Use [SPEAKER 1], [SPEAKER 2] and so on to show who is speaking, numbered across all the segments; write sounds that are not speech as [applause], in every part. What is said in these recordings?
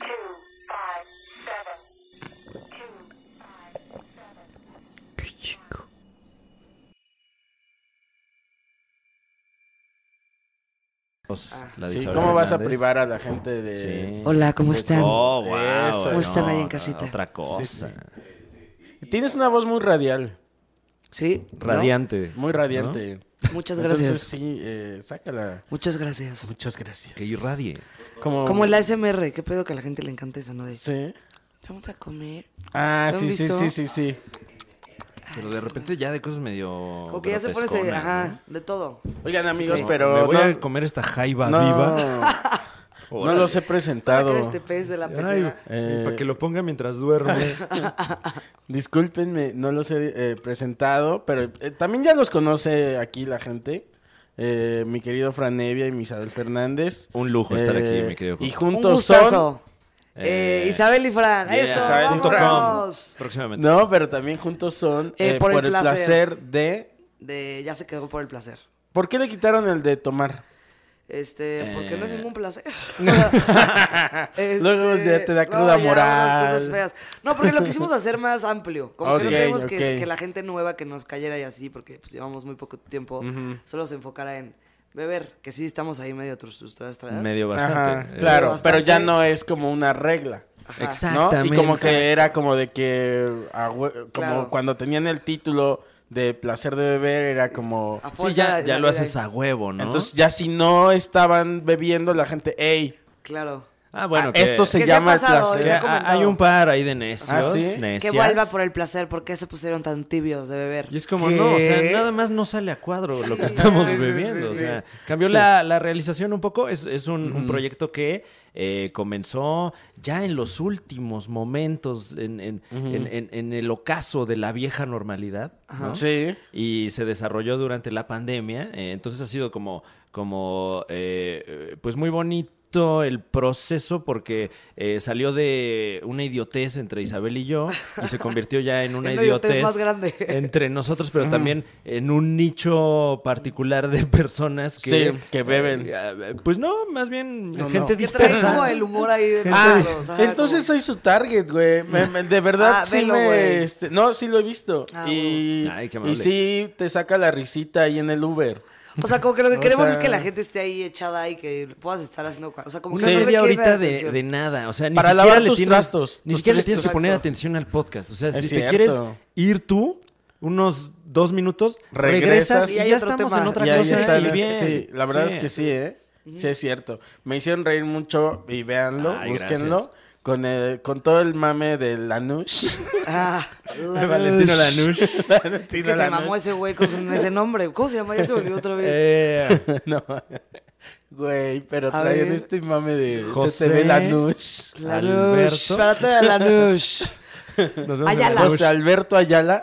[SPEAKER 1] two, five, seven, two, five, seven.
[SPEAKER 2] La
[SPEAKER 3] Sí,
[SPEAKER 2] de Isabel
[SPEAKER 3] ¿Cómo vas a
[SPEAKER 2] Hernández.
[SPEAKER 3] privar a la gente de...?
[SPEAKER 2] Sí.
[SPEAKER 4] Hola, ¿cómo están?
[SPEAKER 2] Oh, wow.
[SPEAKER 3] Eh, Eso.
[SPEAKER 4] ¿Cómo están ahí en
[SPEAKER 2] no,
[SPEAKER 4] casita?
[SPEAKER 2] Otra cosa.
[SPEAKER 3] Tienes una voz muy radial,
[SPEAKER 4] Sí. ¿no?
[SPEAKER 2] Radiante.
[SPEAKER 3] muy radiante.
[SPEAKER 4] Muchas gracias.
[SPEAKER 3] Entonces sí, eh, sácala.
[SPEAKER 4] Muchas gracias.
[SPEAKER 3] Muchas gracias.
[SPEAKER 2] Que irradie.
[SPEAKER 3] Como...
[SPEAKER 4] Como el ASMR, qué pedo que a la gente le encanta eso, ¿no? De
[SPEAKER 3] Sí.
[SPEAKER 4] vamos a comer.
[SPEAKER 3] Ah,
[SPEAKER 4] ¿Lo han
[SPEAKER 3] sí, sí,
[SPEAKER 4] visto?
[SPEAKER 3] sí, sí, sí.
[SPEAKER 2] Pero de repente ya de cosas medio.
[SPEAKER 4] O que ya se pone ese,
[SPEAKER 2] grotesconas,
[SPEAKER 4] ajá, de todo.
[SPEAKER 3] Oigan, amigos,
[SPEAKER 2] ¿no?
[SPEAKER 3] pero...
[SPEAKER 2] Me voy
[SPEAKER 3] no,
[SPEAKER 2] a comer esta jaiba
[SPEAKER 3] no,
[SPEAKER 2] viva.
[SPEAKER 3] [laughs] no los he presentado.
[SPEAKER 4] Sacar este pez de la
[SPEAKER 2] Ay,
[SPEAKER 4] pecera.
[SPEAKER 3] Eh,
[SPEAKER 2] para que lo ponga mientras duerme.
[SPEAKER 4] [laughs]
[SPEAKER 3] Discúlpenme, no los he eh, presentado, pero eh, también ya los conoce aquí la gente. Eh, mi querido Fran Evia y mi Isabel Fernández. Eh,
[SPEAKER 2] Un lujo estar aquí, mi querido
[SPEAKER 3] Y
[SPEAKER 2] Justo.
[SPEAKER 4] Un
[SPEAKER 3] juntos son...
[SPEAKER 4] gustazo.
[SPEAKER 2] Eh,
[SPEAKER 4] Eh, Isabel y Fran.
[SPEAKER 2] yeah,
[SPEAKER 4] eso,
[SPEAKER 2] Isabel.com.
[SPEAKER 4] vámonos.
[SPEAKER 2] Próximamente.
[SPEAKER 3] No, pero también juntos son
[SPEAKER 4] Eh,
[SPEAKER 3] eh, por, el, placer. de...
[SPEAKER 4] De ya se quedó por el placer.
[SPEAKER 3] ¿Por qué le quitaron el de tomar?
[SPEAKER 4] Este, porque no es
[SPEAKER 3] [laughs]
[SPEAKER 4] ningún placer.
[SPEAKER 3] Eh.
[SPEAKER 4] [laughs]
[SPEAKER 3] Luego ya te da
[SPEAKER 4] luego
[SPEAKER 3] cruda
[SPEAKER 4] ya unas
[SPEAKER 3] moral.
[SPEAKER 4] cosas feas. No, porque
[SPEAKER 3] [laughs]
[SPEAKER 4] lo quisimos hacer más amplio. Como que
[SPEAKER 3] Ok,
[SPEAKER 4] no queríamos
[SPEAKER 3] ok.
[SPEAKER 4] que, que la gente nueva que nos cayera y así, porque pues, llevamos muy poco tiempo, solo se enfocara en beber, que sí estamos ahí medio trustradas.
[SPEAKER 2] Medio bastante.
[SPEAKER 3] Ajá,
[SPEAKER 2] Eh,
[SPEAKER 3] claro,
[SPEAKER 4] Bastante.
[SPEAKER 3] pero ya no es como una regla. ¿no? Y
[SPEAKER 2] Exactamente.
[SPEAKER 3] como que era como de que, a hue- como
[SPEAKER 4] Claro.
[SPEAKER 3] cuando tenían el título de placer de beber, era como...
[SPEAKER 4] A fuerza
[SPEAKER 2] Sí, ya,
[SPEAKER 4] de-
[SPEAKER 2] ya
[SPEAKER 4] de
[SPEAKER 2] lo
[SPEAKER 4] beber
[SPEAKER 2] haces
[SPEAKER 4] ahí.
[SPEAKER 2] a huevo, ¿no?
[SPEAKER 3] Entonces ya si no estaban bebiendo, la gente, hey,
[SPEAKER 4] Claro.
[SPEAKER 2] ah, bueno,
[SPEAKER 3] ah,
[SPEAKER 2] que-
[SPEAKER 3] esto se
[SPEAKER 4] Que se ha
[SPEAKER 3] llama el
[SPEAKER 4] pasado,
[SPEAKER 3] placer.
[SPEAKER 2] que
[SPEAKER 4] se ha
[SPEAKER 2] ha-
[SPEAKER 4] comentado.
[SPEAKER 2] hay un par ahí de necios.
[SPEAKER 3] Ah, ¿sí?
[SPEAKER 2] necias.
[SPEAKER 4] Que vuelva por el placer, ¿por qué se pusieron tan tibios de beber?
[SPEAKER 2] Y es como, no, o sea, nada más no sale a cuadro lo que estamos bebiendo. o sea, cambió la, la realización un poco. Es, es un, un proyecto que eh, comenzó ya en los últimos momentos, en, en- en- en- en el ocaso de la vieja normalidad. ¿no?
[SPEAKER 3] Sí.
[SPEAKER 2] Y se desarrolló durante la pandemia. eh, entonces ha sido como, como eh, eh, pues muy bonito el proceso porque eh, salió de una idiotez entre Isabel y yo y se convirtió ya
[SPEAKER 4] [laughs]
[SPEAKER 2] en una
[SPEAKER 4] En una
[SPEAKER 2] idiotez,
[SPEAKER 4] idiotez más grande.
[SPEAKER 2] [laughs] entre nosotros,
[SPEAKER 3] Mm.
[SPEAKER 2] pero también en un nicho particular de personas que,
[SPEAKER 3] Sí, que beben.
[SPEAKER 2] eh, pues no, más bien
[SPEAKER 3] No,
[SPEAKER 2] gente
[SPEAKER 3] no.
[SPEAKER 4] Que traes
[SPEAKER 2] dispersa.
[SPEAKER 4] como el humor ahí de
[SPEAKER 3] Ah,
[SPEAKER 4] todos, o sea,
[SPEAKER 3] entonces
[SPEAKER 4] como-
[SPEAKER 3] soy su target, güey. Me- me- De verdad,
[SPEAKER 4] Ah,
[SPEAKER 3] sí
[SPEAKER 4] velo,
[SPEAKER 3] me...
[SPEAKER 4] güey.
[SPEAKER 3] este, no, sí lo he visto.
[SPEAKER 4] Ah,
[SPEAKER 3] y,
[SPEAKER 2] Ay, qué
[SPEAKER 3] y
[SPEAKER 2] amable.
[SPEAKER 3] sí te saca la risita ahí en el Uber.
[SPEAKER 4] O sea, como que
[SPEAKER 2] [laughs]
[SPEAKER 4] lo que
[SPEAKER 3] O
[SPEAKER 4] queremos
[SPEAKER 3] sea-
[SPEAKER 4] es que la gente esté ahí echada y que puedas estar haciendo. cua- O sea, como
[SPEAKER 2] Una
[SPEAKER 4] que no
[SPEAKER 2] media
[SPEAKER 4] requiere
[SPEAKER 2] horita de,
[SPEAKER 4] atención.
[SPEAKER 2] de nada. O sea, ni
[SPEAKER 3] Para
[SPEAKER 2] siquiera
[SPEAKER 3] lavar
[SPEAKER 2] le
[SPEAKER 3] tus
[SPEAKER 2] tienes,
[SPEAKER 3] trastos,
[SPEAKER 2] Ni
[SPEAKER 3] tus
[SPEAKER 2] siquiera le tienes que
[SPEAKER 4] trastos.
[SPEAKER 2] poner atención al podcast. O sea,
[SPEAKER 3] Es
[SPEAKER 2] si te
[SPEAKER 3] cierto.
[SPEAKER 2] quieres ir tú unos dos minutos,
[SPEAKER 3] Regresas.
[SPEAKER 2] regresas,
[SPEAKER 3] Y
[SPEAKER 2] y
[SPEAKER 4] hay
[SPEAKER 2] ya
[SPEAKER 4] otro
[SPEAKER 2] estamos
[SPEAKER 4] tema.
[SPEAKER 2] en otra
[SPEAKER 3] Y
[SPEAKER 2] cosa.
[SPEAKER 3] ahí está.
[SPEAKER 2] y
[SPEAKER 3] la-
[SPEAKER 2] bien.
[SPEAKER 3] Sí, la verdad
[SPEAKER 2] Sí. [laughs]
[SPEAKER 3] es que sí, ¿eh? Sí, es cierto. Me hicieron reír mucho y véanlo,
[SPEAKER 2] Ay,
[SPEAKER 3] búsquenlo.
[SPEAKER 2] gracias.
[SPEAKER 3] Con, el- con todo el mame de Lanush.
[SPEAKER 4] [laughs]
[SPEAKER 3] [laughs]
[SPEAKER 4] Ah,
[SPEAKER 2] [laughs]
[SPEAKER 4] la-
[SPEAKER 2] De Valentino Lanush.
[SPEAKER 4] Es que se mamó ese güey con su- ese nombre. ¿Cómo se llama? Ya se volvió otra vez.
[SPEAKER 2] [laughs] Eh,
[SPEAKER 3] No. Güey, pero
[SPEAKER 4] A
[SPEAKER 3] traían
[SPEAKER 4] ver.
[SPEAKER 3] este mame de
[SPEAKER 2] José
[SPEAKER 3] CTV Lanush.
[SPEAKER 4] Lanush.
[SPEAKER 2] Alberto. [laughs]
[SPEAKER 4] Espérate de Lanush.
[SPEAKER 2] nos vemos en
[SPEAKER 4] Ayala.
[SPEAKER 2] la-
[SPEAKER 3] José Alberto Ayala.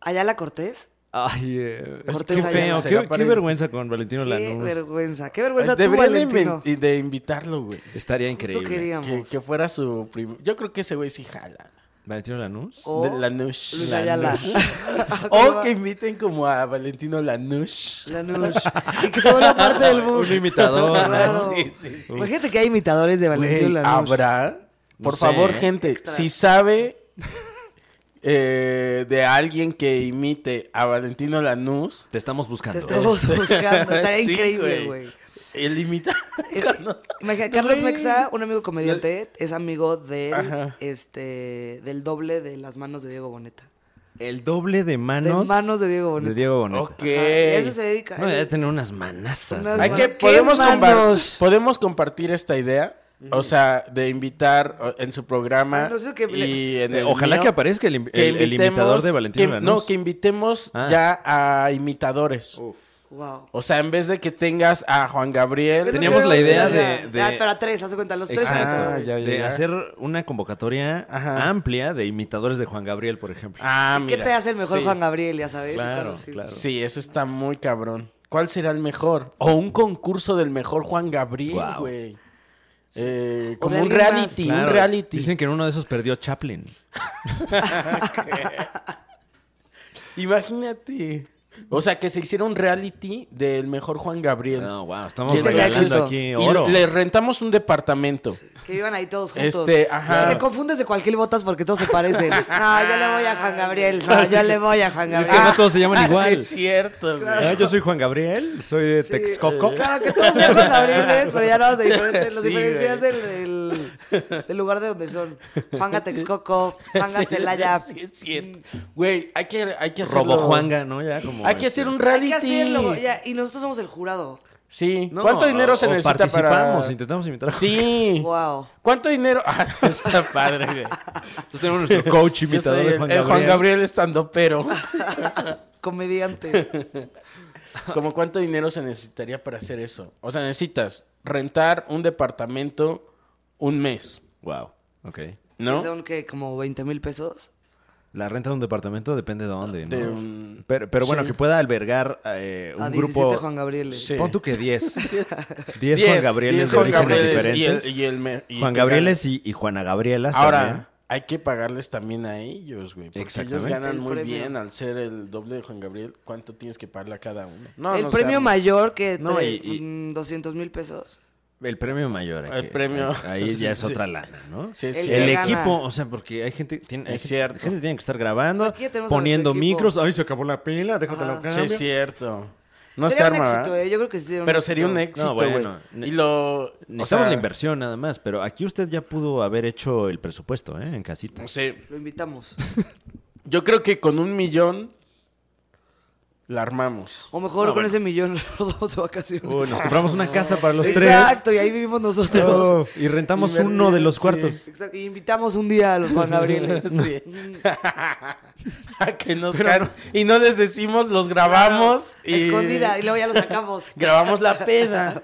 [SPEAKER 4] ¿Ayala Cortés?
[SPEAKER 2] Ay, eh, es
[SPEAKER 4] Cortés
[SPEAKER 2] qué
[SPEAKER 4] Ayala.
[SPEAKER 2] feo.
[SPEAKER 3] Será
[SPEAKER 2] Qué,
[SPEAKER 3] para
[SPEAKER 2] qué
[SPEAKER 3] ir.
[SPEAKER 2] vergüenza con Valentino
[SPEAKER 4] Qué
[SPEAKER 2] Lanús.
[SPEAKER 4] vergüenza. Qué vergüenza tú,
[SPEAKER 3] Deberían de,
[SPEAKER 4] Pues Valentino.
[SPEAKER 3] inven- de invitarlo, güey.
[SPEAKER 2] Estaría
[SPEAKER 4] Justo
[SPEAKER 2] increíble.
[SPEAKER 4] queríamos.
[SPEAKER 3] Que, que fuera su primo. Yo creo que ese güey sí jala.
[SPEAKER 2] ¿Valentino Lanús? Oh,
[SPEAKER 4] O
[SPEAKER 3] de Lanush.
[SPEAKER 4] Luis Ayala. [laughs]
[SPEAKER 3] O que inviten como a Valentino Lanush.
[SPEAKER 4] Lanush. Y que se vuelva parte del
[SPEAKER 2] [laughs]
[SPEAKER 4] mundo.
[SPEAKER 2] Un imitador, ¿no?
[SPEAKER 4] Claro.
[SPEAKER 3] Sí, sí, sí.
[SPEAKER 4] Imagínate que hay imitadores de Valentino
[SPEAKER 3] Güey,
[SPEAKER 4] Lanush.
[SPEAKER 3] ¿habrá?
[SPEAKER 2] No
[SPEAKER 3] Por
[SPEAKER 2] sé.
[SPEAKER 3] favor, gente, si sabe eh, de alguien que imite a Valentino Lanús.
[SPEAKER 2] Te estamos
[SPEAKER 4] Te
[SPEAKER 2] buscando.
[SPEAKER 4] estamos buscando.
[SPEAKER 3] [laughs]
[SPEAKER 4] Estaría
[SPEAKER 3] Sí,
[SPEAKER 4] increíble, güey.
[SPEAKER 3] Él imita.
[SPEAKER 4] Eh, imagina, Carlos
[SPEAKER 3] Güey.
[SPEAKER 4] Mexa, un amigo comediante, es amigo del,
[SPEAKER 3] Ajá.
[SPEAKER 4] este, del doble de las manos de Diego Boneta.
[SPEAKER 2] El doble de manos.
[SPEAKER 4] De manos de Diego Boneta.
[SPEAKER 2] De Diego Boneta.
[SPEAKER 3] Ok.
[SPEAKER 4] Ajá, y a eso se dedica. eh,
[SPEAKER 2] No, debe tener unas manazas.
[SPEAKER 4] Unas
[SPEAKER 2] ¿no?
[SPEAKER 3] Hay
[SPEAKER 4] manos.
[SPEAKER 3] que,
[SPEAKER 4] ¿Qué
[SPEAKER 3] podemos, compar-
[SPEAKER 4] manos?
[SPEAKER 3] podemos compartir esta idea. O sea, de invitar o- en su programa.
[SPEAKER 4] Ah, no sé qué-
[SPEAKER 3] y en
[SPEAKER 2] Eh,
[SPEAKER 3] el
[SPEAKER 2] Ojalá
[SPEAKER 3] mío,
[SPEAKER 2] que aparezca el, im-
[SPEAKER 3] que
[SPEAKER 2] el- el
[SPEAKER 3] invitemos-
[SPEAKER 2] imitador de
[SPEAKER 3] que-
[SPEAKER 2] Valentino Lanús.
[SPEAKER 3] No, que invitemos
[SPEAKER 2] Ah.
[SPEAKER 3] ya a imitadores.
[SPEAKER 4] Wow.
[SPEAKER 3] O sea, en vez de que tengas a Juan Gabriel.
[SPEAKER 2] Teníamos la idea de- de-
[SPEAKER 4] Ah, pero a tres, haz de cuenta, los tres.
[SPEAKER 2] Exacto.
[SPEAKER 3] Ah, ya, ya,
[SPEAKER 2] de
[SPEAKER 3] ya.
[SPEAKER 2] hacer una convocatoria
[SPEAKER 3] Ajá.
[SPEAKER 2] amplia de imitadores de Juan Gabriel, por ejemplo.
[SPEAKER 3] Ah,
[SPEAKER 4] ¿Qué
[SPEAKER 3] mira.
[SPEAKER 4] te hace el mejor
[SPEAKER 3] Sí.
[SPEAKER 4] Juan Gabriel, ya sabes?
[SPEAKER 2] Claro,
[SPEAKER 4] Sí.
[SPEAKER 2] claro.
[SPEAKER 3] Sí, ese está muy cabrón. ¿Cuál será el mejor? O un concurso del mejor Juan Gabriel,
[SPEAKER 2] Guau.
[SPEAKER 3] güey. Eh,
[SPEAKER 4] O
[SPEAKER 3] como
[SPEAKER 4] de
[SPEAKER 3] un
[SPEAKER 4] alguien
[SPEAKER 3] reality,
[SPEAKER 2] Claro,
[SPEAKER 3] un reality.
[SPEAKER 2] Dicen que en uno de esos perdió Chaplin.
[SPEAKER 3] Imagínate. O sea, que se hiciera un reality del mejor Juan Gabriel.
[SPEAKER 2] No, wow, estamos
[SPEAKER 3] Y el
[SPEAKER 2] regalando
[SPEAKER 4] éxito.
[SPEAKER 2] aquí
[SPEAKER 3] Y
[SPEAKER 2] oro.
[SPEAKER 3] le rentamos
[SPEAKER 2] [laughs]
[SPEAKER 3] un departamento.
[SPEAKER 4] Que vivan ahí todos juntos.
[SPEAKER 3] Este, ajá.
[SPEAKER 4] Te confundes de cualquier botas porque todos se parecen. No, yo le voy a Juan Gabriel. No, yo le voy a Juan
[SPEAKER 2] Es
[SPEAKER 4] Gabriel.
[SPEAKER 2] que no todos se llaman
[SPEAKER 3] Ah, Sí,
[SPEAKER 2] igual.
[SPEAKER 3] es cierto, güey.
[SPEAKER 4] [laughs]
[SPEAKER 2] Ah, yo soy Juan Gabriel, soy de Texcoco.
[SPEAKER 3] eh,
[SPEAKER 4] Claro que
[SPEAKER 3] [laughs]
[SPEAKER 4] todos son Juan Gabrieles, pero ya no de diferentes. Los
[SPEAKER 3] Sí,
[SPEAKER 4] diferencias
[SPEAKER 3] güey.
[SPEAKER 4] del, del- del lugar de donde son. Juanga Texcoco,
[SPEAKER 3] [laughs]
[SPEAKER 4] Juanga
[SPEAKER 3] Sí,
[SPEAKER 4] Celaya.
[SPEAKER 3] sí, es cierto. Güey, hay que, hay que hacerlo.
[SPEAKER 2] Robo Juanga, ¿no? Ya como
[SPEAKER 3] Hay que
[SPEAKER 2] este,
[SPEAKER 3] hacer un
[SPEAKER 4] Hay
[SPEAKER 3] reality.
[SPEAKER 4] que hacerlo. ya, Y nosotros somos el jurado.
[SPEAKER 3] Sí.
[SPEAKER 2] no,
[SPEAKER 3] ¿Cuánto dinero se
[SPEAKER 2] o
[SPEAKER 3] necesita
[SPEAKER 2] participamos,
[SPEAKER 3] para...?
[SPEAKER 2] intentamos imitar.
[SPEAKER 3] Sí.
[SPEAKER 4] Wow.
[SPEAKER 3] ¿Cuánto dinero? [laughs] Ah, está padre, güey.
[SPEAKER 2] Entonces tenemos nuestro coach
[SPEAKER 3] [laughs] Yo soy
[SPEAKER 2] imitador de
[SPEAKER 3] el-
[SPEAKER 2] Juan
[SPEAKER 3] el
[SPEAKER 2] Gabriel.
[SPEAKER 3] Juan Gabriel estando pero. [laughs]
[SPEAKER 4] Comediante.
[SPEAKER 3] ¿Cómo cuánto dinero se necesitaría para hacer eso? O sea, necesitas rentar un departamento un mes,
[SPEAKER 2] Wow, ok.
[SPEAKER 4] ¿No?
[SPEAKER 3] ¿no?
[SPEAKER 4] Son que como 20 mil pesos.
[SPEAKER 2] La renta de un departamento depende de dónde, ¿no?
[SPEAKER 3] De un-
[SPEAKER 2] Pero, pero bueno,
[SPEAKER 3] Sí.
[SPEAKER 2] que pueda albergar eh, un
[SPEAKER 4] A 17
[SPEAKER 2] grupo...
[SPEAKER 4] Juan Gabrieles.
[SPEAKER 3] Sí.
[SPEAKER 2] Pon tú que
[SPEAKER 4] [laughs]
[SPEAKER 2] 10. 10
[SPEAKER 3] Diez,
[SPEAKER 2] Juan Gabrieles
[SPEAKER 3] diez
[SPEAKER 2] de
[SPEAKER 3] Juan
[SPEAKER 2] orígenes
[SPEAKER 3] Gabrieles y el-
[SPEAKER 2] diferentes.
[SPEAKER 3] y el me- y
[SPEAKER 2] Juan
[SPEAKER 3] que
[SPEAKER 2] Gabrieles y, y Juana Gabriela.
[SPEAKER 3] ganen. Ahora,
[SPEAKER 2] también. ¿eh?
[SPEAKER 3] hay que pagarles también a ellos, güey. Porque ellos
[SPEAKER 2] Exactamente.
[SPEAKER 3] ganan
[SPEAKER 4] El
[SPEAKER 3] muy
[SPEAKER 4] premio.
[SPEAKER 3] bien al ser el doble de Juan Gabriel. ¿Cuánto tienes que pagarle a cada uno? No,
[SPEAKER 4] el
[SPEAKER 3] no
[SPEAKER 4] premio
[SPEAKER 3] seamos-
[SPEAKER 4] mayor que
[SPEAKER 2] No,
[SPEAKER 4] trae,
[SPEAKER 2] y- y-
[SPEAKER 4] mm, 200 mil pesos.
[SPEAKER 2] El premio mayor. hay
[SPEAKER 3] El
[SPEAKER 2] que-
[SPEAKER 3] premio.
[SPEAKER 2] Ahí ahí
[SPEAKER 3] [laughs] Sí,
[SPEAKER 2] ya es
[SPEAKER 3] sí.
[SPEAKER 2] otra lana, ¿no?
[SPEAKER 3] Sí,
[SPEAKER 4] El
[SPEAKER 3] sí.
[SPEAKER 2] El
[SPEAKER 4] que
[SPEAKER 2] equipo,
[SPEAKER 4] gana.
[SPEAKER 2] o sea, porque hay gente, tiene, hay
[SPEAKER 3] Es
[SPEAKER 2] gente-
[SPEAKER 3] cierto.
[SPEAKER 2] gente tiene que estar grabando,
[SPEAKER 4] Pues Aquí ya tenemos a
[SPEAKER 2] poniendo
[SPEAKER 4] nuestro equipo.
[SPEAKER 2] micros. Ay, se acabó la pila, déjate la
[SPEAKER 3] Sí,
[SPEAKER 2] cambio.
[SPEAKER 3] es cierto. No
[SPEAKER 4] sería
[SPEAKER 3] se arma,
[SPEAKER 4] un éxito,
[SPEAKER 3] ¿verdad?
[SPEAKER 4] eh, yo creo que sí sería un
[SPEAKER 3] Pero
[SPEAKER 4] éxito.
[SPEAKER 3] sería un éxito,
[SPEAKER 2] No,
[SPEAKER 3] güey.
[SPEAKER 2] bueno.
[SPEAKER 3] Y lo... o
[SPEAKER 2] Necesitamos
[SPEAKER 3] sea,
[SPEAKER 2] la inversión nada más, pero aquí usted ya pudo haber hecho el presupuesto, ¿eh? En casita.
[SPEAKER 3] No sé.
[SPEAKER 4] Lo invitamos.
[SPEAKER 3] Yo creo que con un millón la
[SPEAKER 4] [laughs]
[SPEAKER 3] armamos.
[SPEAKER 4] O mejor con ese millón [laughs] nos vamos de vacaciones.
[SPEAKER 2] Uy,
[SPEAKER 4] [laughs]
[SPEAKER 2] nos compramos una casa para los tres.
[SPEAKER 4] Exacto, y ahí vivimos nosotros.
[SPEAKER 2] Uf, y rentamos uno de los cuartos.
[SPEAKER 4] Exacto, Y invitamos un día a los
[SPEAKER 2] [laughs]
[SPEAKER 4] Juan Gabrieles.
[SPEAKER 3] Sí. A que nos can- Y no les decimos, los grabamos. y...
[SPEAKER 4] Escondida, y luego
[SPEAKER 2] [laughs]
[SPEAKER 4] ya lo sacamos.
[SPEAKER 3] Grabamos la peda.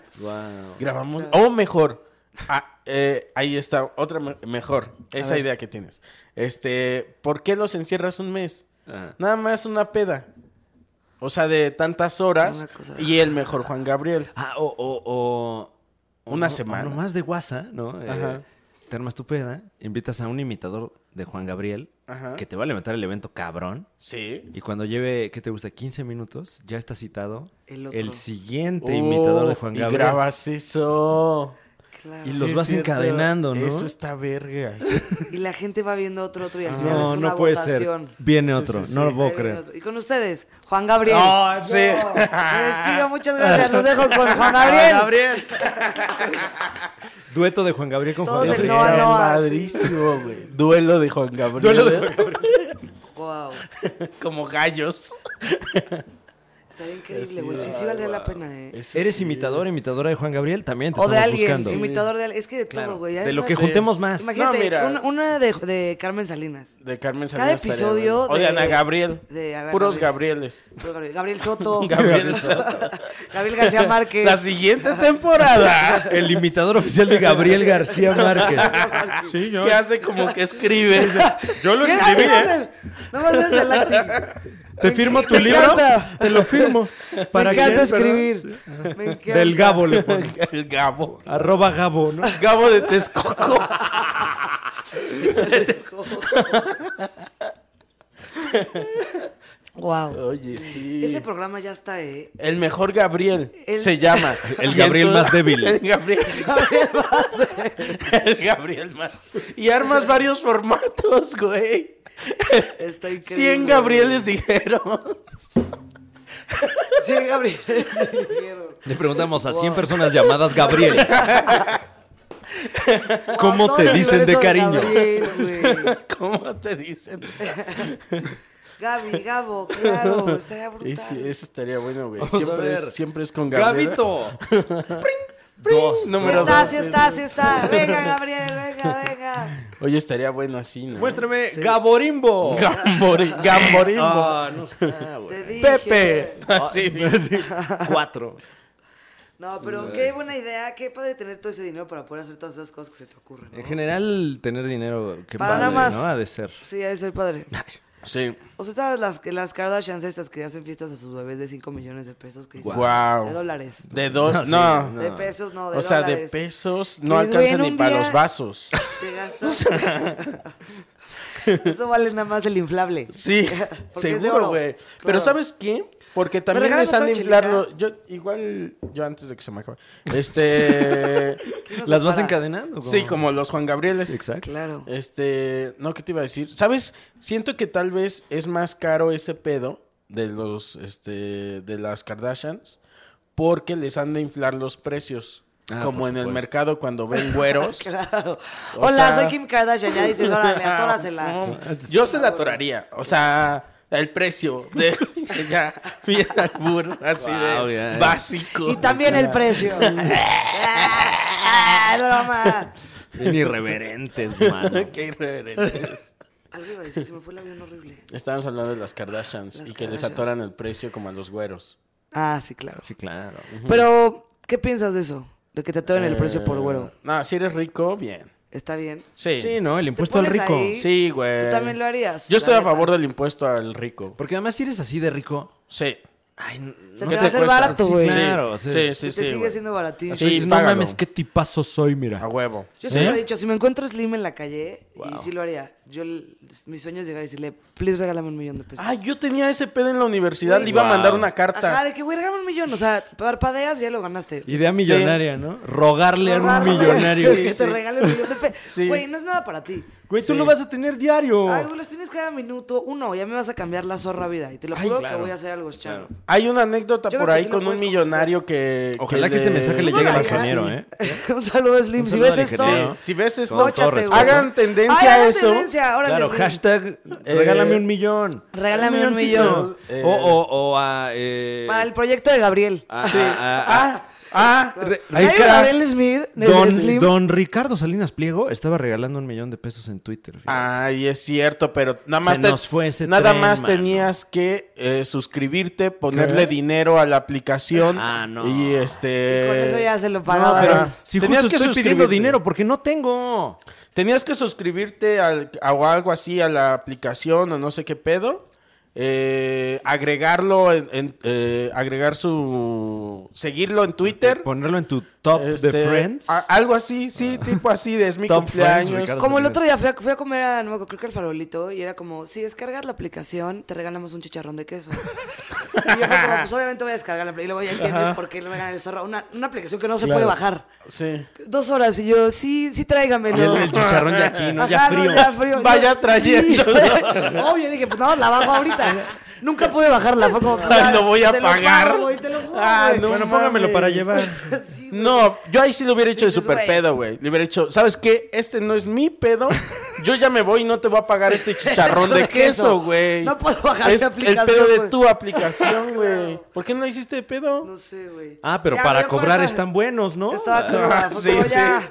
[SPEAKER 3] Grabamos. O mejor. ah, eh, ahí está, otra me- mejor. Esa idea que tienes. Este, ¿por qué los encierras un mes?
[SPEAKER 2] Ajá.
[SPEAKER 3] Nada más una peda. O sea, de tantas horas.
[SPEAKER 4] Una cosa.
[SPEAKER 3] Y el mejor Juan Gabriel.
[SPEAKER 2] Ah, o, o, o- o
[SPEAKER 3] Una
[SPEAKER 2] no-
[SPEAKER 3] semana.
[SPEAKER 2] o nomás de guasa, ¿no? Eh,
[SPEAKER 3] Ajá.
[SPEAKER 2] te armas tu peda, invitas a un imitador de Juan Gabriel
[SPEAKER 3] Ajá.
[SPEAKER 2] que te va a levantar el evento cabrón.
[SPEAKER 3] Sí.
[SPEAKER 2] Y cuando lleve, ¿qué te gusta? 15 minutos, ya está citado
[SPEAKER 4] El
[SPEAKER 2] el,
[SPEAKER 4] otro.
[SPEAKER 2] siguiente imitador de
[SPEAKER 3] Oh,
[SPEAKER 2] Juan
[SPEAKER 3] y
[SPEAKER 2] Gabriel.
[SPEAKER 3] grabas eso.
[SPEAKER 4] Claro.
[SPEAKER 2] Y
[SPEAKER 4] Y,
[SPEAKER 2] los
[SPEAKER 3] es
[SPEAKER 2] vas
[SPEAKER 3] cierto.
[SPEAKER 2] encadenando, ¿no?
[SPEAKER 3] Eso está verga.
[SPEAKER 4] la gente va viendo otro, otro, y al final
[SPEAKER 2] Ah, No,
[SPEAKER 4] es una
[SPEAKER 2] no puede
[SPEAKER 4] votación.
[SPEAKER 2] ser. Viene
[SPEAKER 3] Sí,
[SPEAKER 2] otro,
[SPEAKER 3] sí, sí.
[SPEAKER 2] no lo
[SPEAKER 4] Ahí
[SPEAKER 2] puedo
[SPEAKER 4] viene
[SPEAKER 2] creer.
[SPEAKER 4] otro. Y con ustedes, Juan Gabriel.
[SPEAKER 3] Ah, sí.
[SPEAKER 4] Me
[SPEAKER 2] [laughs]
[SPEAKER 4] despido, muchas gracias. Los dejo con Juan Gabriel.
[SPEAKER 2] Dueto de Juan Gabriel con Juan
[SPEAKER 4] Todos en
[SPEAKER 2] Gabriel.
[SPEAKER 4] Noa
[SPEAKER 3] Era
[SPEAKER 4] Noa.
[SPEAKER 3] padrísimo, güey. Duelo de Juan Gabriel. [laughs]
[SPEAKER 2] Duelo de Juan Gabriel.
[SPEAKER 4] Wow.
[SPEAKER 3] Como gallos.
[SPEAKER 4] Estaría increíble, güey. Sí, sí valdría la pena, eh.
[SPEAKER 2] ¿Eres imitador, imitadora de Juan Gabriel? También te
[SPEAKER 4] O de
[SPEAKER 2] estamos
[SPEAKER 4] alguien,
[SPEAKER 2] buscando.
[SPEAKER 4] imitador de alguien. Es que de
[SPEAKER 2] Claro,
[SPEAKER 4] todo, güey.
[SPEAKER 2] de lo
[SPEAKER 4] Además,
[SPEAKER 2] que juntemos más.
[SPEAKER 4] Imagínate,
[SPEAKER 3] No, mira.
[SPEAKER 4] un- una de, de Carmen Salinas.
[SPEAKER 3] De Carmen
[SPEAKER 4] Cada
[SPEAKER 3] Salinas estaría
[SPEAKER 4] episodio
[SPEAKER 3] bueno. O de
[SPEAKER 4] de-
[SPEAKER 3] Ana Gabriel.
[SPEAKER 4] de Ana
[SPEAKER 3] Puros
[SPEAKER 4] Gabriel.
[SPEAKER 3] Gabrieles.
[SPEAKER 4] Gabriel,
[SPEAKER 2] [laughs]
[SPEAKER 4] Gabriel Soto.
[SPEAKER 3] Gabriel Soto.
[SPEAKER 4] Gabriel García Márquez.
[SPEAKER 3] La
[SPEAKER 4] [laughs]
[SPEAKER 3] siguiente [laughs] temporada.
[SPEAKER 2] [laughs] El imitador oficial de Gabriel García Márquez. sí, yo.
[SPEAKER 3] que hace como que [laughs] escribe.
[SPEAKER 2] Yo lo
[SPEAKER 4] ¿Qué
[SPEAKER 2] escribí,
[SPEAKER 4] haces?
[SPEAKER 2] ¿eh?
[SPEAKER 4] No más haces el acting.
[SPEAKER 2] Te firmo tu
[SPEAKER 4] Me
[SPEAKER 2] libro.
[SPEAKER 4] encanta.
[SPEAKER 2] Te lo firmo.
[SPEAKER 4] Me encanta
[SPEAKER 2] que-
[SPEAKER 4] escribir. Me encanta.
[SPEAKER 2] Del Gabo le ponen.
[SPEAKER 3] El Gabo.
[SPEAKER 2] Arroba Gabo, ¿no?
[SPEAKER 3] Gabo de Texcoco.
[SPEAKER 4] Wow.
[SPEAKER 3] Oye, sí.
[SPEAKER 4] Este programa ya está, ¿eh?
[SPEAKER 3] El mejor Gabriel
[SPEAKER 4] El-
[SPEAKER 3] se llama.
[SPEAKER 2] [laughs] El
[SPEAKER 3] Y
[SPEAKER 2] Gabriel más
[SPEAKER 3] entonces-
[SPEAKER 2] débil.
[SPEAKER 3] [laughs] El Gabriel, el Gabriel más. Y armas varios formatos, güey.
[SPEAKER 4] Está increíble.
[SPEAKER 3] 100 Gabrieles dijeron. [laughs]
[SPEAKER 4] 100 Gabrieles dijeron.
[SPEAKER 2] Le preguntamos a 100 personas llamadas [laughs] Gabriel. ¿Cómo
[SPEAKER 4] No,
[SPEAKER 2] te
[SPEAKER 4] no,
[SPEAKER 2] dicen de
[SPEAKER 4] Lorenzo
[SPEAKER 2] cariño?
[SPEAKER 4] Gabriel, güey.
[SPEAKER 3] ¿Cómo te dicen?
[SPEAKER 4] Gabi, Gabo, claro, estaría brutal.
[SPEAKER 3] Y sí, eso estaría bueno, güey.
[SPEAKER 2] Vamos a
[SPEAKER 3] Siempre,
[SPEAKER 2] ver.
[SPEAKER 3] es- siempre es con Gabriel.
[SPEAKER 2] Gabito. Dos.
[SPEAKER 4] Sí
[SPEAKER 3] número [laughs]
[SPEAKER 4] está,
[SPEAKER 3] dos.
[SPEAKER 4] sí está, sí está. Venga, Gabriel, venga, venga.
[SPEAKER 3] Oye, estaría bueno así, ¿no?
[SPEAKER 2] Muéstrame Gaborimbo.
[SPEAKER 3] Gambori- Gamborimbo.
[SPEAKER 2] Ah, no está, güey.
[SPEAKER 4] Te dije.
[SPEAKER 3] Pepe.
[SPEAKER 2] [laughs]
[SPEAKER 3] Así.
[SPEAKER 2] Cuatro.
[SPEAKER 4] No, pero qué buena idea. Qué padre tener todo ese dinero para poder hacer todas esas cosas que se te ocurren. ¿no?
[SPEAKER 2] En general, tener dinero, qué
[SPEAKER 4] Para
[SPEAKER 2] padre,
[SPEAKER 4] nada más.
[SPEAKER 2] ¿no? Ha de ser.
[SPEAKER 4] Sí, ha de ser padre.
[SPEAKER 3] Sí.
[SPEAKER 4] O sea, estas las, que- las Kardashians estas que hacen fiestas a sus bebés de 5 millones de pesos. Que dicen,
[SPEAKER 3] Guau.
[SPEAKER 4] De dólares.
[SPEAKER 3] De do-
[SPEAKER 2] [laughs] No, sí,
[SPEAKER 3] no.
[SPEAKER 2] no.
[SPEAKER 4] De pesos, no, de
[SPEAKER 3] O sea, de
[SPEAKER 4] dólares.
[SPEAKER 3] pesos no
[SPEAKER 4] Dices, güey,
[SPEAKER 3] alcanza
[SPEAKER 4] en
[SPEAKER 3] ni
[SPEAKER 4] un
[SPEAKER 3] para
[SPEAKER 4] día-
[SPEAKER 3] los
[SPEAKER 4] [laughs]
[SPEAKER 3] vasos. [laughs]
[SPEAKER 4] Te gastas. Eso vale nada más el inflable. [laughs]
[SPEAKER 3] Sí,
[SPEAKER 4] Porque es de
[SPEAKER 3] seguro,
[SPEAKER 4] oro.
[SPEAKER 3] güey. Pero
[SPEAKER 4] Claro.
[SPEAKER 3] ¿sabes qué? Porque también
[SPEAKER 4] regalas
[SPEAKER 3] les han de
[SPEAKER 4] otra
[SPEAKER 3] inflarlo. Yo, igual, yo antes de que se me acabe.
[SPEAKER 4] [laughs]
[SPEAKER 3] Este.
[SPEAKER 4] No se
[SPEAKER 2] ¿Las vas
[SPEAKER 4] para.
[SPEAKER 2] encadenando?
[SPEAKER 3] sí, como los Juan Gabrieles.
[SPEAKER 2] Exacto.
[SPEAKER 4] Claro.
[SPEAKER 3] Este, no, ¿qué te iba a decir? ¿Sabes? Siento que tal vez es más caro ese pedo de los, este, de las Kardashians porque les han de inflar los precios.
[SPEAKER 2] Ah,
[SPEAKER 3] como
[SPEAKER 2] por
[SPEAKER 3] en el
[SPEAKER 2] supuesto.
[SPEAKER 3] mercado cuando ven güeros.
[SPEAKER 4] [laughs] Claro.
[SPEAKER 3] O
[SPEAKER 4] Hola,
[SPEAKER 3] sea-
[SPEAKER 4] soy Kim Kardashian. Ya dices,
[SPEAKER 3] [laughs]
[SPEAKER 4] órale,
[SPEAKER 2] [laughs] Ah,
[SPEAKER 4] atórasela.
[SPEAKER 3] No, Yo se la atoraría. O sea, el precio
[SPEAKER 2] [laughs]
[SPEAKER 3] de ya bien albur, así
[SPEAKER 2] Wow,
[SPEAKER 3] de
[SPEAKER 2] ya, eh.
[SPEAKER 3] básico. [laughs]
[SPEAKER 4] Y también el precio. [laughs] Ah, broma.
[SPEAKER 2] Bien irreverentes, mano.
[SPEAKER 3] Qué irreverente.
[SPEAKER 4] Algo iba a decir, se me fue el avión horrible.
[SPEAKER 3] Estábamos hablando de las Kardashians
[SPEAKER 4] Las
[SPEAKER 3] y que les
[SPEAKER 4] Kardashians.
[SPEAKER 3] atoran el precio como a los güeros.
[SPEAKER 4] Ah, sí, claro.
[SPEAKER 2] [laughs] Sí, claro.
[SPEAKER 4] Pero, ¿qué piensas de eso? De que te atoren el precio por güero.
[SPEAKER 3] Eh, No, si eres rico, bien.
[SPEAKER 4] ¿Está bien?
[SPEAKER 3] Sí.
[SPEAKER 2] Sí, ¿no? El
[SPEAKER 4] ¿Te
[SPEAKER 2] impuesto al
[SPEAKER 4] pones
[SPEAKER 2] rico.
[SPEAKER 4] ahí?
[SPEAKER 3] Sí, güey.
[SPEAKER 4] Tú también lo harías.
[SPEAKER 3] Yo estoy
[SPEAKER 4] la
[SPEAKER 3] a
[SPEAKER 4] neta.
[SPEAKER 3] favor del impuesto al rico.
[SPEAKER 2] Porque además, si eres así de rico,
[SPEAKER 3] Sí.
[SPEAKER 2] ay, no-
[SPEAKER 4] Se
[SPEAKER 2] no te
[SPEAKER 4] te va a hacer
[SPEAKER 2] cuesta.
[SPEAKER 4] barato,
[SPEAKER 2] Sí,
[SPEAKER 4] güey.
[SPEAKER 2] claro.
[SPEAKER 3] Sí,
[SPEAKER 2] sí.
[SPEAKER 3] sí,
[SPEAKER 4] Sí,
[SPEAKER 3] sí.
[SPEAKER 4] te sigue
[SPEAKER 3] güey.
[SPEAKER 4] siendo baratísimo.
[SPEAKER 3] Sí,
[SPEAKER 2] no
[SPEAKER 3] págalo.
[SPEAKER 2] mames, qué tipazo soy, mira.
[SPEAKER 3] A huevo.
[SPEAKER 4] Yo siempre
[SPEAKER 2] ¿Eh?
[SPEAKER 4] he dicho, si me encuentro Slim en la calle, y sí lo haría, yo, l- mi sueño es llegar y decirle, please regálame un millón de pesos.
[SPEAKER 3] Ah, yo tenía ese pedo en la universidad.
[SPEAKER 4] Güey.
[SPEAKER 3] Le iba a
[SPEAKER 2] Wow.
[SPEAKER 3] mandar una carta.
[SPEAKER 4] Ajá, de que, güey, regálame un millón. O sea, parpadeas y ya lo ganaste.
[SPEAKER 2] Idea millonaria, ¿no? Rogarle a un
[SPEAKER 4] Rogarle,
[SPEAKER 2] millonario.
[SPEAKER 4] sí, [laughs] Que te regale un millón de pesos.
[SPEAKER 3] Sí.
[SPEAKER 4] Güey, no es nada para ti.
[SPEAKER 2] Güey, tú lo vas a tener diario.
[SPEAKER 4] Ay, güey, los tienes cada minuto. Uno, ya me vas a cambiar la zorra vida. Y te lo
[SPEAKER 2] Ay,
[SPEAKER 4] juro
[SPEAKER 2] claro.
[SPEAKER 4] que voy a hacer algo, chano.
[SPEAKER 3] Hay una anécdota
[SPEAKER 4] Yo
[SPEAKER 3] por
[SPEAKER 4] creo que
[SPEAKER 3] ahí
[SPEAKER 4] sí lo
[SPEAKER 3] con un
[SPEAKER 4] puedes
[SPEAKER 3] millonario que.
[SPEAKER 2] Ojalá que este mensaje le
[SPEAKER 4] ¿Tú
[SPEAKER 2] llegue al
[SPEAKER 4] lo harías?
[SPEAKER 2] ingeniero, ¿eh?
[SPEAKER 4] [laughs] un saludo, Slim.
[SPEAKER 2] Un
[SPEAKER 4] si
[SPEAKER 2] saludo al
[SPEAKER 4] ves esto,
[SPEAKER 2] ingeniero.
[SPEAKER 3] Sí, Si ves esto,
[SPEAKER 2] Con todo
[SPEAKER 3] chóchate,
[SPEAKER 2] respeto.
[SPEAKER 3] güey. hagan tendencia
[SPEAKER 4] Ay,
[SPEAKER 3] a
[SPEAKER 4] hagan
[SPEAKER 3] eso.
[SPEAKER 4] tendencia, órale,
[SPEAKER 2] Claro,
[SPEAKER 4] Slim.
[SPEAKER 2] hashtag
[SPEAKER 3] Eh,
[SPEAKER 2] regálame un millón.
[SPEAKER 4] Regálame un
[SPEAKER 3] sí,
[SPEAKER 4] millón.
[SPEAKER 3] pero, eh,
[SPEAKER 2] O, o, o a. eh,
[SPEAKER 4] Para el proyecto de Gabriel.
[SPEAKER 2] a-
[SPEAKER 3] sí.
[SPEAKER 2] a- a-
[SPEAKER 3] Ah, ah,
[SPEAKER 2] Re-
[SPEAKER 4] Hay un
[SPEAKER 2] Ricardo-
[SPEAKER 4] Gabriel Smith, de
[SPEAKER 2] Don,
[SPEAKER 4] Slim.
[SPEAKER 2] don Ricardo Salinas Pliego estaba regalando un millón de pesos en Twitter. fíjate.
[SPEAKER 3] Ay, es cierto, pero nada más,
[SPEAKER 2] Se nos fue ese
[SPEAKER 3] nada
[SPEAKER 2] tren,
[SPEAKER 3] más
[SPEAKER 2] mano.
[SPEAKER 3] tenías que eh, suscribirte, ponerle dinero a la aplicación.
[SPEAKER 2] Ah, no.
[SPEAKER 3] Y este.
[SPEAKER 4] Y con eso ya se lo pagaba.
[SPEAKER 3] pero-
[SPEAKER 4] Ajá.
[SPEAKER 2] Si
[SPEAKER 3] Tenías
[SPEAKER 2] justo
[SPEAKER 3] que
[SPEAKER 2] estoy pidiendo
[SPEAKER 3] suscribirte.
[SPEAKER 2] dinero porque no tengo.
[SPEAKER 3] Tenías que suscribirte al, a- o algo así a la aplicación o no sé qué pedo. eh, agregarlo, en, en- eh, agregar su. Seguirlo en Twitter.
[SPEAKER 2] Ponerlo en tu top de
[SPEAKER 3] este,
[SPEAKER 2] friends. Ah.
[SPEAKER 3] a- algo así, sí, tipo así de es mi
[SPEAKER 2] Top
[SPEAKER 3] cumpleaños.
[SPEAKER 2] friends, Ricardo.
[SPEAKER 4] Como el otro día fui a, fui a comer a, no me acuerdo, creo que al farolito, y era como, si descargas la aplicación, te regalamos un chicharrón de queso. y yo fue como, pues obviamente voy a descargar la aplicación, y luego ya entiendes por qué me regalan el zorro. Una, una aplicación que no se puede bajar.
[SPEAKER 3] Sí.
[SPEAKER 4] Dos horas, y yo, sí, sí, tráigamelo.
[SPEAKER 2] Y el, el chicharrón de aquí, ¿no? Ya
[SPEAKER 4] Ajá, no,
[SPEAKER 2] frío.
[SPEAKER 4] ya frío.
[SPEAKER 3] Vaya
[SPEAKER 4] Yo-
[SPEAKER 3] trayéndolo.
[SPEAKER 4] Sí. [laughs] Obvio, dije, pues no, la bajo ahorita. Nunca pude bajarla, fue como...
[SPEAKER 3] Ay, lo voy a
[SPEAKER 4] te
[SPEAKER 3] pagar.
[SPEAKER 4] Lo pago, güey, te lo juro,
[SPEAKER 3] Ah,
[SPEAKER 4] güey.
[SPEAKER 3] no
[SPEAKER 2] bueno, póngamelo
[SPEAKER 3] mames.
[SPEAKER 2] para llevar.
[SPEAKER 4] [laughs] Sí, güey.
[SPEAKER 3] No, yo ahí sí lo hubiera hecho de
[SPEAKER 4] Dices,
[SPEAKER 3] super
[SPEAKER 4] "Güey".
[SPEAKER 3] pedo, güey. Le hubiera hecho, ¿sabes qué? Este no es mi pedo. Yo ya me voy y no te voy a pagar
[SPEAKER 4] [laughs]
[SPEAKER 3] este chicharrón de queso, güey.
[SPEAKER 4] No puedo bajar
[SPEAKER 3] Es
[SPEAKER 4] mi aplicación,
[SPEAKER 3] El pedo de
[SPEAKER 4] güey.
[SPEAKER 3] tu
[SPEAKER 4] [laughs]
[SPEAKER 3] aplicación, güey. ¿Por qué no hiciste de pedo?
[SPEAKER 4] No sé, güey.
[SPEAKER 2] Ah, pero
[SPEAKER 4] Ya,
[SPEAKER 2] para
[SPEAKER 4] güey, con
[SPEAKER 2] cobrar
[SPEAKER 4] esa-
[SPEAKER 2] están buenos, ¿no?
[SPEAKER 4] Estaba
[SPEAKER 3] Ah, [laughs]
[SPEAKER 4] cruda. fue
[SPEAKER 3] sí,
[SPEAKER 4] como
[SPEAKER 3] sí.
[SPEAKER 4] ya.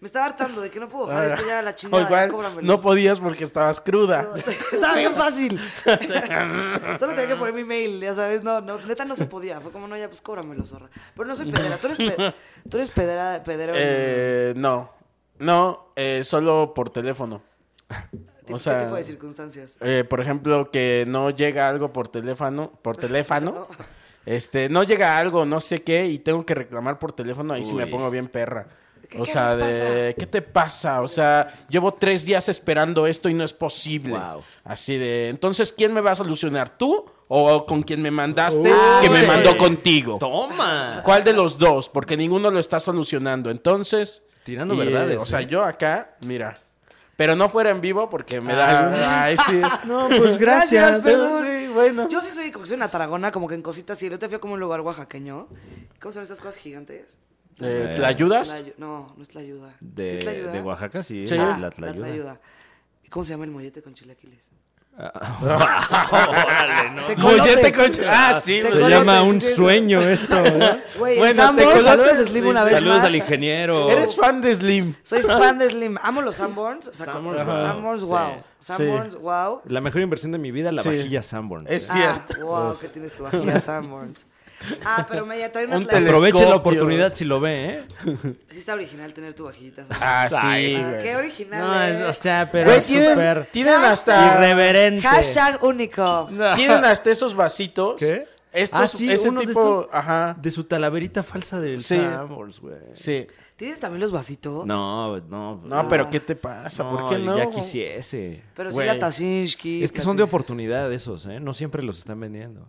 [SPEAKER 4] Me estaba hartando de que no puedo bajar esto ya
[SPEAKER 3] [laughs]
[SPEAKER 4] a la
[SPEAKER 3] O
[SPEAKER 4] chingada. ya
[SPEAKER 3] igual,
[SPEAKER 4] cóbramelo.
[SPEAKER 3] no podías porque estabas cruda.
[SPEAKER 4] [laughs] Estaba bien
[SPEAKER 2] [laughs]
[SPEAKER 4] fácil. Solo tenía que poner mi mail, ya sabes. No, no, neta no se podía. Fue como, no, ya, pues cóbramelo, zorra. Pero no soy pedera. Tú
[SPEAKER 2] [laughs]
[SPEAKER 4] eres, pe- tú eres pedera, pedero.
[SPEAKER 3] Eh, no. No, eh, solo por teléfono.
[SPEAKER 4] ¿Qué
[SPEAKER 3] O sea,
[SPEAKER 4] tipo de circunstancias?
[SPEAKER 3] Eh, por ejemplo, que no llega algo por teléfono,
[SPEAKER 4] [laughs]
[SPEAKER 3] por teléfono. Este, no llega algo, no sé qué, y tengo que reclamar por teléfono, ahí sí me pongo bien perra.
[SPEAKER 4] ¿Qué-
[SPEAKER 3] o
[SPEAKER 4] qué
[SPEAKER 3] sea,
[SPEAKER 4] les pasa?
[SPEAKER 3] de, ¿qué te pasa? O sea, llevo tres días esperando esto y no es posible.
[SPEAKER 2] Wow.
[SPEAKER 3] Así de, entonces, ¿quién me va a solucionar? ¿Tú o con quien me mandaste
[SPEAKER 2] Uy.
[SPEAKER 3] que me mandó contigo?
[SPEAKER 2] Toma.
[SPEAKER 3] ¿Cuál de los dos? Porque ninguno lo está solucionando. Entonces.
[SPEAKER 2] Tirando verdades,
[SPEAKER 3] O sea,
[SPEAKER 2] ¿eh?
[SPEAKER 3] yo acá, mira. Pero no fuera en vivo porque
[SPEAKER 2] Ah.
[SPEAKER 3] me da. Ay,
[SPEAKER 2] [laughs]
[SPEAKER 3] sí.
[SPEAKER 5] No, pues gracias.
[SPEAKER 4] Gracias, perdón.
[SPEAKER 3] Sí, bueno.
[SPEAKER 4] Yo sí soy como que soy una taragona, como que en cositas. Y el otro día fui como a un lugar oaxaqueño. ¿Cómo son estas cosas gigantes?
[SPEAKER 3] Eh, ¿La ayudas?
[SPEAKER 4] Tlayu- no, no es la ayuda.
[SPEAKER 2] De,
[SPEAKER 4] es la ayuda?
[SPEAKER 2] de Oaxaca, sí.
[SPEAKER 3] Sí.
[SPEAKER 2] La,
[SPEAKER 4] Ah,
[SPEAKER 2] la
[SPEAKER 4] la
[SPEAKER 2] tlayuda.
[SPEAKER 4] tlayuda. ¿Y cómo se llama el mollete con chilaquiles?
[SPEAKER 2] Órale, no.
[SPEAKER 4] Mollete con
[SPEAKER 3] Ah, sí.
[SPEAKER 4] Te
[SPEAKER 2] Se
[SPEAKER 4] Colote,
[SPEAKER 2] llama un
[SPEAKER 4] sí, sí.
[SPEAKER 2] sueño eso. ¿verdad?
[SPEAKER 4] Güey,
[SPEAKER 3] Bueno,
[SPEAKER 4] bueno, Sanborns,
[SPEAKER 3] tecolotes,
[SPEAKER 4] saludos a
[SPEAKER 3] sí,
[SPEAKER 4] Slim una vez
[SPEAKER 2] Saludos
[SPEAKER 4] más.
[SPEAKER 2] al
[SPEAKER 4] Ah.
[SPEAKER 2] ingeniero.
[SPEAKER 3] Eres fan de
[SPEAKER 2] [laughs]
[SPEAKER 3] Slim.
[SPEAKER 4] Soy fan de Slim. Amo los Sanborns. O sea, como- Sanborns, wow. Sanborns, wow.
[SPEAKER 2] La mejor inversión de mi vida, la
[SPEAKER 3] Sí.
[SPEAKER 2] vajilla Sanborn.
[SPEAKER 3] Es
[SPEAKER 4] Ah,
[SPEAKER 3] cierto.
[SPEAKER 4] wow, que tienes tu vajilla Sanborns. Ah, pero me ya trae una
[SPEAKER 3] Un
[SPEAKER 4] tlayuda.
[SPEAKER 3] telescopio.
[SPEAKER 2] Aproveche la oportunidad si lo ve, ¿eh?
[SPEAKER 4] Sí está original tener tu vajillita
[SPEAKER 3] Ah,
[SPEAKER 4] Sanborns.
[SPEAKER 3] sí,
[SPEAKER 4] Ah,
[SPEAKER 3] güey.
[SPEAKER 4] qué original.
[SPEAKER 2] No,
[SPEAKER 4] eh.
[SPEAKER 2] es- o sea, pero
[SPEAKER 3] Güey,
[SPEAKER 2] es
[SPEAKER 3] tienen,
[SPEAKER 2] súper
[SPEAKER 3] tienen hasta.
[SPEAKER 2] irreverente.
[SPEAKER 4] Hashtag único.
[SPEAKER 3] Tienen hasta esos vasitos.
[SPEAKER 2] ¿Qué?
[SPEAKER 3] Estos,
[SPEAKER 2] Ah, sí,
[SPEAKER 3] ese
[SPEAKER 2] uno de
[SPEAKER 3] tipo.
[SPEAKER 2] estos-
[SPEAKER 3] Ajá.
[SPEAKER 2] De su talaverita falsa del
[SPEAKER 3] Sí.
[SPEAKER 2] Sanborns, güey.
[SPEAKER 3] Sí.
[SPEAKER 4] ¿Tienes también los vasitos?
[SPEAKER 2] No, no.
[SPEAKER 3] No, pero
[SPEAKER 4] Ah.
[SPEAKER 3] ¿qué te pasa? ¿Por
[SPEAKER 2] no,
[SPEAKER 3] qué no?
[SPEAKER 2] Ya quisiese.
[SPEAKER 4] Pero sí
[SPEAKER 3] Güey.
[SPEAKER 4] la Tashinsky.
[SPEAKER 2] Es que son de oportunidad esos, ¿eh? No siempre los están vendiendo.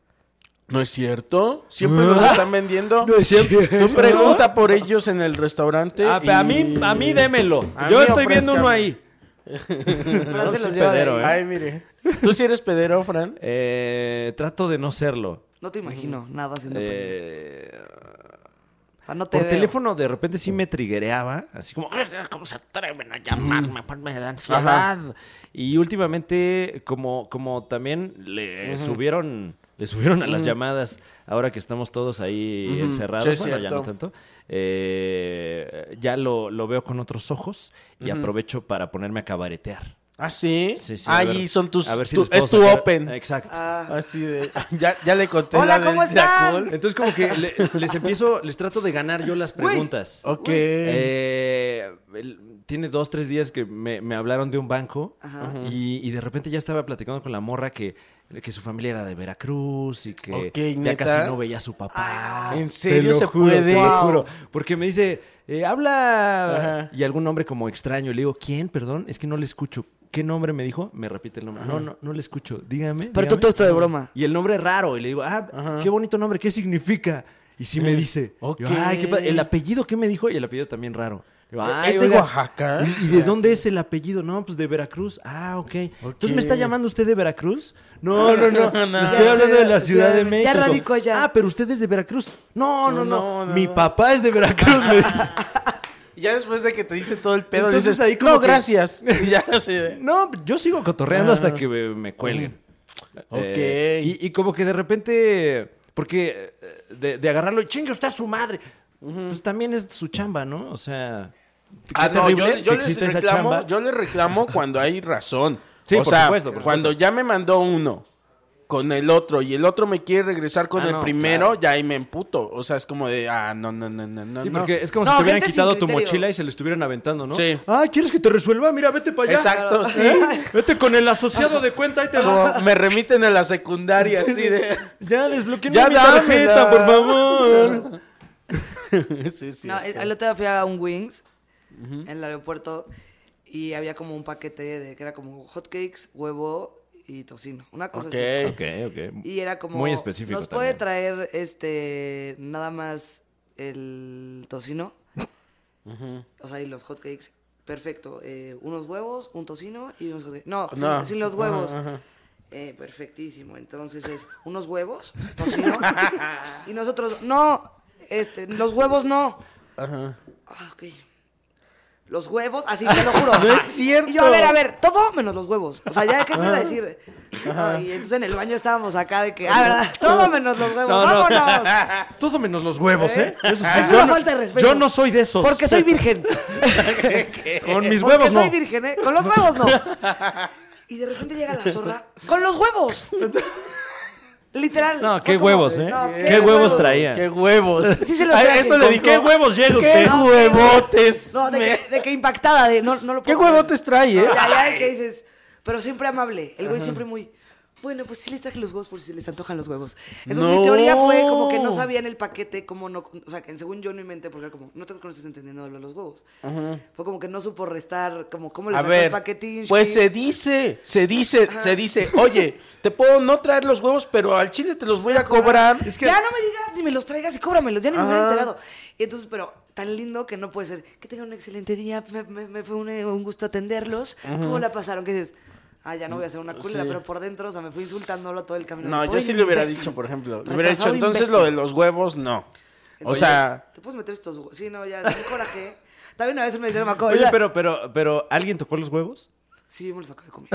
[SPEAKER 3] ¿No es cierto?
[SPEAKER 2] Ah.
[SPEAKER 3] Siempre los están
[SPEAKER 2] [laughs]
[SPEAKER 3] vendiendo.
[SPEAKER 5] No es cierto.
[SPEAKER 3] Tú pregunta por ellos en el restaurante.
[SPEAKER 2] Ah,
[SPEAKER 3] y-
[SPEAKER 2] pero a mí, a mí démelo.
[SPEAKER 3] A
[SPEAKER 2] Yo
[SPEAKER 3] mí
[SPEAKER 2] estoy viendo
[SPEAKER 3] ofrézcame.
[SPEAKER 2] uno ahí.
[SPEAKER 4] Fran se
[SPEAKER 2] sí,
[SPEAKER 4] los lleva de
[SPEAKER 2] pedero,
[SPEAKER 4] ahí.
[SPEAKER 2] ¿eh?
[SPEAKER 3] Ay, mire. ¿Tú sí eres pedero, Fran?
[SPEAKER 2] Eh, trato de no serlo.
[SPEAKER 4] No te imagino nada siendo
[SPEAKER 3] pues,
[SPEAKER 4] pendejo.
[SPEAKER 2] Eh,
[SPEAKER 4] O sea, no te
[SPEAKER 2] por
[SPEAKER 4] veo.
[SPEAKER 2] teléfono de repente sí me triguereaba, así como, "Ay, ¿cómo se atreven a llamarme? Pues Me da ansiedad. Y últimamente, como, como también le subieron, le subieron a las llamadas, ahora que estamos todos ahí encerrados,
[SPEAKER 3] Sí, es
[SPEAKER 2] bueno, ya no
[SPEAKER 3] cierto.
[SPEAKER 2] tanto, eh, ya lo, lo veo con otros ojos y aprovecho para ponerme a cabaretear.
[SPEAKER 3] Ah, sí.
[SPEAKER 2] Sí, sí, a
[SPEAKER 3] Ahí
[SPEAKER 2] ver-
[SPEAKER 3] son tus.
[SPEAKER 2] a ver si
[SPEAKER 3] tu-
[SPEAKER 2] les puedo
[SPEAKER 3] es tu
[SPEAKER 2] sacar-
[SPEAKER 3] open.
[SPEAKER 2] Exacto.
[SPEAKER 3] Así de. [laughs] Ya, ya le conté.
[SPEAKER 4] Hola,
[SPEAKER 3] la
[SPEAKER 4] ¿cómo
[SPEAKER 3] del
[SPEAKER 4] están?
[SPEAKER 3] Yakul.
[SPEAKER 2] Entonces como que le- les empiezo, les trato de ganar yo las preguntas.
[SPEAKER 3] Ok.
[SPEAKER 2] Eh, el- tiene dos, tres días que me, me hablaron de un banco y, y de repente ya estaba platicando con la morra que, que su familia era de Veracruz y que
[SPEAKER 3] Ok,
[SPEAKER 2] ya
[SPEAKER 3] ¿neta?
[SPEAKER 2] casi no veía a su papá.
[SPEAKER 3] ¿En serio
[SPEAKER 2] Te lo
[SPEAKER 3] se
[SPEAKER 2] juro,
[SPEAKER 3] puede?
[SPEAKER 2] Te lo
[SPEAKER 3] Wow.
[SPEAKER 2] juro. Porque me dice, eh, habla.
[SPEAKER 3] Ajá.
[SPEAKER 2] Y algún nombre como extraño. Le digo, ¿quién? Perdón, es que no le escucho. ¿Qué nombre me dijo? Me repite el nombre. No, no, no le escucho. Dígame.
[SPEAKER 4] Pero tú
[SPEAKER 2] dígame.
[SPEAKER 4] todo esto de broma.
[SPEAKER 2] Y el nombre es raro. Y le digo, ah, qué bonito nombre, ¿qué significa? Y sí me dice,
[SPEAKER 3] Eh, ok.
[SPEAKER 2] yo, ay, qué pa- el apellido, ¿qué me dijo? Y el apellido también raro. Le digo, ay,
[SPEAKER 3] ¿Es de
[SPEAKER 2] oiga,
[SPEAKER 3] Oaxaca?
[SPEAKER 2] ¿Y, y de dónde es el apellido? No, pues de Veracruz. Ah, ok. Entonces, ¿me está llamando usted de Veracruz?
[SPEAKER 3] [laughs]
[SPEAKER 2] No, no, no. Estoy hablando de la Ciudad de México.
[SPEAKER 4] Ya radicó allá.
[SPEAKER 2] Ah, pero usted es de Veracruz. No, no, no.
[SPEAKER 3] no, no,
[SPEAKER 2] Mi
[SPEAKER 3] no.
[SPEAKER 2] papá es de Veracruz, [laughs] me dice.
[SPEAKER 3] Y ya después de que te dice todo el pedo,
[SPEAKER 2] Entonces
[SPEAKER 3] dices.
[SPEAKER 2] ahí como
[SPEAKER 3] no,
[SPEAKER 2] que- [laughs]
[SPEAKER 3] gracias. Y ya así de.
[SPEAKER 2] No, yo sigo cotorreando hasta que me, me cuelguen.
[SPEAKER 3] Ah. Ok.
[SPEAKER 2] Eh, y, y como que de repente, porque eh, de, de agarrarlo, chingue usted a su madre. Pues también es su chamba, ¿no? O sea, qué
[SPEAKER 3] Ah, no, yo,
[SPEAKER 2] terrible
[SPEAKER 3] yo
[SPEAKER 2] que
[SPEAKER 3] les
[SPEAKER 2] exista esa
[SPEAKER 3] reclamo,
[SPEAKER 2] chamba.
[SPEAKER 3] yo les reclamo cuando hay razón.
[SPEAKER 2] Sí,
[SPEAKER 3] o
[SPEAKER 2] por
[SPEAKER 3] sea,
[SPEAKER 2] supuesto, por
[SPEAKER 3] cuando ya me mandó uno con el otro y el otro me quiere regresar con
[SPEAKER 2] Ah,
[SPEAKER 3] el
[SPEAKER 2] no,
[SPEAKER 3] primero,
[SPEAKER 2] claro.
[SPEAKER 3] ya ahí me emputo. O sea, es como de, ah, no, no, no, no, no.
[SPEAKER 2] Sí,
[SPEAKER 3] no.
[SPEAKER 2] porque es como si
[SPEAKER 4] No,
[SPEAKER 2] te hubieran
[SPEAKER 4] gente sin
[SPEAKER 2] quitado tu
[SPEAKER 4] criterio.
[SPEAKER 2] mochila y se le estuvieran aventando, ¿no?
[SPEAKER 3] Sí.
[SPEAKER 2] Ah, ¿quieres que te resuelva? Mira, vete para allá.
[SPEAKER 3] Exacto, sí.
[SPEAKER 2] [laughs] Vete con el asociado de cuenta y te [laughs]
[SPEAKER 3] Como me remiten a la secundaria, así de.
[SPEAKER 2] Ya, desbloqueen
[SPEAKER 3] Ya
[SPEAKER 2] mi
[SPEAKER 3] dámela.
[SPEAKER 2] tarjeta, por favor.
[SPEAKER 4] [laughs]
[SPEAKER 3] Sí, sí.
[SPEAKER 4] No, el, el otro día fui a un Wings en el aeropuerto y había como un paquete de que era como hotcakes, huevo y tocino. Una cosa
[SPEAKER 3] Ok.
[SPEAKER 4] así.
[SPEAKER 2] Ok, ok.
[SPEAKER 4] Y era como.
[SPEAKER 2] Muy específico
[SPEAKER 4] ¿Nos puede
[SPEAKER 2] también.
[SPEAKER 4] traer este nada más el tocino? O sea, y los hotcakes. Perfecto. eh, unos huevos, un tocino y unos hotcakes. No, sin-
[SPEAKER 3] No.
[SPEAKER 4] Sin, los huevos. Eh, perfectísimo. Entonces es unos huevos, tocino. [laughs] y nosotros, no, este, los huevos no. Ah, ok. Los huevos, así te
[SPEAKER 2] [laughs]
[SPEAKER 4] lo juro.
[SPEAKER 3] No es cierto.
[SPEAKER 4] Y yo, a ver, a ver, todo menos los huevos. O sea, ya qué me iba a decir. No, y entonces en el baño estábamos acá de que, ah, verdad, todo menos los huevos.
[SPEAKER 2] No, no.
[SPEAKER 4] Vámonos.
[SPEAKER 2] Todo menos los huevos, ¿eh? Eso sí,
[SPEAKER 4] Es
[SPEAKER 2] yo
[SPEAKER 4] una
[SPEAKER 2] no-
[SPEAKER 4] falta de respeto.
[SPEAKER 2] Yo no soy de esos.
[SPEAKER 4] Porque
[SPEAKER 2] [laughs]
[SPEAKER 4] soy virgen.
[SPEAKER 2] Con mis
[SPEAKER 4] Porque
[SPEAKER 2] huevos no.
[SPEAKER 4] soy virgen, ¿eh? Con los huevos no. Y de repente llega la zorra. ¡Con los
[SPEAKER 2] [laughs]
[SPEAKER 4] huevos! Literal.
[SPEAKER 2] No,
[SPEAKER 4] Fue
[SPEAKER 2] qué
[SPEAKER 4] como,
[SPEAKER 2] huevos, ¿eh?
[SPEAKER 4] no,
[SPEAKER 2] qué, huevos traía.
[SPEAKER 3] ¡Qué [laughs] huevos!
[SPEAKER 4] Sí se los
[SPEAKER 3] Ay,
[SPEAKER 4] traje.
[SPEAKER 3] Eso le
[SPEAKER 4] ¿Con
[SPEAKER 3] dije.
[SPEAKER 2] qué huevos llega usted?
[SPEAKER 3] ¡Qué
[SPEAKER 4] No,
[SPEAKER 3] huevotes!
[SPEAKER 4] No, de
[SPEAKER 3] Me-
[SPEAKER 4] que, de que impactada, de no, no lo
[SPEAKER 3] ¿Qué
[SPEAKER 4] puedo creer.
[SPEAKER 3] huevotes trae, eh?
[SPEAKER 4] Ya, ya, que dices. Pero siempre amable. El güey siempre muy. Bueno, pues sí les traje los huevos por si les antojan los huevos. Entonces
[SPEAKER 3] ¡No!
[SPEAKER 4] mi teoría fue como que no sabían el paquete, como no, o sea, que según yo en mi mente, porque era como, no te conoces entendiendo lo de los huevos. Fue como que no supo restar, como cómo les
[SPEAKER 3] A
[SPEAKER 4] sacó
[SPEAKER 3] ver,
[SPEAKER 4] el paquetín.
[SPEAKER 3] pues
[SPEAKER 4] sí.
[SPEAKER 3] se dice, se dice, se dice, oye, te puedo no traer los huevos, pero al chile te los voy a cobrar.
[SPEAKER 4] Es que- Ya no me digas, ni me los traigas y cóbramelos, ya ni me hubiera enterado. Y entonces, pero tan lindo que no puede ser. Que tengan un excelente día, me, me- me fue un, un gusto atenderlos. ¿Cómo la pasaron? ¿Qué dices? Ah, ya no voy a hacer una culera,
[SPEAKER 3] Mm, Sí.
[SPEAKER 4] pero por dentro, o sea, me fui insultándolo todo el camino.
[SPEAKER 3] No, yo
[SPEAKER 4] Pobre
[SPEAKER 3] sí le hubiera
[SPEAKER 4] imbécil.
[SPEAKER 3] dicho, por ejemplo. Le hubiera dicho,
[SPEAKER 4] Retrasado
[SPEAKER 3] entonces
[SPEAKER 4] imbécil".
[SPEAKER 3] lo de los huevos, no. O
[SPEAKER 4] Entonces,
[SPEAKER 3] sea,
[SPEAKER 4] Te puedes meter estos hue- Sí, no, ya, es un coraje. También una vez me dijeron, me acuerdo.
[SPEAKER 2] Oye,
[SPEAKER 4] ya-
[SPEAKER 2] pero, pero, pero, ¿alguien tocó los huevos?
[SPEAKER 4] Sí, me los acabé
[SPEAKER 3] [laughs]
[SPEAKER 4] de comer.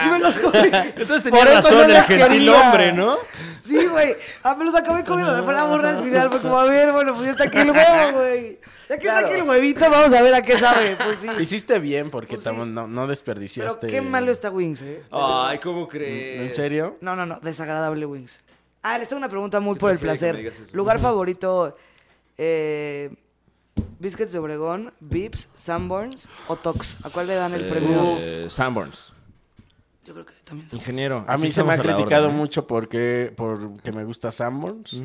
[SPEAKER 4] sí, me los comí.
[SPEAKER 3] [laughs]
[SPEAKER 2] Entonces
[SPEAKER 3] tenía razón el gentilhombre,
[SPEAKER 2] ¿no?
[SPEAKER 4] Sí, güey. Ah, me los acabé comiendo. Fue la burra al final. Fue como, a ver, bueno, pues ya está aquí el huevo, güey. Ya que
[SPEAKER 3] Claro.
[SPEAKER 4] está aquí el huevito, vamos a ver a qué sabe. Pues
[SPEAKER 2] [laughs]
[SPEAKER 4] sí.
[SPEAKER 3] hiciste bien porque
[SPEAKER 4] Pues sí.
[SPEAKER 3] tam- no, no
[SPEAKER 4] Pero
[SPEAKER 2] este-
[SPEAKER 3] desperdiciaste.
[SPEAKER 4] qué malo está Wings, ¿eh?
[SPEAKER 2] Ay, ¿cómo crees?
[SPEAKER 3] ¿En serio?
[SPEAKER 4] No, no, no. Desagradable Wings. Ah, les tengo una pregunta muy por el
[SPEAKER 2] prefiero que me
[SPEAKER 4] placer.
[SPEAKER 2] digas eso.
[SPEAKER 4] Lugar favorito, eh, Biscuits de Obregón, Vips, Sanborns o Tox. ¿A cuál le dan el premio?
[SPEAKER 2] Eh, Sanborns.
[SPEAKER 4] Yo creo que también Sanborns.
[SPEAKER 2] Ingeniero.
[SPEAKER 3] A
[SPEAKER 2] aquí
[SPEAKER 3] mí se
[SPEAKER 2] estamos
[SPEAKER 3] me ha
[SPEAKER 2] a la
[SPEAKER 3] criticado
[SPEAKER 2] orden. ¿eh?
[SPEAKER 3] mucho porque, porque me gusta Sanborns.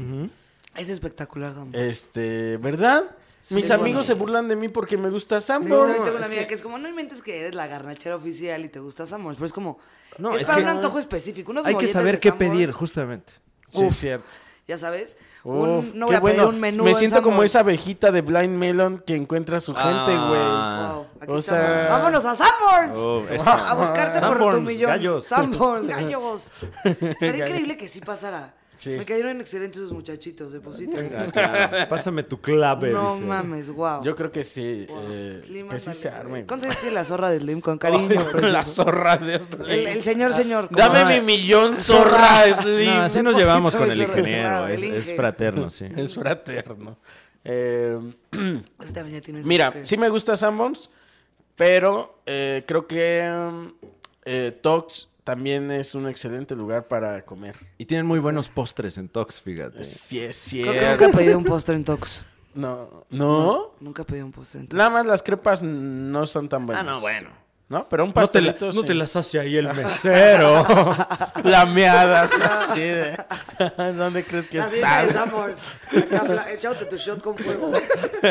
[SPEAKER 4] Es espectacular, Sanborns.
[SPEAKER 3] Este, ¿verdad? Mis
[SPEAKER 4] Sí,
[SPEAKER 3] amigos
[SPEAKER 4] bueno.
[SPEAKER 3] se burlan de mí porque me gusta
[SPEAKER 4] Sí,
[SPEAKER 3] Sanborns.
[SPEAKER 4] también tengo una
[SPEAKER 3] Es
[SPEAKER 4] amiga que...
[SPEAKER 3] que-
[SPEAKER 4] es como, no inventes que eres la garnachera oficial y te gusta Sanborns, pero es como,
[SPEAKER 2] No,
[SPEAKER 4] es,
[SPEAKER 2] es
[SPEAKER 4] para
[SPEAKER 2] que-
[SPEAKER 4] un antojo específico. Unos
[SPEAKER 2] Hay que
[SPEAKER 4] molletes
[SPEAKER 2] saber
[SPEAKER 4] de
[SPEAKER 2] qué
[SPEAKER 4] Sanborns,
[SPEAKER 2] pedir, justamente.
[SPEAKER 3] Sí,
[SPEAKER 4] Uf.
[SPEAKER 3] es cierto.
[SPEAKER 4] Ya sabes,
[SPEAKER 3] Uf,
[SPEAKER 4] un, no
[SPEAKER 3] qué
[SPEAKER 4] voy a pedir
[SPEAKER 3] bueno.
[SPEAKER 4] un menú
[SPEAKER 3] Me
[SPEAKER 4] en
[SPEAKER 3] siento como
[SPEAKER 4] Sanborns.
[SPEAKER 3] esa abejita de Blind Melon que encuentra a su gente, güey.
[SPEAKER 4] Wow, aquí
[SPEAKER 3] Ah, o
[SPEAKER 4] estamos.
[SPEAKER 3] sea-
[SPEAKER 4] Vámonos a Sanborns.
[SPEAKER 2] Oh, eso.
[SPEAKER 4] [laughs] a buscarte por tu
[SPEAKER 2] Sanborns,
[SPEAKER 4] millón.
[SPEAKER 2] gallos.
[SPEAKER 3] [laughs]
[SPEAKER 4] Sanborns, gallos. Estaría increíble que sí pasara. Me cayeron excelentes esos muchachitos de posito.
[SPEAKER 2] Ah, [laughs] Pásame tu clave,
[SPEAKER 4] No
[SPEAKER 2] dice.
[SPEAKER 4] mames, wow.
[SPEAKER 3] Yo creo que sí. eh,
[SPEAKER 4] Slim,
[SPEAKER 3] que sí
[SPEAKER 4] ándale,
[SPEAKER 3] se
[SPEAKER 4] güey.
[SPEAKER 3] arme.
[SPEAKER 4] ¿Cuántos años tiene la zorra
[SPEAKER 3] [laughs]
[SPEAKER 4] de Slim? Con cariño.
[SPEAKER 3] Con la
[SPEAKER 4] precioso.
[SPEAKER 3] zorra de
[SPEAKER 2] este-
[SPEAKER 3] Slim.
[SPEAKER 4] el, el señor, señor. como-
[SPEAKER 3] Dame mi millón, zorra
[SPEAKER 2] No,
[SPEAKER 3] [laughs] Slim.
[SPEAKER 2] así
[SPEAKER 4] Un
[SPEAKER 2] nos llevamos [laughs]
[SPEAKER 4] poquito
[SPEAKER 2] con
[SPEAKER 4] de
[SPEAKER 2] el
[SPEAKER 4] zorra,
[SPEAKER 2] ingeniero.
[SPEAKER 4] claro,
[SPEAKER 2] Es,
[SPEAKER 4] el
[SPEAKER 2] es
[SPEAKER 4] Inge.
[SPEAKER 2] fraterno, sí.
[SPEAKER 3] Es fraterno. Eh,
[SPEAKER 4] Este también ya tiene su
[SPEAKER 3] mira,
[SPEAKER 4] toque.
[SPEAKER 3] sí me gusta Sanborns, pero eh, creo que mm, eh, Tox también es un excelente lugar para comer.
[SPEAKER 2] Y tienen muy buenos postres en Tox, fíjate.
[SPEAKER 3] Sí, es
[SPEAKER 4] Creo que nunca
[SPEAKER 3] cierto.
[SPEAKER 4] he pedido un postre en Tox.
[SPEAKER 3] No, no.
[SPEAKER 4] Nunca he pedido un postre en Tox.
[SPEAKER 3] Nada más las crepas no son tan buenas. Ah, no, bueno. ¿No? Pero un
[SPEAKER 2] No te, la-
[SPEAKER 3] pastelito.
[SPEAKER 2] no
[SPEAKER 3] sí.
[SPEAKER 2] te las hace ahí el mesero.
[SPEAKER 3] [laughs] flameadas. así de- [laughs] ¿Dónde crees que
[SPEAKER 4] La señora de
[SPEAKER 3] estás?
[SPEAKER 4] Sanborns. Acá, fla- Échate tu shot con fuego.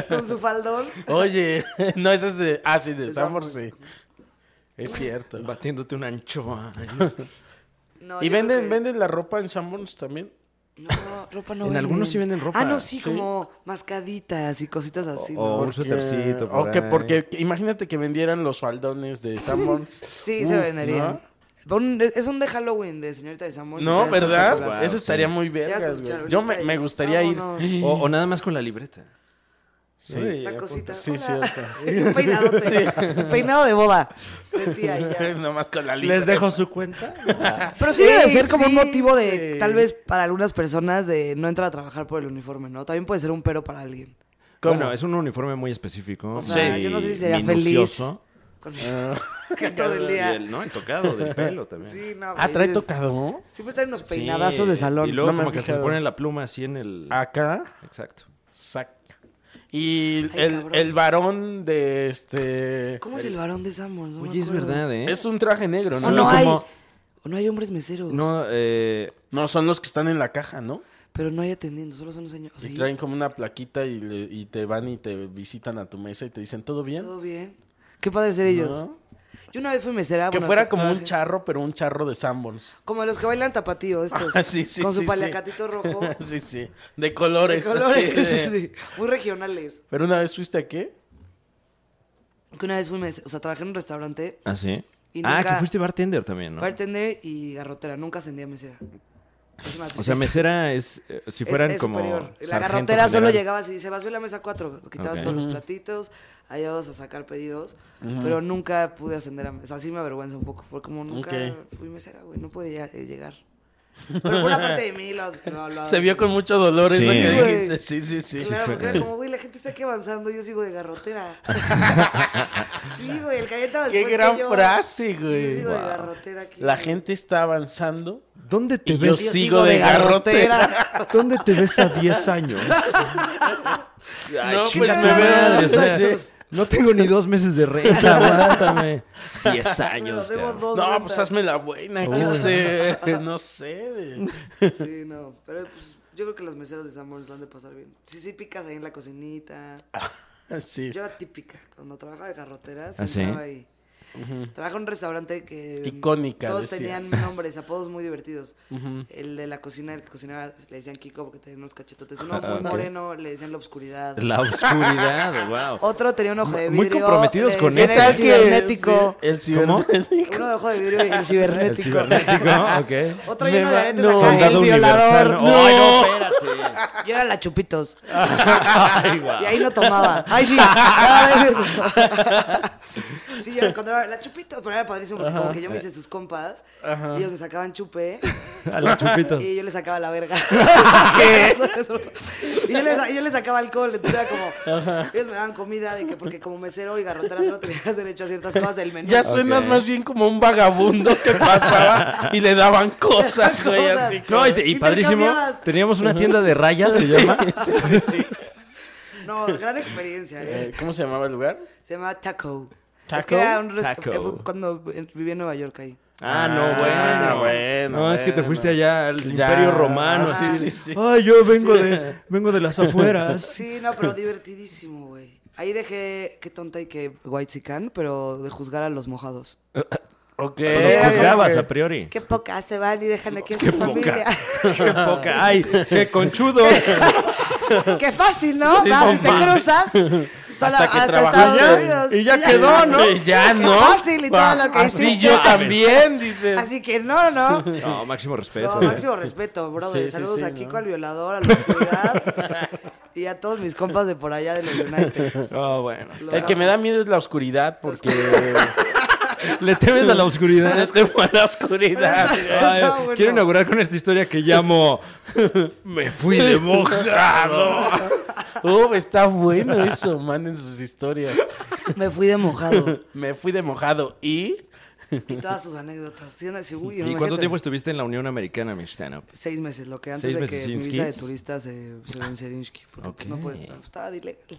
[SPEAKER 4] Con su faldón.
[SPEAKER 3] Oye, [laughs] no, esa es de. Ah, sí, de
[SPEAKER 4] De
[SPEAKER 3] Sanborns, sí.
[SPEAKER 4] Sanborns.
[SPEAKER 3] Es cierto.
[SPEAKER 2] Batiéndote una anchoa.
[SPEAKER 4] [laughs] No,
[SPEAKER 3] ¿Y
[SPEAKER 4] yo creo
[SPEAKER 3] venden,
[SPEAKER 4] que-
[SPEAKER 3] venden la ropa en Sanborns también?
[SPEAKER 4] No, ropa no
[SPEAKER 2] En algunos sí venden ropa.
[SPEAKER 4] Ah, no, sí,
[SPEAKER 3] Sí.
[SPEAKER 4] como mascaditas y cositas así.
[SPEAKER 2] O- o
[SPEAKER 4] ¿no?
[SPEAKER 2] un suétercito por
[SPEAKER 3] Eh, O que
[SPEAKER 2] ahí.
[SPEAKER 3] porque imagínate que vendieran los faldones de
[SPEAKER 4] [laughs]
[SPEAKER 3] Sanborns.
[SPEAKER 4] Sí,
[SPEAKER 3] Uf,
[SPEAKER 4] se venderían.
[SPEAKER 3] ¿no?
[SPEAKER 4] Un- es un de Halloween de señorita de Samuel.
[SPEAKER 3] No, ¿verdad?
[SPEAKER 2] Wow,
[SPEAKER 3] Eso estaría
[SPEAKER 2] sí.
[SPEAKER 3] muy
[SPEAKER 4] Ya
[SPEAKER 3] vergas,
[SPEAKER 4] escucharon,
[SPEAKER 3] güey. Yo me,
[SPEAKER 4] ahorita
[SPEAKER 3] me
[SPEAKER 4] ya.
[SPEAKER 3] gustaría
[SPEAKER 4] Vámonos.
[SPEAKER 3] ir.
[SPEAKER 2] O, o nada más con la libreta.
[SPEAKER 3] Sí,
[SPEAKER 4] La
[SPEAKER 3] apunta-
[SPEAKER 4] cosita.
[SPEAKER 3] Sí,
[SPEAKER 4] Hola.
[SPEAKER 3] cierto.
[SPEAKER 4] [laughs] Un peinadote. Peinado de boda. De tía y ya.
[SPEAKER 3] Nomás con la
[SPEAKER 2] ¿Les
[SPEAKER 3] libreta.
[SPEAKER 2] dejo su cuenta?
[SPEAKER 4] Pero sí debe
[SPEAKER 3] Sí,
[SPEAKER 4] ser como un
[SPEAKER 3] sí,
[SPEAKER 4] motivo de,
[SPEAKER 3] sí.
[SPEAKER 4] tal vez para algunas personas, de no entrar a trabajar por el uniforme, ¿no? También puede ser un pero para alguien.
[SPEAKER 2] Bueno, es un uniforme muy específico.
[SPEAKER 4] O sea,
[SPEAKER 2] muy
[SPEAKER 4] yo no sé si sería
[SPEAKER 2] minucioso. Ah.
[SPEAKER 4] feliz. Con que [laughs] todo el
[SPEAKER 2] Y
[SPEAKER 4] día.
[SPEAKER 2] el, no, el tocado
[SPEAKER 4] [laughs]
[SPEAKER 2] del pelo también.
[SPEAKER 4] Sí, no,
[SPEAKER 3] Ah,
[SPEAKER 4] güey,
[SPEAKER 3] trae
[SPEAKER 4] es-
[SPEAKER 3] tocado.
[SPEAKER 4] Siempre traen unos
[SPEAKER 2] Sí,
[SPEAKER 4] peinadazos de salón.
[SPEAKER 2] Y luego
[SPEAKER 3] No me
[SPEAKER 2] como
[SPEAKER 3] he
[SPEAKER 2] que se
[SPEAKER 3] fijado.
[SPEAKER 2] ponen la pluma así en el...
[SPEAKER 4] Ah.
[SPEAKER 3] Acá.
[SPEAKER 2] Exacto.
[SPEAKER 3] Saca. Y
[SPEAKER 4] Ay,
[SPEAKER 3] el,
[SPEAKER 4] cabrón.
[SPEAKER 3] el varón de este.
[SPEAKER 4] ¿Cómo es el varón de Samuel? No me
[SPEAKER 2] Oye, es
[SPEAKER 4] acuerdo.
[SPEAKER 2] verdad, ¿eh?
[SPEAKER 3] Es un traje negro,
[SPEAKER 4] O
[SPEAKER 3] ¿no?
[SPEAKER 4] no
[SPEAKER 3] Como-
[SPEAKER 4] hay. O no hay hombres meseros.
[SPEAKER 2] No, eh...
[SPEAKER 3] No, son los que están en la caja, ¿no?
[SPEAKER 4] Pero no hay atendiendo, solo son los señores.
[SPEAKER 3] Y
[SPEAKER 4] Sí,
[SPEAKER 3] traen como una plaquita y, le- y te van y te visitan a tu mesa y te dicen, ¿todo bien?
[SPEAKER 4] Todo bien. Qué padre ser ellos.
[SPEAKER 3] ¿No?
[SPEAKER 4] Yo una vez fui mesera.
[SPEAKER 3] Que
[SPEAKER 4] bueno,
[SPEAKER 3] fuera
[SPEAKER 4] to-
[SPEAKER 3] como un
[SPEAKER 4] trabajé-
[SPEAKER 3] charro, pero un charro de Sanborns. Ah,
[SPEAKER 4] Como los que bailan tapatío estos.
[SPEAKER 3] [laughs] sí, sí,
[SPEAKER 4] Pues, Con
[SPEAKER 3] sí,
[SPEAKER 4] su
[SPEAKER 3] sí.
[SPEAKER 4] palacatito rojo.
[SPEAKER 3] [laughs]
[SPEAKER 4] de
[SPEAKER 3] sí, sí. De colores.
[SPEAKER 4] colores,
[SPEAKER 3] así de-
[SPEAKER 4] [laughs] sí, Muy regionales.
[SPEAKER 3] Pero una vez fuiste a qué?
[SPEAKER 4] Que una vez fui mesera, o sea, trabajé en un restaurante,
[SPEAKER 2] ¿Ah, sí?
[SPEAKER 4] Y
[SPEAKER 2] Ah,
[SPEAKER 4] nunca-
[SPEAKER 2] que fuiste bartender también, ¿no?
[SPEAKER 4] bartender y garrotera. Nunca ascendí a mesera. Es una
[SPEAKER 2] O sea,
[SPEAKER 4] tristeza.
[SPEAKER 2] mesera es... eh, si
[SPEAKER 4] Es-
[SPEAKER 2] fueran
[SPEAKER 4] es
[SPEAKER 2] como...
[SPEAKER 4] superior. La
[SPEAKER 2] sargento
[SPEAKER 4] garrotera solo
[SPEAKER 2] general.
[SPEAKER 4] llegabas y se vació la mesa cuatro. Quitabas
[SPEAKER 2] Ok.
[SPEAKER 4] todos los platitos, ayudabas a sacar pedidos, pero nunca pude ascender a mesa. O sea, sí me avergüenza un poco, porque como nunca
[SPEAKER 3] Ok.
[SPEAKER 4] fui mesera, güey, no podía eh, llegar. Pero por una parte de mí lo, lo hablaba.
[SPEAKER 3] Se vio con mucho dolor eso
[SPEAKER 2] Sí,
[SPEAKER 3] que
[SPEAKER 2] güey.
[SPEAKER 3] dijiste. Sí, sí, sí.
[SPEAKER 4] Claro, porque era como, güey, la gente está aquí avanzando, yo sigo
[SPEAKER 3] [laughs]
[SPEAKER 4] de garrotera. sí, güey, el galleta
[SPEAKER 3] Qué
[SPEAKER 4] después que
[SPEAKER 3] gran
[SPEAKER 4] yo-
[SPEAKER 3] frase,
[SPEAKER 4] Yo
[SPEAKER 3] güey.
[SPEAKER 4] sigo de
[SPEAKER 3] Wow.
[SPEAKER 4] garrotera aquí.
[SPEAKER 3] La
[SPEAKER 4] güey.
[SPEAKER 3] gente está avanzando.
[SPEAKER 2] ¿Dónde te
[SPEAKER 3] Y yo
[SPEAKER 2] ves?
[SPEAKER 3] sigo de garrotera. [laughs]
[SPEAKER 2] ¿Dónde te ves a 10 años?
[SPEAKER 3] no,
[SPEAKER 2] Ay,
[SPEAKER 3] pues
[SPEAKER 2] chinga
[SPEAKER 3] me
[SPEAKER 2] tu
[SPEAKER 3] veo.
[SPEAKER 2] madre, o sea,
[SPEAKER 3] sí.
[SPEAKER 2] No tengo ni dos meses de renta, [laughs] aguántame. Diez
[SPEAKER 4] Bueno,
[SPEAKER 2] años.
[SPEAKER 4] debo
[SPEAKER 2] cabrón.
[SPEAKER 4] dos
[SPEAKER 3] No,
[SPEAKER 4] rentas.
[SPEAKER 3] pues hazme la buena. que
[SPEAKER 2] Uy.
[SPEAKER 3] es de- [laughs] no sé. de- [laughs]
[SPEAKER 4] Sí, no. Pero pues, yo creo que las meseras de Sanborns la han de pasar bien. Sí, sí, picas ahí en la cocinita.
[SPEAKER 3] Ah, Sí.
[SPEAKER 4] Yo era típica. Cuando trabajaba de carroteras,
[SPEAKER 2] ¿Ah, sí?
[SPEAKER 4] entraba ahí. Trabajaba en un restaurante que.
[SPEAKER 3] Icónica,
[SPEAKER 4] Todos
[SPEAKER 3] decías.
[SPEAKER 4] tenían nombres, apodos muy divertidos. El de la cocina, el que cocinaba, le decían Kiko porque tenía unos
[SPEAKER 3] [laughs]
[SPEAKER 4] cachetotes. Uno muy moreno, le decían la obscuridad.
[SPEAKER 2] La [laughs] oscuridad, wow.
[SPEAKER 4] Otro tenía un ojo de vidrio.
[SPEAKER 2] Muy comprometidos
[SPEAKER 4] le
[SPEAKER 2] con
[SPEAKER 4] decían
[SPEAKER 2] eso.
[SPEAKER 4] El
[SPEAKER 2] Esa
[SPEAKER 4] cibernético.
[SPEAKER 3] El cibernético.
[SPEAKER 4] Uno de ojo de vidrio y el cibernético.
[SPEAKER 2] El cibernético, Ah, ok.
[SPEAKER 4] Otro lleno de aretes acá,
[SPEAKER 2] Soldado
[SPEAKER 4] el violador.
[SPEAKER 2] universal.
[SPEAKER 4] No.
[SPEAKER 2] Ay, no, espérate.
[SPEAKER 4] Yo era la chupitos.
[SPEAKER 2] [laughs] Ay, guau.
[SPEAKER 4] Y ahí no tomaba.
[SPEAKER 2] [laughs]
[SPEAKER 4] Ay, sí. Ah, no, no. sí, yo encontraba la chupito, pero era padrísimo porque como que yo me hice sus compas y ellos me sacaban chupe
[SPEAKER 2] A los chupitos.
[SPEAKER 4] y yo les sacaba
[SPEAKER 2] [laughs]
[SPEAKER 4] la verga. y yo les, y yo les sacaba alcohol, entonces era como ellos me daban comida de que porque como mesero y garrotera solo tenías derecho a ciertas cosas del menú.
[SPEAKER 3] Ya suenas más bien como un vagabundo que pasaba y le
[SPEAKER 4] [laughs]
[SPEAKER 3] daban cosas, güey,
[SPEAKER 4] Cosas.
[SPEAKER 3] así como-
[SPEAKER 2] No, y, te- y padrísimo.
[SPEAKER 4] Intercambiabas.
[SPEAKER 2] Teníamos una tienda de rayas, se llama.
[SPEAKER 4] No, gran experiencia. ¿eh?
[SPEAKER 3] Eh, ¿Cómo se llamaba el lugar?
[SPEAKER 4] Se llamaba Taco.
[SPEAKER 3] ¿Taco?
[SPEAKER 4] Es que era un rest-
[SPEAKER 2] Taco.
[SPEAKER 4] fue cuando vivía en Nueva York ahí.
[SPEAKER 2] Ah, no, bueno,
[SPEAKER 3] bueno,
[SPEAKER 2] No, es que te
[SPEAKER 3] bueno.
[SPEAKER 2] fuiste allá al
[SPEAKER 3] Ya.
[SPEAKER 2] Imperio Romano.
[SPEAKER 3] Ah,
[SPEAKER 2] así
[SPEAKER 3] sí,
[SPEAKER 2] de,
[SPEAKER 3] sí, sí.
[SPEAKER 2] Ay, yo vengo de vengo de las [laughs] afueras.
[SPEAKER 4] Sí, no, pero divertidísimo, güey. Ahí dejé, qué tonta y qué white chican, pero de juzgar a los mojados.
[SPEAKER 3] Ok.
[SPEAKER 2] Los
[SPEAKER 4] como
[SPEAKER 2] juzgabas
[SPEAKER 4] que-
[SPEAKER 2] a priori.
[SPEAKER 4] Qué pocas se van y dejan aquí a su familia.
[SPEAKER 2] Qué poca. Ay, qué conchudos.
[SPEAKER 4] qué fácil, ¿no?
[SPEAKER 3] Sí,
[SPEAKER 4] Vas
[SPEAKER 3] no
[SPEAKER 4] y te
[SPEAKER 3] mames.
[SPEAKER 4] cruzas. Solo
[SPEAKER 3] Hasta que trabajas
[SPEAKER 4] Estados
[SPEAKER 3] ya,
[SPEAKER 4] Unidos.
[SPEAKER 2] y ya quedó, ¿no?
[SPEAKER 3] Y ya,
[SPEAKER 4] Qué
[SPEAKER 3] ¿no?
[SPEAKER 4] fácil y todo
[SPEAKER 3] Va,
[SPEAKER 4] lo que
[SPEAKER 3] Así
[SPEAKER 4] hiciste.
[SPEAKER 3] yo también, dices.
[SPEAKER 4] Así que no, no.
[SPEAKER 2] No, máximo respeto.
[SPEAKER 4] No,
[SPEAKER 2] güey.
[SPEAKER 4] máximo respeto, brother.
[SPEAKER 3] Sí, sí,
[SPEAKER 4] Saludos
[SPEAKER 3] sí,
[SPEAKER 4] a
[SPEAKER 3] ¿no?
[SPEAKER 4] Kiko, al violador, a la oscuridad y a todos mis compas de por allá de los United.
[SPEAKER 2] Oh, bueno.
[SPEAKER 4] Los
[SPEAKER 3] El que
[SPEAKER 4] amo. [laughs]
[SPEAKER 3] me da miedo es la oscuridad, porque
[SPEAKER 2] Le temes a la oscuridad.
[SPEAKER 3] le temo a la oscuridad.
[SPEAKER 2] Ay,
[SPEAKER 4] Está bueno.
[SPEAKER 2] Quiero inaugurar con esta historia que llamo Me [laughs] fui de mojado.
[SPEAKER 3] Oh, está bueno eso, manden sus historias.
[SPEAKER 4] Me fui de mojado.
[SPEAKER 3] Me fui de mojado y...
[SPEAKER 4] Y todas sus anécdotas. Sí, sí, uy,
[SPEAKER 2] ¿Y cuánto
[SPEAKER 4] imagínate.
[SPEAKER 2] tiempo estuviste en la Unión Americana, mi stand-up?
[SPEAKER 4] Seis meses, lo que antes
[SPEAKER 2] Seis
[SPEAKER 4] de
[SPEAKER 2] meses
[SPEAKER 4] que
[SPEAKER 2] sin
[SPEAKER 4] mi visa de
[SPEAKER 2] skis.
[SPEAKER 4] turista se, se venciera en Inchki, Porque pues,
[SPEAKER 2] Ok.
[SPEAKER 4] no puedes tra- Estaba de ilegal.
[SPEAKER 3] ¿Sí?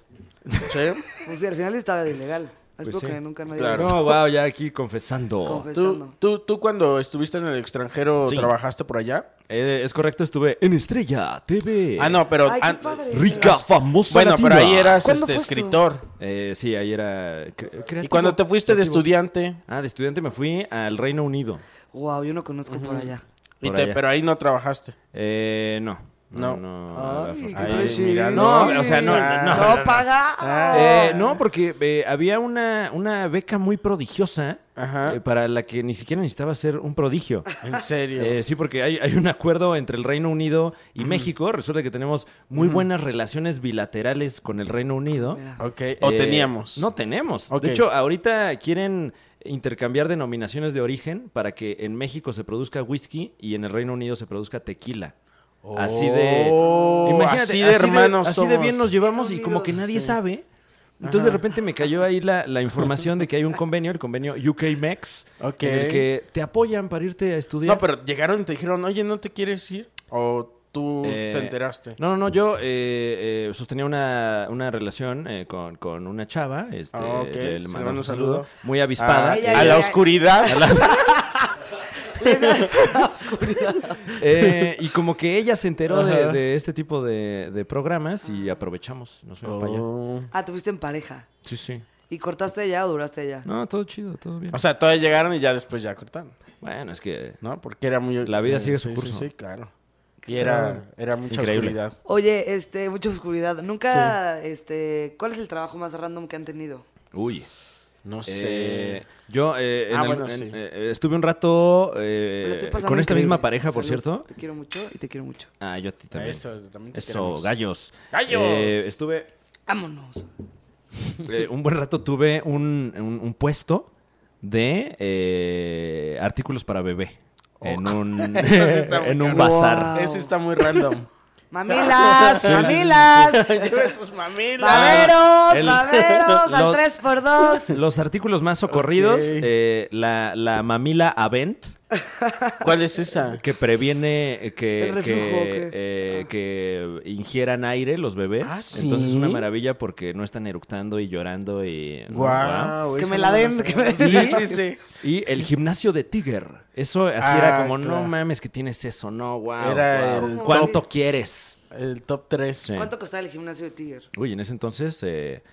[SPEAKER 4] Pues sí, al final estaba de ilegal. Espero
[SPEAKER 2] Pues sí.
[SPEAKER 4] que nunca nadie
[SPEAKER 3] Claro.
[SPEAKER 4] lo
[SPEAKER 2] No, wow, ya aquí confesando.
[SPEAKER 3] ¿Tú,
[SPEAKER 4] confesando.
[SPEAKER 3] tú, tú cuando estuviste en el extranjero, ¿trabajaste por allá?
[SPEAKER 2] Eh, es correcto, estuve en Estrella TV.
[SPEAKER 3] Ah, no, pero...
[SPEAKER 4] Ay, qué
[SPEAKER 3] an-
[SPEAKER 4] padre.
[SPEAKER 2] Rica, famosa.
[SPEAKER 3] Bueno, pero
[SPEAKER 2] latina.
[SPEAKER 3] ahí eras
[SPEAKER 4] ¿Cuándo
[SPEAKER 3] este,
[SPEAKER 4] fuiste?
[SPEAKER 3] escritor.
[SPEAKER 2] Eh, sí, ahí era. cre-
[SPEAKER 3] Y
[SPEAKER 2] creativo,
[SPEAKER 3] cuando te fuiste de
[SPEAKER 2] creativo.
[SPEAKER 3] estudiante,
[SPEAKER 2] Ah, de estudiante me fui al Reino Unido.
[SPEAKER 4] Wow, yo no conozco por allá.
[SPEAKER 3] y
[SPEAKER 2] Por
[SPEAKER 3] te-
[SPEAKER 2] allá.
[SPEAKER 3] pero ahí no trabajaste.
[SPEAKER 2] Eh, no. No. No,
[SPEAKER 4] Ay,
[SPEAKER 2] no,
[SPEAKER 4] qué
[SPEAKER 2] no.
[SPEAKER 4] preciso.
[SPEAKER 3] mira,
[SPEAKER 2] no, o sea, no,
[SPEAKER 3] Ah.
[SPEAKER 2] no,
[SPEAKER 4] No, paga.
[SPEAKER 2] Eh, no, porque eh, había una, una beca muy prodigiosa
[SPEAKER 3] Ajá.
[SPEAKER 2] eh, para la que ni siquiera necesitaba ser un prodigio.
[SPEAKER 4] [laughs]
[SPEAKER 3] En serio.
[SPEAKER 2] Eh, sí, porque hay, hay un acuerdo entre el Reino Unido y México. Resulta que tenemos muy buenas relaciones bilaterales con el Reino Unido.
[SPEAKER 4] Mira.
[SPEAKER 3] ok. Ah, O
[SPEAKER 2] Eh,
[SPEAKER 3] teníamos.
[SPEAKER 2] No tenemos.
[SPEAKER 3] Ok.
[SPEAKER 2] De hecho, ahorita quieren intercambiar denominaciones de origen para que en México se produzca whisky y en el Reino Unido se produzca tequila. Así de.
[SPEAKER 3] Oh, así de hermanos
[SPEAKER 2] Así de bien
[SPEAKER 3] somos.
[SPEAKER 2] nos llevamos y como que nadie sabe. Entonces de repente me cayó ahí la, la información de que hay un convenio, el convenio UK-MEX,
[SPEAKER 3] Ok.
[SPEAKER 2] en el que te apoyan para irte a estudiar.
[SPEAKER 3] No, pero llegaron y te dijeron, oye, ¿no te quieres ir? O tú
[SPEAKER 2] Eh,
[SPEAKER 3] te enteraste.
[SPEAKER 2] No, no, no, yo eh, eh, sostenía una, una relación eh, con, con una chava. Este,
[SPEAKER 3] Ah, ok.
[SPEAKER 2] le-
[SPEAKER 3] Se
[SPEAKER 2] le
[SPEAKER 3] le
[SPEAKER 2] mando
[SPEAKER 3] manda
[SPEAKER 2] un
[SPEAKER 3] un
[SPEAKER 2] saludo.
[SPEAKER 3] saludo.
[SPEAKER 2] Muy avispada.
[SPEAKER 3] Ah,
[SPEAKER 4] Ay, ay,
[SPEAKER 3] a
[SPEAKER 4] ay,
[SPEAKER 3] la
[SPEAKER 4] ay.
[SPEAKER 3] oscuridad.
[SPEAKER 2] Eh, y como que ella se enteró de,
[SPEAKER 3] Ajá. Ah.
[SPEAKER 2] de este tipo de, de programas y aprovechamos. Nos fuimos para allá.
[SPEAKER 3] [laughs] Oh.
[SPEAKER 4] Ah, tú fuiste en pareja.
[SPEAKER 2] Sí, sí.
[SPEAKER 4] ¿Y cortaste allá o duraste allá?
[SPEAKER 2] No, todo chido, todo bien.
[SPEAKER 3] O sea, todavía llegaron y ya después ya cortaron.
[SPEAKER 2] Bueno, es que.
[SPEAKER 3] ¿No? Porque era muy...
[SPEAKER 2] La vida
[SPEAKER 3] eh,
[SPEAKER 2] sigue su
[SPEAKER 3] sí, sí,
[SPEAKER 2] curso.
[SPEAKER 3] Sí, claro. Y era, era mucha
[SPEAKER 2] Increíble.
[SPEAKER 3] oscuridad.
[SPEAKER 4] Oye, este, mucha oscuridad. Nunca, este, ¿cuál es el trabajo más random que han tenido?
[SPEAKER 2] Uy.
[SPEAKER 3] No
[SPEAKER 2] Eh,
[SPEAKER 3] sé.
[SPEAKER 2] yo eh, en
[SPEAKER 3] Ah,
[SPEAKER 2] el-
[SPEAKER 3] bueno,
[SPEAKER 2] en-
[SPEAKER 3] sí.
[SPEAKER 2] eh, estuve un rato
[SPEAKER 4] Me
[SPEAKER 2] eh,
[SPEAKER 4] la estoy pasando
[SPEAKER 2] con esta
[SPEAKER 4] increíble.
[SPEAKER 2] misma pareja, por
[SPEAKER 4] Salud.
[SPEAKER 2] cierto.
[SPEAKER 4] Te quiero mucho y te
[SPEAKER 2] [laughs]
[SPEAKER 4] quiero mucho.
[SPEAKER 2] Ah, yo a ti también.
[SPEAKER 3] Eso, también te
[SPEAKER 2] Eso,
[SPEAKER 3] queremos.
[SPEAKER 2] gallos.
[SPEAKER 3] ¡Gallos!
[SPEAKER 2] Eh, estuve
[SPEAKER 4] Vámonos.
[SPEAKER 2] eh, un buen rato, tuve un, un- un puesto de eh, artículos para bebé. En un,
[SPEAKER 3] Oh, [laughs] Eso sí está muy
[SPEAKER 2] en un
[SPEAKER 3] caro.
[SPEAKER 2] bazar.
[SPEAKER 3] Ese está muy random.
[SPEAKER 2] [laughs]
[SPEAKER 4] Mamilas, mamilas.
[SPEAKER 3] Lleve sus mamilas.
[SPEAKER 4] Baberos,
[SPEAKER 2] El-
[SPEAKER 4] baberos, al
[SPEAKER 2] Lo-
[SPEAKER 4] 3x2.
[SPEAKER 2] [laughs] Los artículos más socorridos,
[SPEAKER 3] Ok.
[SPEAKER 2] eh, la, la mamila Avent,
[SPEAKER 3] ¿Cuál es esa?
[SPEAKER 2] Que previene eh, que,
[SPEAKER 4] ¿El reflujo o
[SPEAKER 2] que,
[SPEAKER 4] qué?
[SPEAKER 2] eh, que ingieran aire los bebés.
[SPEAKER 3] Ah, ¿sí?
[SPEAKER 2] Entonces es una maravilla porque no están eructando y llorando y... [laughs] Guau.
[SPEAKER 3] Guau,
[SPEAKER 4] Que
[SPEAKER 3] esa
[SPEAKER 4] me
[SPEAKER 3] no
[SPEAKER 4] la den,
[SPEAKER 3] sabía.
[SPEAKER 4] que me den.
[SPEAKER 3] Sí, sí, sí.
[SPEAKER 2] Y el gimnasio de Tiger. Eso así
[SPEAKER 3] Ah,
[SPEAKER 2] era como, no
[SPEAKER 3] claro.
[SPEAKER 2] mames que tienes eso, no, wow.
[SPEAKER 3] Era
[SPEAKER 2] wow.
[SPEAKER 3] el
[SPEAKER 2] ¿Cuánto quieres?
[SPEAKER 3] El top 3.
[SPEAKER 4] ¿Cuánto costaba el gimnasio de Tiger?
[SPEAKER 2] Uy, en ese entonces, eh,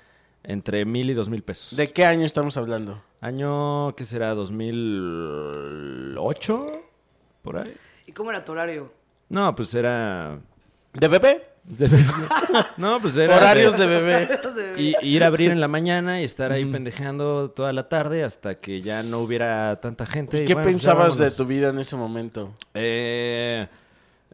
[SPEAKER 2] entre mil y dos mil pesos.
[SPEAKER 3] ¿De qué año estamos hablando?
[SPEAKER 2] Año, ¿qué será? ¿2008? ¿Por ahí?
[SPEAKER 4] ¿Y cómo era tu horario?
[SPEAKER 2] No, pues era...
[SPEAKER 3] ¿De bebé?
[SPEAKER 2] [laughs] no, pues era...
[SPEAKER 3] Horarios de bebé.
[SPEAKER 4] Entonces,
[SPEAKER 2] Y, y ir a abrir en la mañana y estar ahí pendejando toda la tarde hasta que ya no hubiera tanta gente.
[SPEAKER 3] ¿Qué
[SPEAKER 2] y bueno, pues ya
[SPEAKER 3] pensabas de
[SPEAKER 2] vámonos.
[SPEAKER 3] tu vida en ese momento?
[SPEAKER 2] Eh,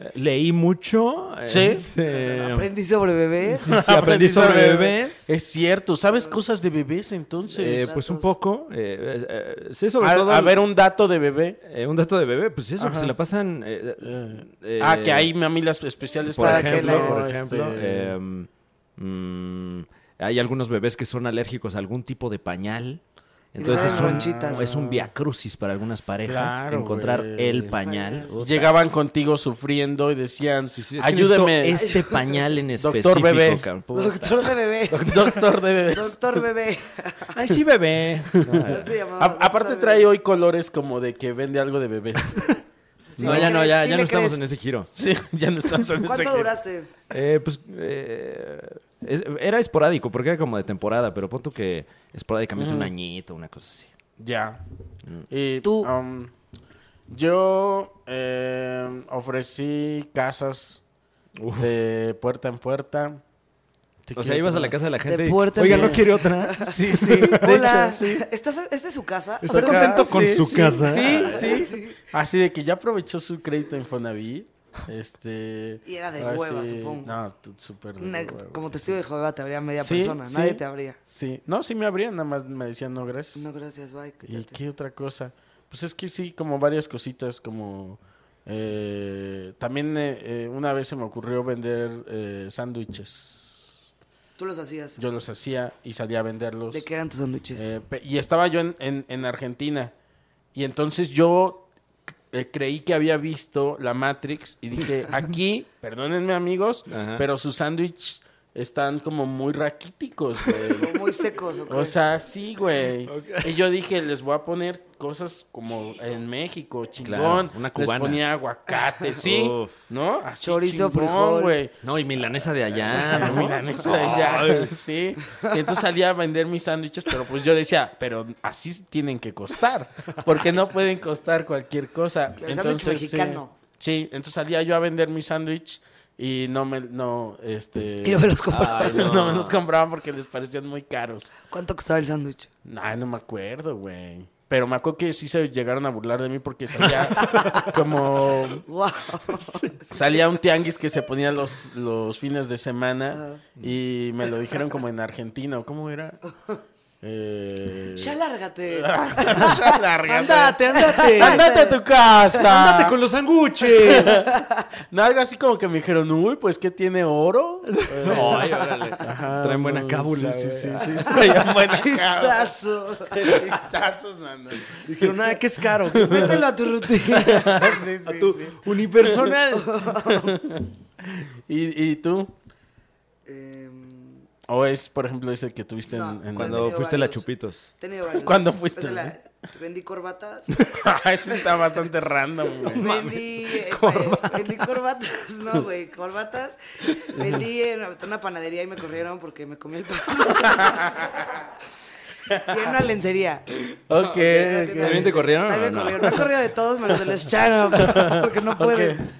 [SPEAKER 2] eh, leí mucho.
[SPEAKER 3] ¿Sí?
[SPEAKER 2] este,
[SPEAKER 4] aprendí sobre bebés.
[SPEAKER 2] sí, sí, aprendí sobre bebés.
[SPEAKER 3] Es cierto. ¿Sabes cosas de bebés entonces?
[SPEAKER 2] Eh, pues un poco. eh, eh, eh, sí, sobre
[SPEAKER 3] a,
[SPEAKER 2] todo.
[SPEAKER 3] a ver un dato de bebé.
[SPEAKER 2] eh, un dato de bebé, pues eso, que se la pasan. eh, eh,
[SPEAKER 3] ah, que hay mamilas especiales
[SPEAKER 2] Por
[SPEAKER 3] para
[SPEAKER 2] ejemplo,
[SPEAKER 3] que la-
[SPEAKER 2] por ejemplo
[SPEAKER 3] este,
[SPEAKER 2] eh, mm, hay algunos bebés que son alérgicos a algún tipo de pañal.
[SPEAKER 4] Y
[SPEAKER 2] Entonces
[SPEAKER 4] les
[SPEAKER 2] es
[SPEAKER 4] salen
[SPEAKER 2] un,
[SPEAKER 4] ronchitas.
[SPEAKER 2] es un viacrucis para algunas parejas
[SPEAKER 3] Claro,
[SPEAKER 2] encontrar
[SPEAKER 3] güey.
[SPEAKER 2] el pañal.
[SPEAKER 3] llegaban contigo sufriendo y decían,
[SPEAKER 2] Es que necesito
[SPEAKER 3] ayúdame,
[SPEAKER 2] Este pañal en
[SPEAKER 3] [laughs] Doctor
[SPEAKER 2] específico,
[SPEAKER 3] bebé.
[SPEAKER 2] cabrón. Puta.
[SPEAKER 4] [laughs] Doctor de
[SPEAKER 3] [laughs]
[SPEAKER 4] bebés.
[SPEAKER 3] doctor de bebés.
[SPEAKER 4] Doctor bebé. [laughs]
[SPEAKER 2] Ay, sí, bebé.
[SPEAKER 4] Así se llamaba,
[SPEAKER 3] A-
[SPEAKER 4] doctor
[SPEAKER 3] aparte
[SPEAKER 4] bebé.
[SPEAKER 3] trae hoy colores como de que vende algo
[SPEAKER 2] [laughs]
[SPEAKER 3] de bebés.
[SPEAKER 4] Sí,
[SPEAKER 2] no,
[SPEAKER 4] ¿le
[SPEAKER 2] ya no,
[SPEAKER 4] crees?
[SPEAKER 2] ya,
[SPEAKER 4] ¿Sí
[SPEAKER 2] ya
[SPEAKER 4] le
[SPEAKER 2] no estamos
[SPEAKER 4] crees?
[SPEAKER 2] en ese giro.
[SPEAKER 3] Sí, [laughs] ya no estamos en ese
[SPEAKER 4] ¿Cuánto
[SPEAKER 3] gen-
[SPEAKER 4] duraste?
[SPEAKER 2] Eh, pues eh, es- era esporádico, porque era como de temporada, pero punto que esporádicamente
[SPEAKER 3] Mm.
[SPEAKER 2] un añito, una cosa así.
[SPEAKER 3] Ya.
[SPEAKER 2] Mm.
[SPEAKER 3] Y,
[SPEAKER 4] Tú-
[SPEAKER 3] um, yo eh, ofrecí casas de puerta en puerta. Te
[SPEAKER 2] O sea,
[SPEAKER 3] quiero
[SPEAKER 2] ibas a la
[SPEAKER 3] tomar.
[SPEAKER 2] casa de la gente.
[SPEAKER 4] De
[SPEAKER 2] y,
[SPEAKER 4] puertas
[SPEAKER 2] Oiga,
[SPEAKER 4] en-
[SPEAKER 2] no quiere otra.
[SPEAKER 3] [laughs] Sí, sí. De
[SPEAKER 4] Hola.
[SPEAKER 3] hecho, sí.
[SPEAKER 4] ¿Estás, ¿Esta es su casa?
[SPEAKER 3] ¿Está
[SPEAKER 4] Perdón.
[SPEAKER 3] contento
[SPEAKER 2] con su casa?
[SPEAKER 3] Sí, sí, Así de que ya aprovechó su crédito en Fonavit. Este.
[SPEAKER 4] Y era de
[SPEAKER 3] ahora
[SPEAKER 4] hueva, supongo.
[SPEAKER 3] No, tú- súper de
[SPEAKER 4] Una-
[SPEAKER 3] hueva.
[SPEAKER 4] como testigo de Jehová te habría media
[SPEAKER 3] Sí,
[SPEAKER 4] persona.
[SPEAKER 3] sí.
[SPEAKER 4] Nadie te habría.
[SPEAKER 3] Sí. No, sí me abrían, nada más me decían no gracias.
[SPEAKER 4] No, gracias, bye.
[SPEAKER 3] ¿Y
[SPEAKER 4] quítate.
[SPEAKER 3] qué otra cosa? Pues es que sí, como varias cositas, como... eh, también eh, eh, una vez se me ocurrió vender eh, sándwiches.
[SPEAKER 4] Tú los hacías.
[SPEAKER 3] Yo los hacía y salía a venderlos.
[SPEAKER 4] ¿De qué eran tus sándwiches?
[SPEAKER 3] Eh, pe- y estaba yo en, en- en Argentina. Y entonces yo eh, creí que había visto la Matrix y dije,
[SPEAKER 2] [laughs]
[SPEAKER 3] aquí, perdónenme amigos,
[SPEAKER 2] Ajá.
[SPEAKER 3] pero sus sándwiches están como
[SPEAKER 2] [laughs]
[SPEAKER 3] muy raquíticos, güey.
[SPEAKER 4] Como muy secos, ¿ok?
[SPEAKER 3] O sea, sí, güey. Y yo dije, les voy a poner cosas como en México, chingón.
[SPEAKER 2] Claro, una
[SPEAKER 3] Les
[SPEAKER 2] cubana.
[SPEAKER 3] ponía aguacate, sí.
[SPEAKER 2] [laughs] Uf.
[SPEAKER 3] ¿No? Así
[SPEAKER 4] Chorizo,
[SPEAKER 3] chingón,
[SPEAKER 4] frijol.
[SPEAKER 3] güey.
[SPEAKER 2] No, y milanesa de allá.
[SPEAKER 3] Ah,
[SPEAKER 2] ¿no?
[SPEAKER 3] milanesa de [laughs] allá, sí. Y entonces salía a vender mis sándwiches, pero pues yo decía, pero así tienen que costar, porque no pueden costar cualquier cosa.
[SPEAKER 4] Claro, sándwich
[SPEAKER 3] Entonces, sí.
[SPEAKER 4] mexicano.
[SPEAKER 3] Sí, entonces salía yo a vender mi sándwich y no me, no, este...
[SPEAKER 4] Y no me los
[SPEAKER 3] [laughs]
[SPEAKER 4] compraba.
[SPEAKER 3] Ay, no. me los compraban porque les parecían muy caros.
[SPEAKER 4] ¿Cuánto costaba el sándwich?
[SPEAKER 3] Ay, no me acuerdo, güey. Pero me acuerdo que sí se llegaron a burlar de mí porque salía
[SPEAKER 4] [laughs]
[SPEAKER 3] como
[SPEAKER 4] ¡Wow!
[SPEAKER 3] Salía un tianguis que se ponía los, los fines de semana y me lo dijeron como en argentino. ¿Cómo era? Eh...
[SPEAKER 4] ¡Ya
[SPEAKER 3] [laughs]
[SPEAKER 4] lárgate!
[SPEAKER 3] ya lárgate. [laughs]
[SPEAKER 4] ¡Andate, andate!
[SPEAKER 3] Andate a tu casa.
[SPEAKER 2] Ándate con los sanguches.
[SPEAKER 3] [laughs] No, algo así como que me dijeron, uy, pues que tiene oro. Eh,
[SPEAKER 2] Ay, órale. Traen buena cábula.
[SPEAKER 3] Sí, sí, sí. sí.
[SPEAKER 4] ¡Chistazo!
[SPEAKER 3] Chistazos, mano.
[SPEAKER 2] Pero nada, que es caro.
[SPEAKER 4] Mételo a tu rutina.
[SPEAKER 3] [laughs] Sí, sí, sí.
[SPEAKER 2] Unipersonal.
[SPEAKER 3] [laughs] ¿Y, y tú?
[SPEAKER 4] Em,
[SPEAKER 3] ¿O es, por ejemplo, ese que tuviste en-
[SPEAKER 4] No,
[SPEAKER 3] en... [laughs]
[SPEAKER 4] cuando-
[SPEAKER 2] Cuando fuiste la
[SPEAKER 4] varios.
[SPEAKER 2] Chupitos.
[SPEAKER 4] he tenido varios.
[SPEAKER 3] ¿Cuándo fuiste?
[SPEAKER 4] Desde la-
[SPEAKER 3] [laughs]
[SPEAKER 4] vendí corbatas.
[SPEAKER 3] Eso está bastante random, güey.
[SPEAKER 4] Vendí, eh, vendí corbatas, no, güey, corbatas. Vendí en una- una panadería y me corrieron porque me comí el pan. y en una lencería.
[SPEAKER 3] [laughs] Ok,
[SPEAKER 4] ¿También
[SPEAKER 3] ok.
[SPEAKER 2] ¿También te corrieron o
[SPEAKER 4] También
[SPEAKER 2] no?
[SPEAKER 4] me corrieron. No he corrido de todos, me los les
[SPEAKER 3] [laughs]
[SPEAKER 4] echaron. Porque no pueden.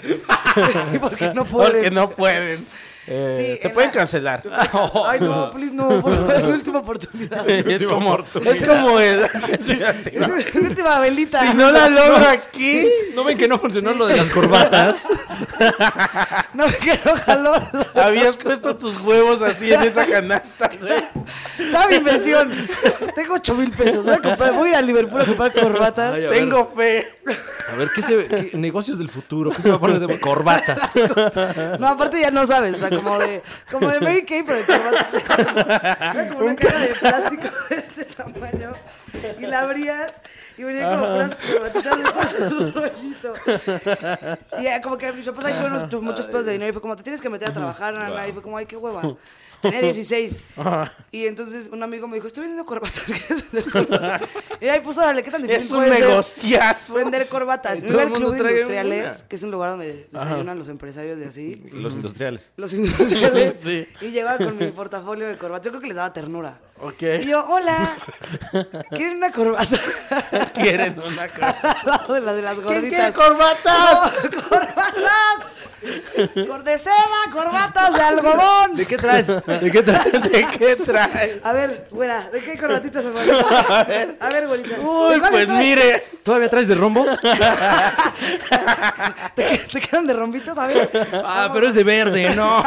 [SPEAKER 4] [laughs] porque no pueden.
[SPEAKER 3] Porque no pueden. Eh,
[SPEAKER 4] Sí,
[SPEAKER 3] te
[SPEAKER 4] en
[SPEAKER 3] pueden
[SPEAKER 4] la-
[SPEAKER 3] cancelar.
[SPEAKER 4] [laughs] Ay, no, please, no. por favor, es mi última
[SPEAKER 3] [laughs]
[SPEAKER 4] oportunidad.
[SPEAKER 3] es, como, es como el. [laughs]
[SPEAKER 4] [laughs] Es mi última velita.
[SPEAKER 3] si no la logro aquí.
[SPEAKER 2] ¿No ven que no funcionó lo de las corbatas?
[SPEAKER 4] [laughs] No me quiero jalón.
[SPEAKER 3] [laughs] Habías puesto tus huevos así en esa canasta, güey.
[SPEAKER 4] Dame inversión. Tengo 8 mil pesos. Voy a, comprar- voy a ir a Liverpool a comprar corbatas.
[SPEAKER 2] Ay, a ver.
[SPEAKER 3] Tengo fe.
[SPEAKER 2] A ver, ¿qué, se, qué- negocios del futuro? ¿Qué se va a poner
[SPEAKER 3] [laughs]
[SPEAKER 2] de corbatas?
[SPEAKER 4] No, aparte ya no sabes, o sea, como de, como de Mary Kay, pero de corbata. Era como una caja de plástico de este tamaño. Y la la abrías y venía como puras curvatitas de todo el rollito. Y eh, como que mis papás ahí tuvieron unos- tu- muchos pesos de dinero y fue como, te tienes que meter a trabajar, nana. Y fue como, ay, qué hueva. Tenía 16. Y entonces un amigo me dijo, estoy vendiendo corbatas, [laughs] ¿quieres vender corbatas? Y ahí, pues, órale, ¿qué tan difícil
[SPEAKER 3] Es un
[SPEAKER 4] puede ser
[SPEAKER 3] negociazo.
[SPEAKER 4] [laughs] Vender corbatas. Me
[SPEAKER 3] Todo
[SPEAKER 4] iba
[SPEAKER 3] el
[SPEAKER 4] al
[SPEAKER 3] mundo
[SPEAKER 4] Club
[SPEAKER 3] trae
[SPEAKER 4] Industriales,
[SPEAKER 3] una.
[SPEAKER 4] que es un lugar donde desayunan los empresarios de así
[SPEAKER 2] Los industriales.
[SPEAKER 4] los [laughs] industriales
[SPEAKER 3] Sí.
[SPEAKER 4] y llegaba con mi portafolio de corbatas. Yo creo que les daba ternura.
[SPEAKER 3] Ok.
[SPEAKER 4] Y yo,
[SPEAKER 3] [laughs]
[SPEAKER 4] hola, ¿quieren una corbata? [laughs]
[SPEAKER 3] Quieren una [laughs] cara.
[SPEAKER 4] Al lado de la de las gorditas.
[SPEAKER 3] ¿Quién quiere corbatas?
[SPEAKER 4] [laughs] No, ¡Corbatas! Cor- de seda, corbatas de algodón.
[SPEAKER 2] ¿De qué traes? [laughs] ¿De qué traes?
[SPEAKER 3] [laughs] ¿De qué traes?
[SPEAKER 4] A ver, güera, ¿de qué corbatitas
[SPEAKER 3] [laughs]
[SPEAKER 4] se A ver, a ver, güerita.
[SPEAKER 3] Uy,
[SPEAKER 4] ¿De cuáles
[SPEAKER 3] pues
[SPEAKER 4] traes?
[SPEAKER 3] mire.
[SPEAKER 2] ¿Todavía traes de [laughs] rombos?
[SPEAKER 4] ¿Te, te quedan de rombitos? A ver.
[SPEAKER 2] Ah, pero es de verde, no.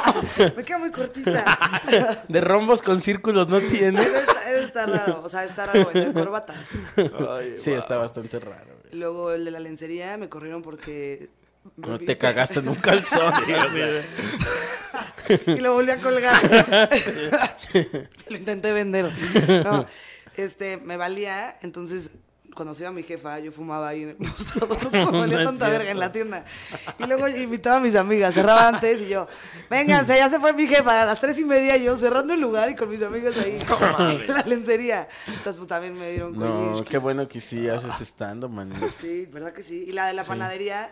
[SPEAKER 4] Me queda muy cortita.
[SPEAKER 3] [laughs] De rombos con círculos no tiene.
[SPEAKER 4] Pero
[SPEAKER 3] [laughs]
[SPEAKER 4] está, está raro, o sea, está raro vender corbatas.
[SPEAKER 3] Sí, está bastante raro. güey.
[SPEAKER 4] Luego el de la lencería me corrieron porque...
[SPEAKER 3] No te cagaste en un [laughs] calzón. güey, o sea.
[SPEAKER 4] [laughs] y lo volví a
[SPEAKER 3] [laughs]
[SPEAKER 4] colgar. lo intenté vender. No, este, me valía, entonces cuando se iba mi jefa, yo fumaba ahí en el mostrador,
[SPEAKER 3] [laughs]
[SPEAKER 4] como valía
[SPEAKER 3] No es
[SPEAKER 4] tanta verga
[SPEAKER 3] cierto.
[SPEAKER 4] en la tienda. Y luego invitaba a mis amigas, cerraba antes y yo, vénganse, ya se fue mi jefa, a las tres y media yo cerrando el lugar y con mis amigas ahí [laughs] en la lencería. Entonces pues también me dieron
[SPEAKER 3] No,
[SPEAKER 4] collage.
[SPEAKER 3] qué bueno que sí haces estando, man.
[SPEAKER 4] Sí, ¿verdad que sí? Y la de la panadería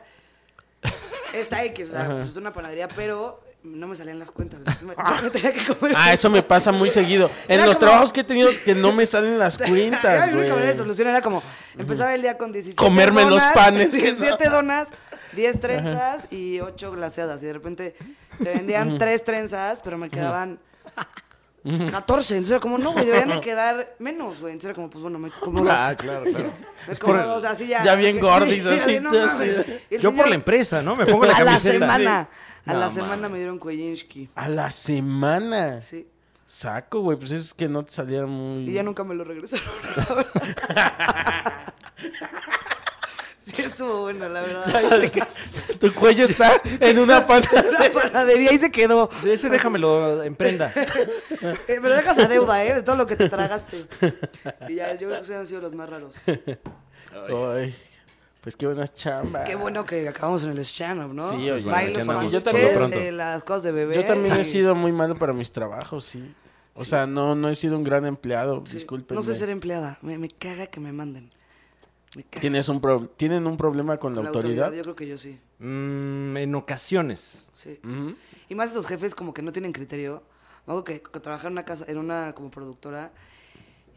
[SPEAKER 4] está X, o sea, pues es una panadería, pero no me salían las cuentas. entonces me,
[SPEAKER 3] [laughs]
[SPEAKER 4] me tenía que comer.
[SPEAKER 3] Ah, eso
[SPEAKER 4] [laughs]
[SPEAKER 3] me [laughs] pasa muy seguido. En
[SPEAKER 4] Era
[SPEAKER 3] los
[SPEAKER 4] como-
[SPEAKER 3] trabajos que he tenido que no me salen
[SPEAKER 2] [laughs]
[SPEAKER 3] las
[SPEAKER 4] Era
[SPEAKER 3] cuentas,
[SPEAKER 4] la única manera de
[SPEAKER 3] güey.
[SPEAKER 4] solución era como empezaba el día con 17
[SPEAKER 3] Comerme los
[SPEAKER 4] donas, [laughs]
[SPEAKER 3] panes que
[SPEAKER 4] 17
[SPEAKER 3] no.
[SPEAKER 4] donas, 10 trenzas y 8 glaseadas. Y de repente se vendían 3 trenzas, pero me quedaban 14. Entonces era como, no, güey, deberían
[SPEAKER 3] [laughs]
[SPEAKER 4] de quedar menos, güey. Entonces era como, pues bueno, me como dos.
[SPEAKER 3] Ah, claro, claro.
[SPEAKER 4] Me como dos, así ya.
[SPEAKER 3] ya bien
[SPEAKER 4] [laughs] Sí,
[SPEAKER 3] gordis, así,
[SPEAKER 4] no
[SPEAKER 3] así.
[SPEAKER 4] mames. Y el
[SPEAKER 2] Yo por
[SPEAKER 4] señor-
[SPEAKER 2] la empresa, ¿no? Me pongo la
[SPEAKER 4] [laughs] a la
[SPEAKER 2] camiseta.
[SPEAKER 4] semana. A
[SPEAKER 3] No
[SPEAKER 4] la semana
[SPEAKER 3] mames.
[SPEAKER 4] me dieron Kuyinsky.
[SPEAKER 3] A la semana.
[SPEAKER 4] Sí.
[SPEAKER 3] Saco, güey, pues es que no te salía muy.
[SPEAKER 4] Y ya nunca me lo regresaron.
[SPEAKER 3] [laughs]
[SPEAKER 4] sí, estuvo bueno, la verdad.
[SPEAKER 3] [laughs] Tu cuello está en una pata.
[SPEAKER 4] La panadería y se quedó.
[SPEAKER 2] Sí, Ese déjamelo en prenda.
[SPEAKER 4] Eh, pero dejas a deuda, ¿eh? De todo lo que te tragaste. Y ya, yo creo que esos han sido los más raros.
[SPEAKER 3] Ay, pues qué buenas chambas.
[SPEAKER 4] Qué bueno que acabamos en el stand-up, ¿no?
[SPEAKER 3] Sí, oye,
[SPEAKER 4] Bailos,
[SPEAKER 2] aquí andamos.
[SPEAKER 4] yo
[SPEAKER 3] Yo también-
[SPEAKER 4] también, eh, las cosas de bebé.
[SPEAKER 3] Yo también
[SPEAKER 4] y-
[SPEAKER 3] he sido muy malo para mis trabajos, sí. O sea, no, no he sido un gran empleado,
[SPEAKER 4] sí,
[SPEAKER 3] disculpen.
[SPEAKER 4] No sé ser empleada. Me, me caga que me manden. Me caga.
[SPEAKER 3] ¿Tienes un pro- ¿Tienen un problema con la,
[SPEAKER 4] Con la
[SPEAKER 3] autoridad?
[SPEAKER 4] Yo creo que yo sí.
[SPEAKER 2] Mm, en ocasiones.
[SPEAKER 4] Sí. Y más esos jefes como que no tienen criterio. Me acuerdo que, que trabajaba en una casa, en una como productora,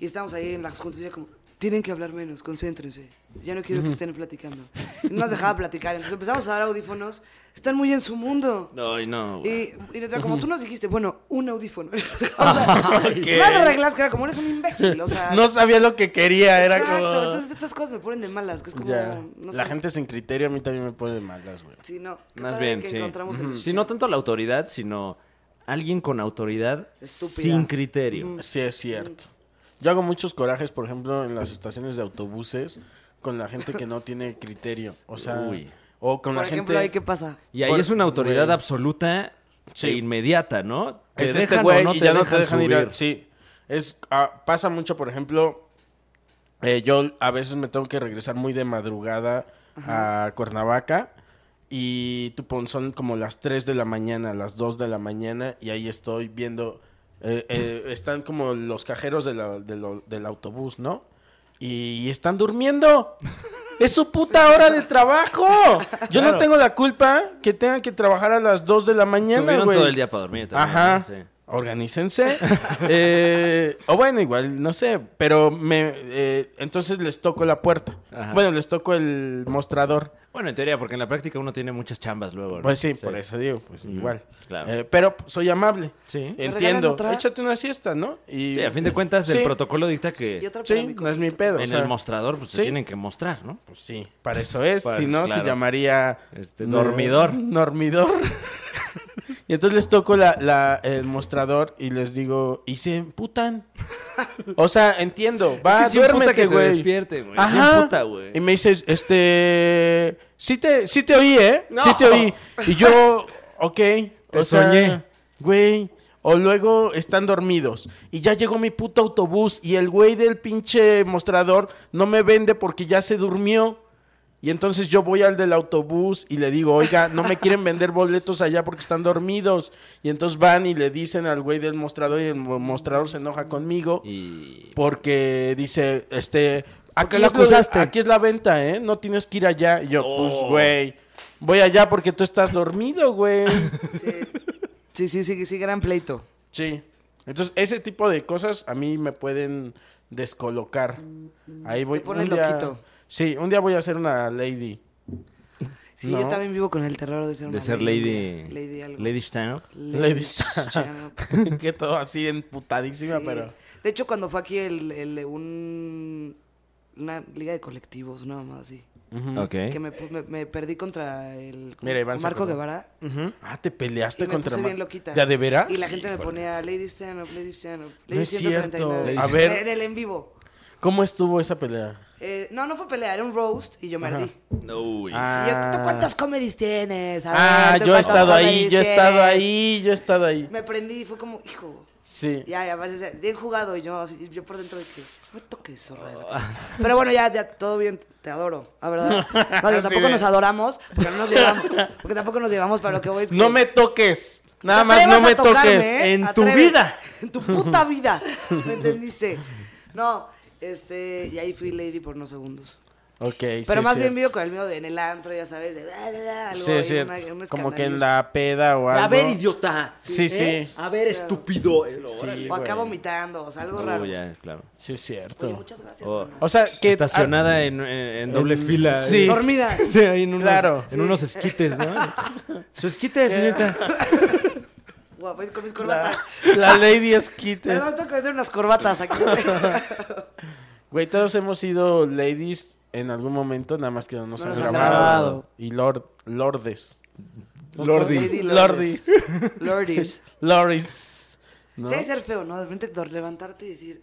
[SPEAKER 4] y estábamos ahí en las juntas y era como, tienen que hablar menos, concéntrense. Ya no quiero que estén platicando. Y no nos dejaba platicar, entonces empezamos a dar audífonos. Están muy en su mundo.
[SPEAKER 2] Ay, no.
[SPEAKER 4] Y, y nos era como tú nos dijiste, bueno, un audífono. [laughs] o
[SPEAKER 3] [laughs]
[SPEAKER 4] sea, Más reglas que era como eres un imbécil. O sea,
[SPEAKER 3] No sabía lo que quería, era
[SPEAKER 4] exacto.
[SPEAKER 3] como...
[SPEAKER 4] Entonces estas cosas me ponen de malas, que es como,
[SPEAKER 3] Ya.
[SPEAKER 4] no
[SPEAKER 3] la
[SPEAKER 4] sé.
[SPEAKER 3] gente sin criterio a mí también me pone de malas, güey.
[SPEAKER 4] Sí, no. qué
[SPEAKER 2] Más
[SPEAKER 4] padre
[SPEAKER 2] bien,
[SPEAKER 4] que
[SPEAKER 2] sí.
[SPEAKER 4] encontramos el
[SPEAKER 2] Ujú. Sí, no tanto la autoridad, sino alguien con autoridad
[SPEAKER 4] Estúpida.
[SPEAKER 2] sin criterio.
[SPEAKER 3] Sí, es cierto. Yo hago muchos corajes, por ejemplo, en las estaciones de autobuses con la gente que no tiene criterio. O sea,
[SPEAKER 2] Uy.
[SPEAKER 3] o con
[SPEAKER 4] Por
[SPEAKER 3] la
[SPEAKER 4] ejemplo, ahí
[SPEAKER 3] gente...
[SPEAKER 4] qué pasa.
[SPEAKER 2] Y ahí
[SPEAKER 3] Por-
[SPEAKER 2] es una autoridad
[SPEAKER 3] güey.
[SPEAKER 2] absoluta e inmediata, ¿no? Te
[SPEAKER 3] es
[SPEAKER 2] dejan
[SPEAKER 3] este
[SPEAKER 2] o
[SPEAKER 3] güey
[SPEAKER 2] no
[SPEAKER 3] y
[SPEAKER 2] te
[SPEAKER 3] ya no te
[SPEAKER 2] dejan
[SPEAKER 3] dejan ir. a-
[SPEAKER 2] subir.
[SPEAKER 3] Sí, es, ah, pasa mucho, por ejemplo, eh, yo a veces me tengo que regresar muy de madrugada a Cuernavaca y tu pon- son como las 3 de la mañana, las 2 de la mañana y ahí estoy viendo, eh, eh, están como los cajeros de la- de lo- del autobús, ¿no? Y están durmiendo. Es su puta hora de trabajo. Yo no tengo la culpa que tengan que trabajar a las 2 de la mañana,
[SPEAKER 2] Tuvieron
[SPEAKER 3] güey.
[SPEAKER 2] todo el día para dormir también,
[SPEAKER 3] Ajá.
[SPEAKER 2] ¿no? Sí.
[SPEAKER 3] Organícense. [laughs] Eh, o bueno, igual, no sé. Pero me eh, entonces les toco la puerta.
[SPEAKER 2] Ajá.
[SPEAKER 3] Bueno, les toco el mostrador.
[SPEAKER 2] Bueno, en teoría, porque en la práctica uno tiene muchas chambas luego, ¿no?
[SPEAKER 3] Pues sí, por eso digo, pues igual.
[SPEAKER 2] claro.
[SPEAKER 3] Eh, pero soy amable.
[SPEAKER 2] Sí.
[SPEAKER 4] regalan
[SPEAKER 3] Entiendo.
[SPEAKER 4] otra?
[SPEAKER 3] Échate una siesta, ¿no? Y,
[SPEAKER 2] Sí, a fin de cuentas,
[SPEAKER 3] Sí.
[SPEAKER 2] el protocolo dicta que
[SPEAKER 4] Y otra para
[SPEAKER 3] Sí,
[SPEAKER 4] mi
[SPEAKER 3] no es mi
[SPEAKER 4] conflicto.
[SPEAKER 3] pedo. o
[SPEAKER 2] en
[SPEAKER 3] sea,
[SPEAKER 2] el mostrador pues,
[SPEAKER 3] sí.
[SPEAKER 2] se tienen que mostrar, ¿no?
[SPEAKER 3] pues sí, para eso es.
[SPEAKER 2] Para
[SPEAKER 3] si
[SPEAKER 2] eso,
[SPEAKER 3] no,
[SPEAKER 2] claro.
[SPEAKER 3] se llamaría.
[SPEAKER 2] Este,
[SPEAKER 3] no-
[SPEAKER 2] dormidor.
[SPEAKER 3] Dormidor. [laughs] y entonces les toco la, la- el mostrador y les digo, y se emputan. o sea, entiendo. Va,
[SPEAKER 2] que sí emputa
[SPEAKER 3] duérmete,
[SPEAKER 2] que te
[SPEAKER 3] güey.
[SPEAKER 2] despierte, güey. Sí
[SPEAKER 3] Ajá.
[SPEAKER 2] emputa, güey.
[SPEAKER 3] Y me dices, este. Sí te, sí te oí, ¿eh?
[SPEAKER 2] No. [laughs]
[SPEAKER 3] Sí te oí. Y yo, ok.
[SPEAKER 2] Te soñé.
[SPEAKER 3] Güey. O luego están dormidos. Y ya llegó mi puto autobús y el güey del pinche mostrador no me vende porque ya se durmió. Y entonces yo voy al del autobús y le digo, oiga, no me quieren vender boletos allá porque están dormidos. Y entonces van y le dicen al güey del mostrador y el mo- mostrador se enoja conmigo porque dice, este, aquí,
[SPEAKER 5] lo
[SPEAKER 3] es lo de-
[SPEAKER 5] acusaste.
[SPEAKER 3] aquí es la venta, ¿eh? No tienes que ir allá. Y yo, pues, güey, voy allá porque tú estás
[SPEAKER 5] [laughs]
[SPEAKER 3] dormido, güey.
[SPEAKER 4] Sí, sí, sí, sí, gran pleito.
[SPEAKER 3] Sí. Entonces, ese tipo de cosas a mí me pueden descolocar. Ahí voy.
[SPEAKER 4] Te pones
[SPEAKER 3] un día-
[SPEAKER 4] loquito.
[SPEAKER 3] Sí, un día voy a ser una lady.
[SPEAKER 4] Sí,
[SPEAKER 3] No.
[SPEAKER 4] yo también vivo con el terror de ser una
[SPEAKER 2] De ser
[SPEAKER 4] lady.
[SPEAKER 2] Lady.
[SPEAKER 4] Lady algo.
[SPEAKER 2] Lady Stanhope.
[SPEAKER 3] Lady
[SPEAKER 4] Stanhope.
[SPEAKER 3] [laughs] que todo así emputadísima,
[SPEAKER 4] Sí.
[SPEAKER 3] pero.
[SPEAKER 4] De hecho, cuando fue aquí el, el- un- una liga de colectivos, una mamá así,
[SPEAKER 2] Ok.
[SPEAKER 4] que me, pu- me- me perdí contra el con-
[SPEAKER 3] Mira, Iván
[SPEAKER 4] con
[SPEAKER 3] se
[SPEAKER 4] Marco
[SPEAKER 3] acordó.
[SPEAKER 4] Guevara.
[SPEAKER 3] Ah, te peleaste
[SPEAKER 4] y me
[SPEAKER 3] contra.
[SPEAKER 4] puse
[SPEAKER 3] Ma-
[SPEAKER 4] bien loquita.
[SPEAKER 3] ¿Ya de veras?
[SPEAKER 4] Y la gente me ponía Lady Stanhope, Lady Stanhope, Lady
[SPEAKER 3] es cierto.
[SPEAKER 4] 139.
[SPEAKER 3] A ver.
[SPEAKER 4] En el en vivo.
[SPEAKER 3] ¿Cómo estuvo esa pelea?
[SPEAKER 4] Eh, no, no fue pelea, era un roast y yo me ardí.
[SPEAKER 2] Uy.
[SPEAKER 4] Y yo, ¿tú cuántas comedies tienes? A
[SPEAKER 3] Ah,
[SPEAKER 4] ver, ¿tú
[SPEAKER 3] yo he
[SPEAKER 4] cuántas
[SPEAKER 3] estado ahí,
[SPEAKER 4] comedies
[SPEAKER 3] yo he estado
[SPEAKER 4] tienes?
[SPEAKER 3] ahí, yo he estado ahí.
[SPEAKER 4] Me prendí y fue como, hijo,
[SPEAKER 3] Sí.
[SPEAKER 4] Ya, ya, parece bien jugado. Y yo, así, yo por dentro de que, no me toques, zorra. de la
[SPEAKER 3] [laughs]
[SPEAKER 4] calle". Pero bueno, ya, ya, todo bien, te adoro, la verdad. No, digo,
[SPEAKER 3] Así
[SPEAKER 4] tampoco
[SPEAKER 3] de-
[SPEAKER 4] nos adoramos, porque no nos llevamos, porque tampoco nos llevamos para lo que voy. es que-
[SPEAKER 3] No me toques.
[SPEAKER 4] ¿Te
[SPEAKER 3] Nada más no
[SPEAKER 4] atreves a
[SPEAKER 3] me
[SPEAKER 4] tocarme,
[SPEAKER 3] toques.
[SPEAKER 4] eh?
[SPEAKER 3] En tu
[SPEAKER 4] Atrévete.
[SPEAKER 3] vida.
[SPEAKER 4] [laughs] En tu puta vida,
[SPEAKER 3] [laughs]
[SPEAKER 4] ¿me entendiste? No, este, y ahí fui lady por unos segundos.
[SPEAKER 3] Ok, sí,
[SPEAKER 4] Pero más
[SPEAKER 3] es
[SPEAKER 4] bien
[SPEAKER 3] cierto.
[SPEAKER 4] vivo con el miedo de en el antro, ya sabes, de bla, bla, bla, algo,
[SPEAKER 3] Sí, es
[SPEAKER 4] ahí,
[SPEAKER 3] cierto.
[SPEAKER 4] una- un
[SPEAKER 3] Como que
[SPEAKER 4] escandalillo.
[SPEAKER 3] en la peda o algo.
[SPEAKER 6] A ver, idiota.
[SPEAKER 3] Sí,
[SPEAKER 6] ¿eh?
[SPEAKER 3] sí.
[SPEAKER 6] A ver, estúpido. Órale.
[SPEAKER 4] O acá
[SPEAKER 3] güey.
[SPEAKER 4] vomitando, o sea, algo raro. Eh, ah,
[SPEAKER 2] Uy, ya, claro.
[SPEAKER 3] Sí, es cierto.
[SPEAKER 4] Muchas gracias.
[SPEAKER 2] Oh,
[SPEAKER 3] O sea, que.
[SPEAKER 2] Estacionada en, en- en doble fila.
[SPEAKER 3] sí.
[SPEAKER 4] Dormida.
[SPEAKER 2] Sí, ahí en unos,
[SPEAKER 3] Claro.
[SPEAKER 2] en unos esquites, ¿no?
[SPEAKER 3] [laughs]
[SPEAKER 2] Sus esquites, señorita.
[SPEAKER 4] Guapo, con mis
[SPEAKER 3] La,
[SPEAKER 4] corbatas.
[SPEAKER 3] la Lady Esquites.
[SPEAKER 4] Perdón, tengo que vender unas corbatas aquí.
[SPEAKER 3] Güey, todos hemos sido ladies en algún momento, nada más que no nos
[SPEAKER 4] No
[SPEAKER 3] han
[SPEAKER 4] nos han
[SPEAKER 3] grabado.
[SPEAKER 4] grabado.
[SPEAKER 3] Y lord, lordes.
[SPEAKER 4] Lady
[SPEAKER 3] Lordis.
[SPEAKER 4] Lordis.
[SPEAKER 3] Loris. ¿no?
[SPEAKER 4] Sí, debe ser feo, ¿no? De repente dor- levantarte y decir.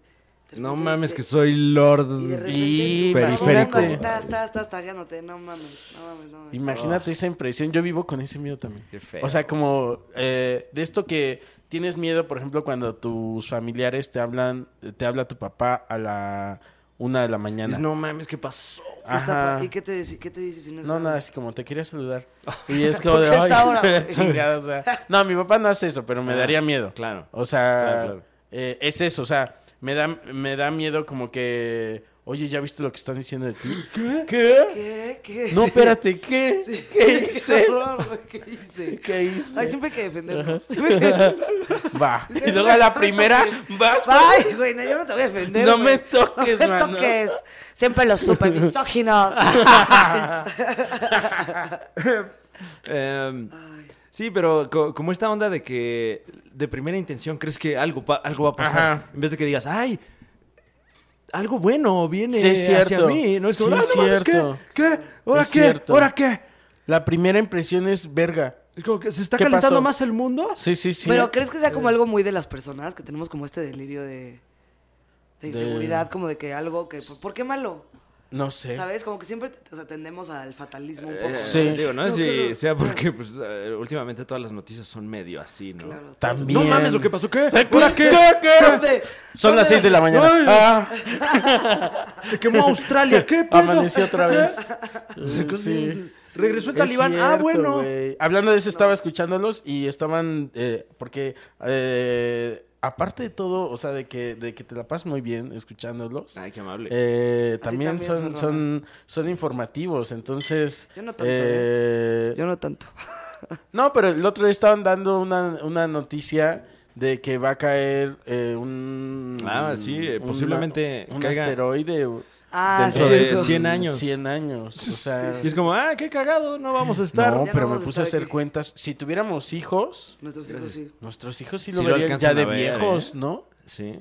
[SPEAKER 4] de
[SPEAKER 2] No
[SPEAKER 4] repente
[SPEAKER 2] mames,
[SPEAKER 4] te-
[SPEAKER 2] que soy Lord
[SPEAKER 4] Y de repente.
[SPEAKER 3] Y
[SPEAKER 4] tú
[SPEAKER 2] periférico.
[SPEAKER 4] caminando así, Estás, estás, estás tagueándote. No mames, no mames, no mames.
[SPEAKER 3] Imagínate esa impresión. Yo vivo con ese miedo también. O sea, como eh, de esto que tienes miedo, por ejemplo, cuando tus familiares te hablan, te habla tu papá a la una de la mañana.
[SPEAKER 2] No mames, ¿qué pasó?
[SPEAKER 4] ¿Qué está
[SPEAKER 3] Ajá.
[SPEAKER 4] pa- ¿Y qué te, dice- qué te dice si no es
[SPEAKER 3] No,
[SPEAKER 4] broma?
[SPEAKER 3] nada, así como te
[SPEAKER 2] [laughs]
[SPEAKER 3] quería saludar. Y es como de,
[SPEAKER 4] ¿Por qué
[SPEAKER 3] ay,
[SPEAKER 4] hasta ahora, güey?
[SPEAKER 3] [laughs] chingada, o sea. No, mi papá no hace eso, pero me
[SPEAKER 2] Ah,
[SPEAKER 3] daría miedo.
[SPEAKER 2] claro.
[SPEAKER 3] O sea,
[SPEAKER 2] Claro, claro.
[SPEAKER 3] eh, es eso, o sea, me da, me da miedo como que, oye, ¿ya viste lo que están diciendo de ti? ¿Qué?
[SPEAKER 4] ¿Qué? ¿Qué?
[SPEAKER 3] No, espérate, [laughs] ¿qué?
[SPEAKER 4] Sí.
[SPEAKER 3] ¿Qué hice?
[SPEAKER 4] horror, güey, ¿Qué hice?
[SPEAKER 3] [laughs] ¿Qué hice?
[SPEAKER 4] Ay, siempre hay que defendernos. siempre hay que defendernos.
[SPEAKER 2] [laughs]
[SPEAKER 3] Va. Y luego a la primera, vas.
[SPEAKER 4] Ay, güey, no, yo no te voy a defender.
[SPEAKER 3] No
[SPEAKER 4] güey.
[SPEAKER 3] me toques,
[SPEAKER 4] No me
[SPEAKER 3] mano. Ah,
[SPEAKER 4] toques. Siempre los
[SPEAKER 3] [laughs]
[SPEAKER 4] super misóginos.
[SPEAKER 2] Em, sí, pero co- como esta onda de que de primera intención crees que algo, pa- algo va a pasar.
[SPEAKER 3] Ajá.
[SPEAKER 2] En vez de que digas, ay, algo bueno viene
[SPEAKER 3] Sí, es
[SPEAKER 2] hacia
[SPEAKER 3] cierto.
[SPEAKER 2] mí. No es,
[SPEAKER 3] Sí,
[SPEAKER 2] como, "Ah,
[SPEAKER 3] es
[SPEAKER 2] no mames, ¿qué?
[SPEAKER 3] cierto.
[SPEAKER 2] ¿Qué? ¿Ahora
[SPEAKER 3] Es
[SPEAKER 2] qué?
[SPEAKER 3] cierto.
[SPEAKER 2] ¿Ahora qué?
[SPEAKER 3] La primera impresión es verga.
[SPEAKER 2] Es como que se está
[SPEAKER 3] ¿Qué
[SPEAKER 2] calentando
[SPEAKER 3] pasó?
[SPEAKER 2] más el mundo.
[SPEAKER 3] Sí, sí, sí.
[SPEAKER 4] Pero ¿crees que sea como algo muy de las personas? Que tenemos como este delirio de, de
[SPEAKER 3] De-
[SPEAKER 4] inseguridad, como de que algo que... ¿por- ¿Por qué malo?
[SPEAKER 3] No sé.
[SPEAKER 4] ¿Sabes? Como que siempre o sea, tendemos al fatalismo un poco.
[SPEAKER 2] Eh,
[SPEAKER 3] Sí.
[SPEAKER 2] Digo, no
[SPEAKER 4] No,
[SPEAKER 2] sé si
[SPEAKER 4] claro.
[SPEAKER 2] sea porque pues, eh, últimamente todas las noticias son medio así, ¿no?
[SPEAKER 4] Claro.
[SPEAKER 3] También.
[SPEAKER 2] No mames, lo que pasó, ¿qué?
[SPEAKER 3] ¿Qué?
[SPEAKER 2] ¿Ahora
[SPEAKER 3] ¿Qué?
[SPEAKER 2] qué?
[SPEAKER 4] ¿Dónde?
[SPEAKER 3] Son las 6 de la mañana.
[SPEAKER 2] Ay.
[SPEAKER 3] Ah.
[SPEAKER 2] Se quemó Australia, ¿qué pedo?
[SPEAKER 3] Amaneció
[SPEAKER 2] [laughs]
[SPEAKER 3] otra vez. Sí.
[SPEAKER 2] Regresó el
[SPEAKER 3] Es
[SPEAKER 2] talibán. ah,
[SPEAKER 3] cierto,
[SPEAKER 2] bueno.
[SPEAKER 3] güey. Hablando de eso, estaba escuchándolos y estaban. eh, porque. eh, aparte de todo, o sea, de que, de que te la pasas muy bien escuchándolos.
[SPEAKER 2] Ay, qué amable.
[SPEAKER 3] eh, también
[SPEAKER 4] también,
[SPEAKER 3] son,
[SPEAKER 4] Serrano.
[SPEAKER 3] son, son informativos, entonces...
[SPEAKER 4] Yo no tanto,
[SPEAKER 3] eh,
[SPEAKER 4] Yo no tanto.
[SPEAKER 3] No, pero el otro día estaban dando una, una noticia de que va a caer eh, un...
[SPEAKER 2] Ah, sí, eh,
[SPEAKER 3] una-
[SPEAKER 2] posiblemente
[SPEAKER 3] un
[SPEAKER 2] caiga-
[SPEAKER 3] asteroide u-
[SPEAKER 4] Ah,
[SPEAKER 2] Dentro
[SPEAKER 4] sí,
[SPEAKER 2] de
[SPEAKER 4] cierto.
[SPEAKER 2] 100 años.
[SPEAKER 3] 100 años. O sea,
[SPEAKER 2] Y es como, ah, qué cagado, no vamos a estar.
[SPEAKER 3] no,
[SPEAKER 4] Ya
[SPEAKER 3] pero
[SPEAKER 4] no
[SPEAKER 3] me
[SPEAKER 4] vamos a
[SPEAKER 3] puse a
[SPEAKER 4] estar
[SPEAKER 3] hacer
[SPEAKER 4] aquí.
[SPEAKER 3] cuentas. Si tuviéramos hijos,
[SPEAKER 4] Nuestros hijos sí.
[SPEAKER 3] nuestros hijos sí
[SPEAKER 2] Sí
[SPEAKER 3] lo
[SPEAKER 2] lo
[SPEAKER 3] verían ya
[SPEAKER 2] alcanzan
[SPEAKER 3] de
[SPEAKER 2] a ver,
[SPEAKER 3] viejos,
[SPEAKER 2] ¿eh?
[SPEAKER 3] ¿no?
[SPEAKER 2] Sí. Mm,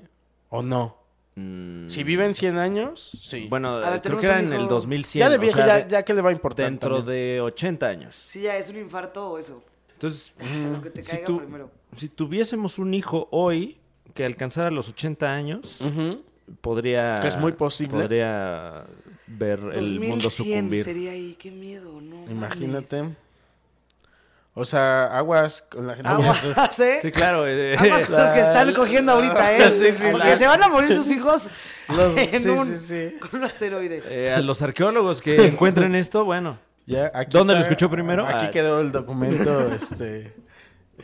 [SPEAKER 3] ¿O no? Si viven 100 años, sí.
[SPEAKER 2] Bueno,
[SPEAKER 4] A ver,
[SPEAKER 2] creo
[SPEAKER 4] tenemos
[SPEAKER 2] que era
[SPEAKER 4] un
[SPEAKER 2] en el
[SPEAKER 4] hijo-
[SPEAKER 2] 2100.
[SPEAKER 3] ya de
[SPEAKER 2] o
[SPEAKER 3] viejo,
[SPEAKER 2] sea,
[SPEAKER 3] ya,
[SPEAKER 2] de-
[SPEAKER 3] ya que le va a importar.
[SPEAKER 2] Dentro
[SPEAKER 3] también.
[SPEAKER 2] de 80 años.
[SPEAKER 4] Sí, ya es un infarto o eso.
[SPEAKER 2] Entonces, mm,
[SPEAKER 4] Lo que te
[SPEAKER 2] si,
[SPEAKER 4] caiga
[SPEAKER 2] tu-
[SPEAKER 4] primero.
[SPEAKER 2] si tuviésemos un hijo hoy que alcanzara los 80 años, podría.
[SPEAKER 3] Que es muy posible.
[SPEAKER 2] Podría ver el mundo
[SPEAKER 4] 2100
[SPEAKER 2] sucumbir.
[SPEAKER 4] sería ahí. Qué miedo, ¿no? mames.
[SPEAKER 3] Imagínate. O sea, aguas con la gente. [laughs]
[SPEAKER 4] Aguas, ¿eh?
[SPEAKER 2] Sí, claro. eh,
[SPEAKER 4] Aguas con los que están cogiendo ahorita, ¿eh?
[SPEAKER 3] Sí, sí,
[SPEAKER 4] Porque
[SPEAKER 3] sí.
[SPEAKER 4] se van a morir sus hijos
[SPEAKER 3] [laughs] Los-
[SPEAKER 4] en
[SPEAKER 3] sí,
[SPEAKER 4] un,
[SPEAKER 3] sí, sí.
[SPEAKER 4] con un asteroide.
[SPEAKER 2] eh, a los arqueólogos que encuentren esto, bueno.
[SPEAKER 3] Ya, aquí
[SPEAKER 2] ¿Dónde lo
[SPEAKER 3] está-
[SPEAKER 2] escuchó primero?
[SPEAKER 3] Aquí
[SPEAKER 2] Ah.
[SPEAKER 3] quedó el
[SPEAKER 2] [laughs]
[SPEAKER 3] documento, este.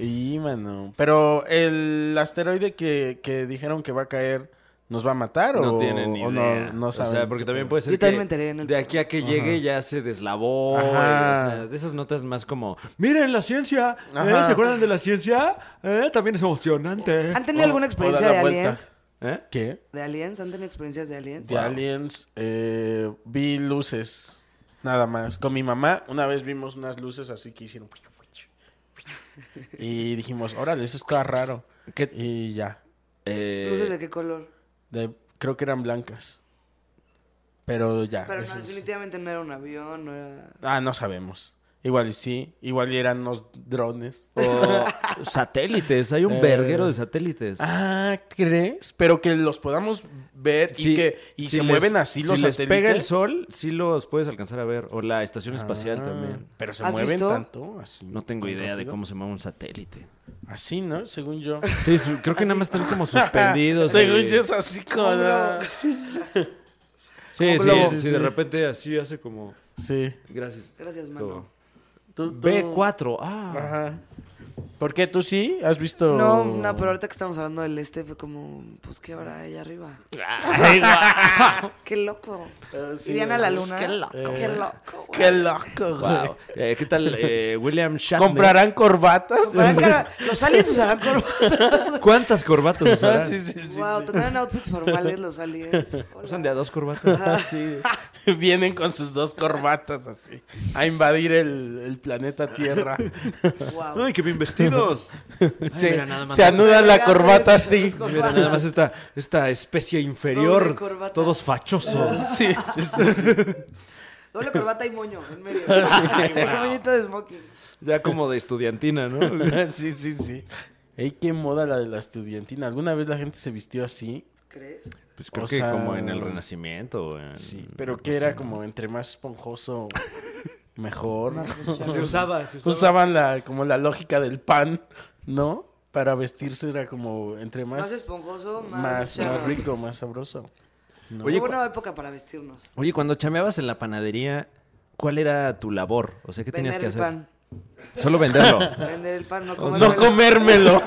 [SPEAKER 3] Y, mano. Pero el asteroide que, que dijeron que va a caer, ¿nos va a matar o
[SPEAKER 2] No tienen ni
[SPEAKER 3] o
[SPEAKER 2] idea.
[SPEAKER 3] no, no saben?
[SPEAKER 2] O sea, porque también puede ser
[SPEAKER 4] Yo también
[SPEAKER 2] que
[SPEAKER 4] me enteré en el-
[SPEAKER 2] de aquí a que llegue ya se deslavó. y,
[SPEAKER 3] Ajá.
[SPEAKER 2] o sea, de esas notas más como, miren la ciencia, ¿eh?
[SPEAKER 3] Ajá.
[SPEAKER 2] ¿se acuerdan de la ciencia? ¿Eh? También es emocionante.
[SPEAKER 4] ¿Han tenido alguna experiencia
[SPEAKER 3] la
[SPEAKER 4] de
[SPEAKER 3] vuelta.
[SPEAKER 4] aliens?
[SPEAKER 2] ¿Eh?
[SPEAKER 3] ¿Qué?
[SPEAKER 4] ¿De aliens? ¿Han tenido experiencias de aliens?
[SPEAKER 3] De Aliens, eh, vi luces, nada más. Con mi mamá, una vez vimos unas luces así que hicieron. [laughs] Y dijimos, órale, eso está raro.
[SPEAKER 2] ¿Qué-
[SPEAKER 3] Y ya.
[SPEAKER 2] Eh,
[SPEAKER 4] ¿Luces de qué color?
[SPEAKER 3] De- creo que eran blancas. Pero ya.
[SPEAKER 4] Pero
[SPEAKER 3] eso
[SPEAKER 4] no,
[SPEAKER 3] es-
[SPEAKER 4] definitivamente no era un avión, no era...
[SPEAKER 3] Ah, no sabemos. Igual y sí, igual y eran los drones. [laughs]
[SPEAKER 2] o satélites, hay un
[SPEAKER 3] Eh.
[SPEAKER 2] verguero de satélites.
[SPEAKER 3] Ah, ¿crees? Pero que los podamos ver y
[SPEAKER 2] Sí,
[SPEAKER 3] que y
[SPEAKER 2] si
[SPEAKER 3] se
[SPEAKER 2] les-
[SPEAKER 3] mueven así los
[SPEAKER 2] Si les
[SPEAKER 3] satélites.
[SPEAKER 2] pega el sol, sí los puedes alcanzar a ver. O la estación espacial
[SPEAKER 3] Ah,
[SPEAKER 2] también.
[SPEAKER 3] Pero se
[SPEAKER 4] ¿Has
[SPEAKER 3] mueven
[SPEAKER 4] visto?
[SPEAKER 3] tanto así.
[SPEAKER 2] No tengo
[SPEAKER 3] tan
[SPEAKER 2] idea de
[SPEAKER 3] rápido.
[SPEAKER 2] cómo se mueve un satélite.
[SPEAKER 3] Así, ¿no? Según yo.
[SPEAKER 2] [laughs]
[SPEAKER 3] [laughs]
[SPEAKER 2] Sí, su- creo que nada más están como suspendidos.
[SPEAKER 3] Según
[SPEAKER 2] y-
[SPEAKER 3] yo es así como.
[SPEAKER 4] Oh,
[SPEAKER 2] Sí, sí,
[SPEAKER 3] globo.
[SPEAKER 2] sí,
[SPEAKER 3] Sí,
[SPEAKER 2] de
[SPEAKER 3] sí.
[SPEAKER 2] repente así hace como...
[SPEAKER 3] Sí.
[SPEAKER 2] Gracias.
[SPEAKER 4] Gracias, mano.
[SPEAKER 3] Tú- tú-
[SPEAKER 2] B4, ah.
[SPEAKER 3] Ajá. ¿Por qué tú sí? ¿Has visto?
[SPEAKER 4] No, no,
[SPEAKER 2] Oh.
[SPEAKER 4] pero ahorita que estamos hablando del este fue como, pues, ¿qué habrá allá arriba? [laughs] ¡Qué loco!
[SPEAKER 2] Eh,
[SPEAKER 4] ¿Irían a la luna? ¡Qué loco! ¡Qué loco! güey.
[SPEAKER 3] Qué loco, güey.
[SPEAKER 2] Wow. Eh, ¿Qué tal eh, William Shatner?
[SPEAKER 3] ¿Comprarán corbatas?
[SPEAKER 4] ¿Usarán cara-
[SPEAKER 2] [laughs]
[SPEAKER 4] ¿Los aliens usarán corbatas?
[SPEAKER 2] ¿Cuántas [laughs] corbatas usarán?
[SPEAKER 3] Ah, Sí, sí, sí.
[SPEAKER 4] [laughs] wow, tendrán outfits formales los aliens. Hola.
[SPEAKER 2] [laughs] Usan de a dos corbatas.
[SPEAKER 3] Así, [laughs] Vienen con sus dos corbatas así. A invadir el, el planeta Tierra.
[SPEAKER 2] [laughs]
[SPEAKER 4] Wow.
[SPEAKER 2] ¡Ay, qué bien
[SPEAKER 3] [laughs]
[SPEAKER 2] vestidos!
[SPEAKER 3] se
[SPEAKER 2] mira, nada más.
[SPEAKER 3] se anudan la
[SPEAKER 4] Elegante,
[SPEAKER 3] corbata
[SPEAKER 2] [laughs]
[SPEAKER 4] sí,
[SPEAKER 3] así.
[SPEAKER 4] las
[SPEAKER 2] Mira,
[SPEAKER 4] corbatas.
[SPEAKER 2] nada más esta, esta especie inferior.
[SPEAKER 4] Doble corbata.
[SPEAKER 2] Todos fachosos.
[SPEAKER 4] [laughs]
[SPEAKER 3] Sí, sí, sí.
[SPEAKER 2] [laughs]
[SPEAKER 4] Doble corbata y moño en medio. [laughs] El moñito de smoking.
[SPEAKER 2] Ya como de estudiantina, ¿no?
[SPEAKER 3] [laughs] Sí, sí, sí. Ey, qué moda la de la estudiantina. ¿Alguna vez la gente se vistió así?
[SPEAKER 4] ¿Crees?
[SPEAKER 2] Pues creo
[SPEAKER 3] O
[SPEAKER 2] que
[SPEAKER 3] sea,
[SPEAKER 2] como en el Renacimiento. o en-
[SPEAKER 3] Sí, pero
[SPEAKER 2] pues
[SPEAKER 3] que era como entre
[SPEAKER 2] [laughs]
[SPEAKER 3] más esponjoso, mejor. [laughs]
[SPEAKER 2] Se usaba, se usaba.
[SPEAKER 3] Usaban la, como la lógica del pan, ¿no? Para vestirse era como entre
[SPEAKER 4] Más
[SPEAKER 3] más,
[SPEAKER 4] esponjoso, más,
[SPEAKER 3] más,
[SPEAKER 4] chavo.
[SPEAKER 3] más rico, más sabroso.
[SPEAKER 2] Oye,
[SPEAKER 4] Qué
[SPEAKER 2] cu-
[SPEAKER 4] buena época para vestirnos.
[SPEAKER 2] oye, cuando chameabas en la panadería, ¿cuál era tu labor? O sea, ¿qué tenías
[SPEAKER 4] Vender
[SPEAKER 2] que
[SPEAKER 4] el
[SPEAKER 2] hacer?
[SPEAKER 4] pan.
[SPEAKER 2] Solo
[SPEAKER 4] [laughs]
[SPEAKER 2] venderlo.
[SPEAKER 4] Vender el
[SPEAKER 2] [laughs]
[SPEAKER 4] pan, no comer.
[SPEAKER 3] No comérmelo.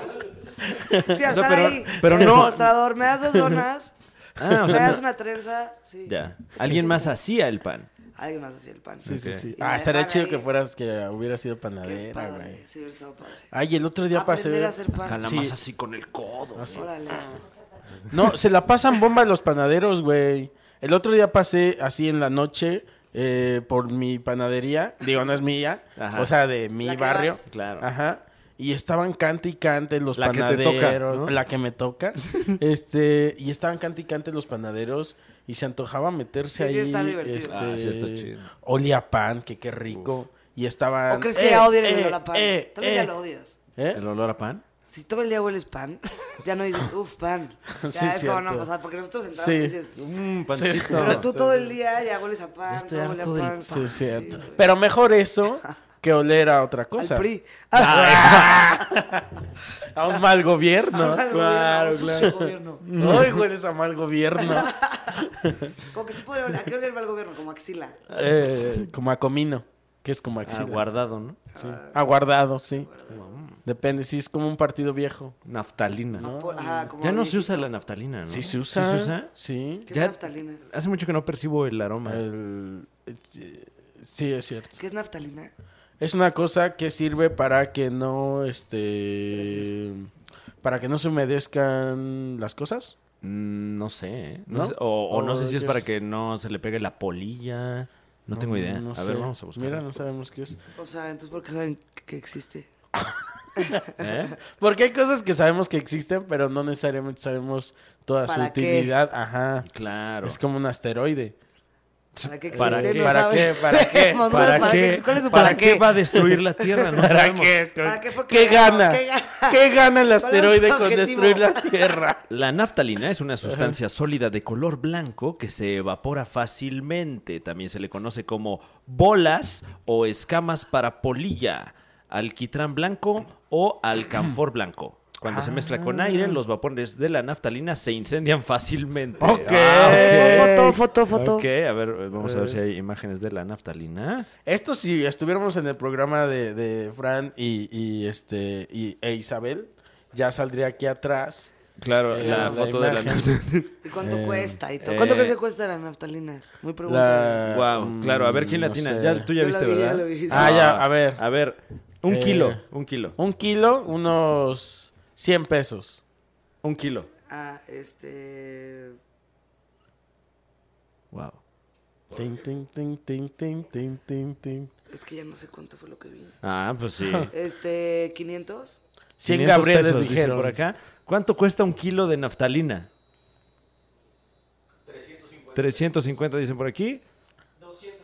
[SPEAKER 4] Sí, hasta
[SPEAKER 2] pero-
[SPEAKER 4] ahí.
[SPEAKER 2] pero
[SPEAKER 4] En el
[SPEAKER 2] no-
[SPEAKER 4] mostrador, me das dos donas,
[SPEAKER 2] [laughs] Ah, o
[SPEAKER 4] me
[SPEAKER 2] sea,
[SPEAKER 4] das
[SPEAKER 2] no-
[SPEAKER 4] una trenza. Sí.
[SPEAKER 2] ya. Alguien más hacía el pan.
[SPEAKER 4] Alguien más hacía el pan.
[SPEAKER 3] Sí, sí, sí.
[SPEAKER 4] Y
[SPEAKER 3] Ah,
[SPEAKER 4] me
[SPEAKER 3] estaría
[SPEAKER 4] dejaban
[SPEAKER 3] chido
[SPEAKER 4] ahí.
[SPEAKER 3] que fueras que hubiera sido
[SPEAKER 4] Qué
[SPEAKER 3] panadera, güey.
[SPEAKER 4] padre. Sí, hubiera estado padre.
[SPEAKER 3] Ay, el otro día pasé.
[SPEAKER 4] Aprender a hacer pan.
[SPEAKER 2] Nada
[SPEAKER 3] Sí.
[SPEAKER 2] más así con el codo.
[SPEAKER 4] Órale.
[SPEAKER 3] Ah, No, se la pasan bomba a los panaderos, güey. El otro día pasé así en la noche eh, por mi panadería. Digo, no es mía.
[SPEAKER 2] Ajá.
[SPEAKER 3] O sea, de mi
[SPEAKER 4] La que
[SPEAKER 3] barrio.
[SPEAKER 4] vas.
[SPEAKER 2] Claro.
[SPEAKER 3] Ajá. Y estaban cante y cante los
[SPEAKER 2] La que te
[SPEAKER 3] panaderos.
[SPEAKER 2] toca, ¿no?
[SPEAKER 3] La que
[SPEAKER 2] [laughs]
[SPEAKER 3] me toca. este, y estaban cante y cante los panaderos. Y se antojaba meterse
[SPEAKER 4] Sí, sí,
[SPEAKER 3] ahí.
[SPEAKER 4] está divertido.
[SPEAKER 3] este,
[SPEAKER 2] Ah, sí, está chido.
[SPEAKER 3] Olía a pan, que qué rico. Y estaban...
[SPEAKER 4] ¿O crees que ya odian el
[SPEAKER 3] eh,
[SPEAKER 4] olor a pan?
[SPEAKER 3] eh,
[SPEAKER 4] Tal vez ya
[SPEAKER 3] eh.
[SPEAKER 4] lo odias.
[SPEAKER 3] ¿Eh?
[SPEAKER 2] ¿El olor a pan?
[SPEAKER 4] Si todo el día hueles pan, ya no dices, uff,
[SPEAKER 3] [laughs]
[SPEAKER 4] pan. Ya
[SPEAKER 3] Sí,
[SPEAKER 4] es como, no,
[SPEAKER 3] cierto.
[SPEAKER 4] o sea, porque nosotros sentados
[SPEAKER 3] Sí.
[SPEAKER 4] dices,
[SPEAKER 2] Mmm,
[SPEAKER 3] pancito.
[SPEAKER 4] pero tú todo el día ya hueles a pan,
[SPEAKER 2] estoy
[SPEAKER 4] todo huele a
[SPEAKER 2] harto del
[SPEAKER 4] pan.
[SPEAKER 3] Sí, es cierto.
[SPEAKER 4] güey.
[SPEAKER 3] Pero mejor eso que oler a otra
[SPEAKER 4] [laughs] Al
[SPEAKER 3] cosa. [laughs]
[SPEAKER 4] PRI.
[SPEAKER 3] A un mal gobierno.
[SPEAKER 4] Al gobierno, [laughs] a un sucio gobierno.
[SPEAKER 3] No, [laughs] hijo, eres a mal gobierno.
[SPEAKER 4] Como que sí puede oler, ¿a qué oler va el gobierno? Como axila.
[SPEAKER 3] Eh, como a comino, que es como axila.
[SPEAKER 2] guardado, ¿no?
[SPEAKER 3] Sí. Aguardado, sí. Depende, sí, es como un partido viejo.
[SPEAKER 2] Naftalina.
[SPEAKER 4] Por- ajá, como
[SPEAKER 2] Ya no
[SPEAKER 4] el-
[SPEAKER 2] se usa la naftalina, ¿no?
[SPEAKER 3] Sí se usa.
[SPEAKER 2] ¿Sí se usa?
[SPEAKER 3] Sí.
[SPEAKER 4] ¿Qué
[SPEAKER 2] ya-
[SPEAKER 4] es naftalina?
[SPEAKER 2] Hace mucho que no percibo el aroma.
[SPEAKER 3] El- eh, Sí, es cierto.
[SPEAKER 4] ¿Qué es naftalina?
[SPEAKER 3] Es una cosa que sirve para que no, este... Para que no se humedezcan las cosas.
[SPEAKER 2] Mm, no sé. ¿eh? No
[SPEAKER 3] ¿No?
[SPEAKER 2] sé- O, o no
[SPEAKER 3] O
[SPEAKER 2] sé si es
[SPEAKER 3] ya
[SPEAKER 2] para
[SPEAKER 3] es-
[SPEAKER 2] que no se le pegue la polilla. No, tengo idea.
[SPEAKER 3] No
[SPEAKER 2] a
[SPEAKER 3] sé.
[SPEAKER 2] ver, vamos a buscar.
[SPEAKER 3] Mira, no sabemos qué es.
[SPEAKER 4] O sea, entonces, ¿por qué saben que existe?
[SPEAKER 2] ¿Eh?
[SPEAKER 3] Porque hay cosas que sabemos que existen, pero no necesariamente sabemos toda su
[SPEAKER 4] ¿Para qué?
[SPEAKER 3] utilidad. Ajá.
[SPEAKER 2] Claro.
[SPEAKER 3] Es este como un asteroide.
[SPEAKER 4] ¿Para qué existe?
[SPEAKER 2] ¿Para qué?
[SPEAKER 3] ¿Para qué? [laughs]
[SPEAKER 4] No saben.
[SPEAKER 3] ¿Para
[SPEAKER 4] [laughs]
[SPEAKER 3] qué?
[SPEAKER 4] No sabes
[SPEAKER 3] ¿Para
[SPEAKER 4] qué? ¿Cuál es su
[SPEAKER 2] ¿Para
[SPEAKER 4] para
[SPEAKER 2] qué
[SPEAKER 4] qué?
[SPEAKER 2] va a destruir la Tierra? No
[SPEAKER 3] ¿Para
[SPEAKER 2] sabemos.
[SPEAKER 3] qué?
[SPEAKER 4] ¿Para qué fue
[SPEAKER 3] ¿Qué
[SPEAKER 4] creado?
[SPEAKER 3] gana?
[SPEAKER 4] ¿Qué gana?
[SPEAKER 3] ¿Qué
[SPEAKER 4] [laughs]
[SPEAKER 3] gana el
[SPEAKER 4] ¿Cuál es su
[SPEAKER 3] asteroide con
[SPEAKER 4] objetivo?
[SPEAKER 3] destruir la
[SPEAKER 4] [laughs]
[SPEAKER 3] Tierra?
[SPEAKER 2] La naftalina es una sustancia sólida de color blanco que se evapora fácilmente. También se le conoce como bolas o escamas para polilla. alquitrán blanco o alcanfor blanco. Cuando se mezcla
[SPEAKER 3] Ah.
[SPEAKER 2] con aire, los vapores de la naftalina se incendian [laughs] fácilmente. Ah,
[SPEAKER 3] Ok.
[SPEAKER 4] Foto, foto, foto.
[SPEAKER 2] Ok, a ver, eh, vamos a ver si hay imágenes de la naftalina.
[SPEAKER 3] Esto si estuviéramos en el programa de, de Fran y, y, este y, e Isabel, ya saldría aquí atrás.
[SPEAKER 2] Claro,
[SPEAKER 3] eh,
[SPEAKER 2] la, foto de la
[SPEAKER 3] imagen.
[SPEAKER 2] naftalina.
[SPEAKER 4] ¿Y cuánto
[SPEAKER 3] Eh,
[SPEAKER 4] cuesta? Y todo? ¿Cuánto
[SPEAKER 2] eh,
[SPEAKER 4] crees que cuesta la naftalina? Muy pregunta. ¿eh?
[SPEAKER 2] Wow,
[SPEAKER 3] mm,
[SPEAKER 2] claro, a ver quién la
[SPEAKER 3] no
[SPEAKER 2] tiene.
[SPEAKER 3] sé.
[SPEAKER 2] Ya, tú ya
[SPEAKER 4] Yo
[SPEAKER 2] viste,
[SPEAKER 4] la vi, ya
[SPEAKER 2] ¿verdad?
[SPEAKER 4] la vi, sí.
[SPEAKER 3] Ah, ya, a ver.
[SPEAKER 2] A ver, un
[SPEAKER 3] Eh,
[SPEAKER 2] kilo, un kilo,
[SPEAKER 3] Un kilo, unos 100 pesos.
[SPEAKER 2] un kilo.
[SPEAKER 4] Ah, este.
[SPEAKER 2] Wow.
[SPEAKER 3] Tin, tin, tin, tin, tin, tin, tin, tin.
[SPEAKER 4] Es que ya no sé cuánto fue lo que vi.
[SPEAKER 2] Ah, pues
[SPEAKER 3] [laughs]
[SPEAKER 2] sí.
[SPEAKER 4] Este, 500.
[SPEAKER 3] 100
[SPEAKER 2] 500
[SPEAKER 3] Gabrieles
[SPEAKER 2] pesos, dicen
[SPEAKER 3] dijeron.
[SPEAKER 2] por acá. ¿Cuánto cuesta un kilo de naftalina? 350. 350 dicen por aquí.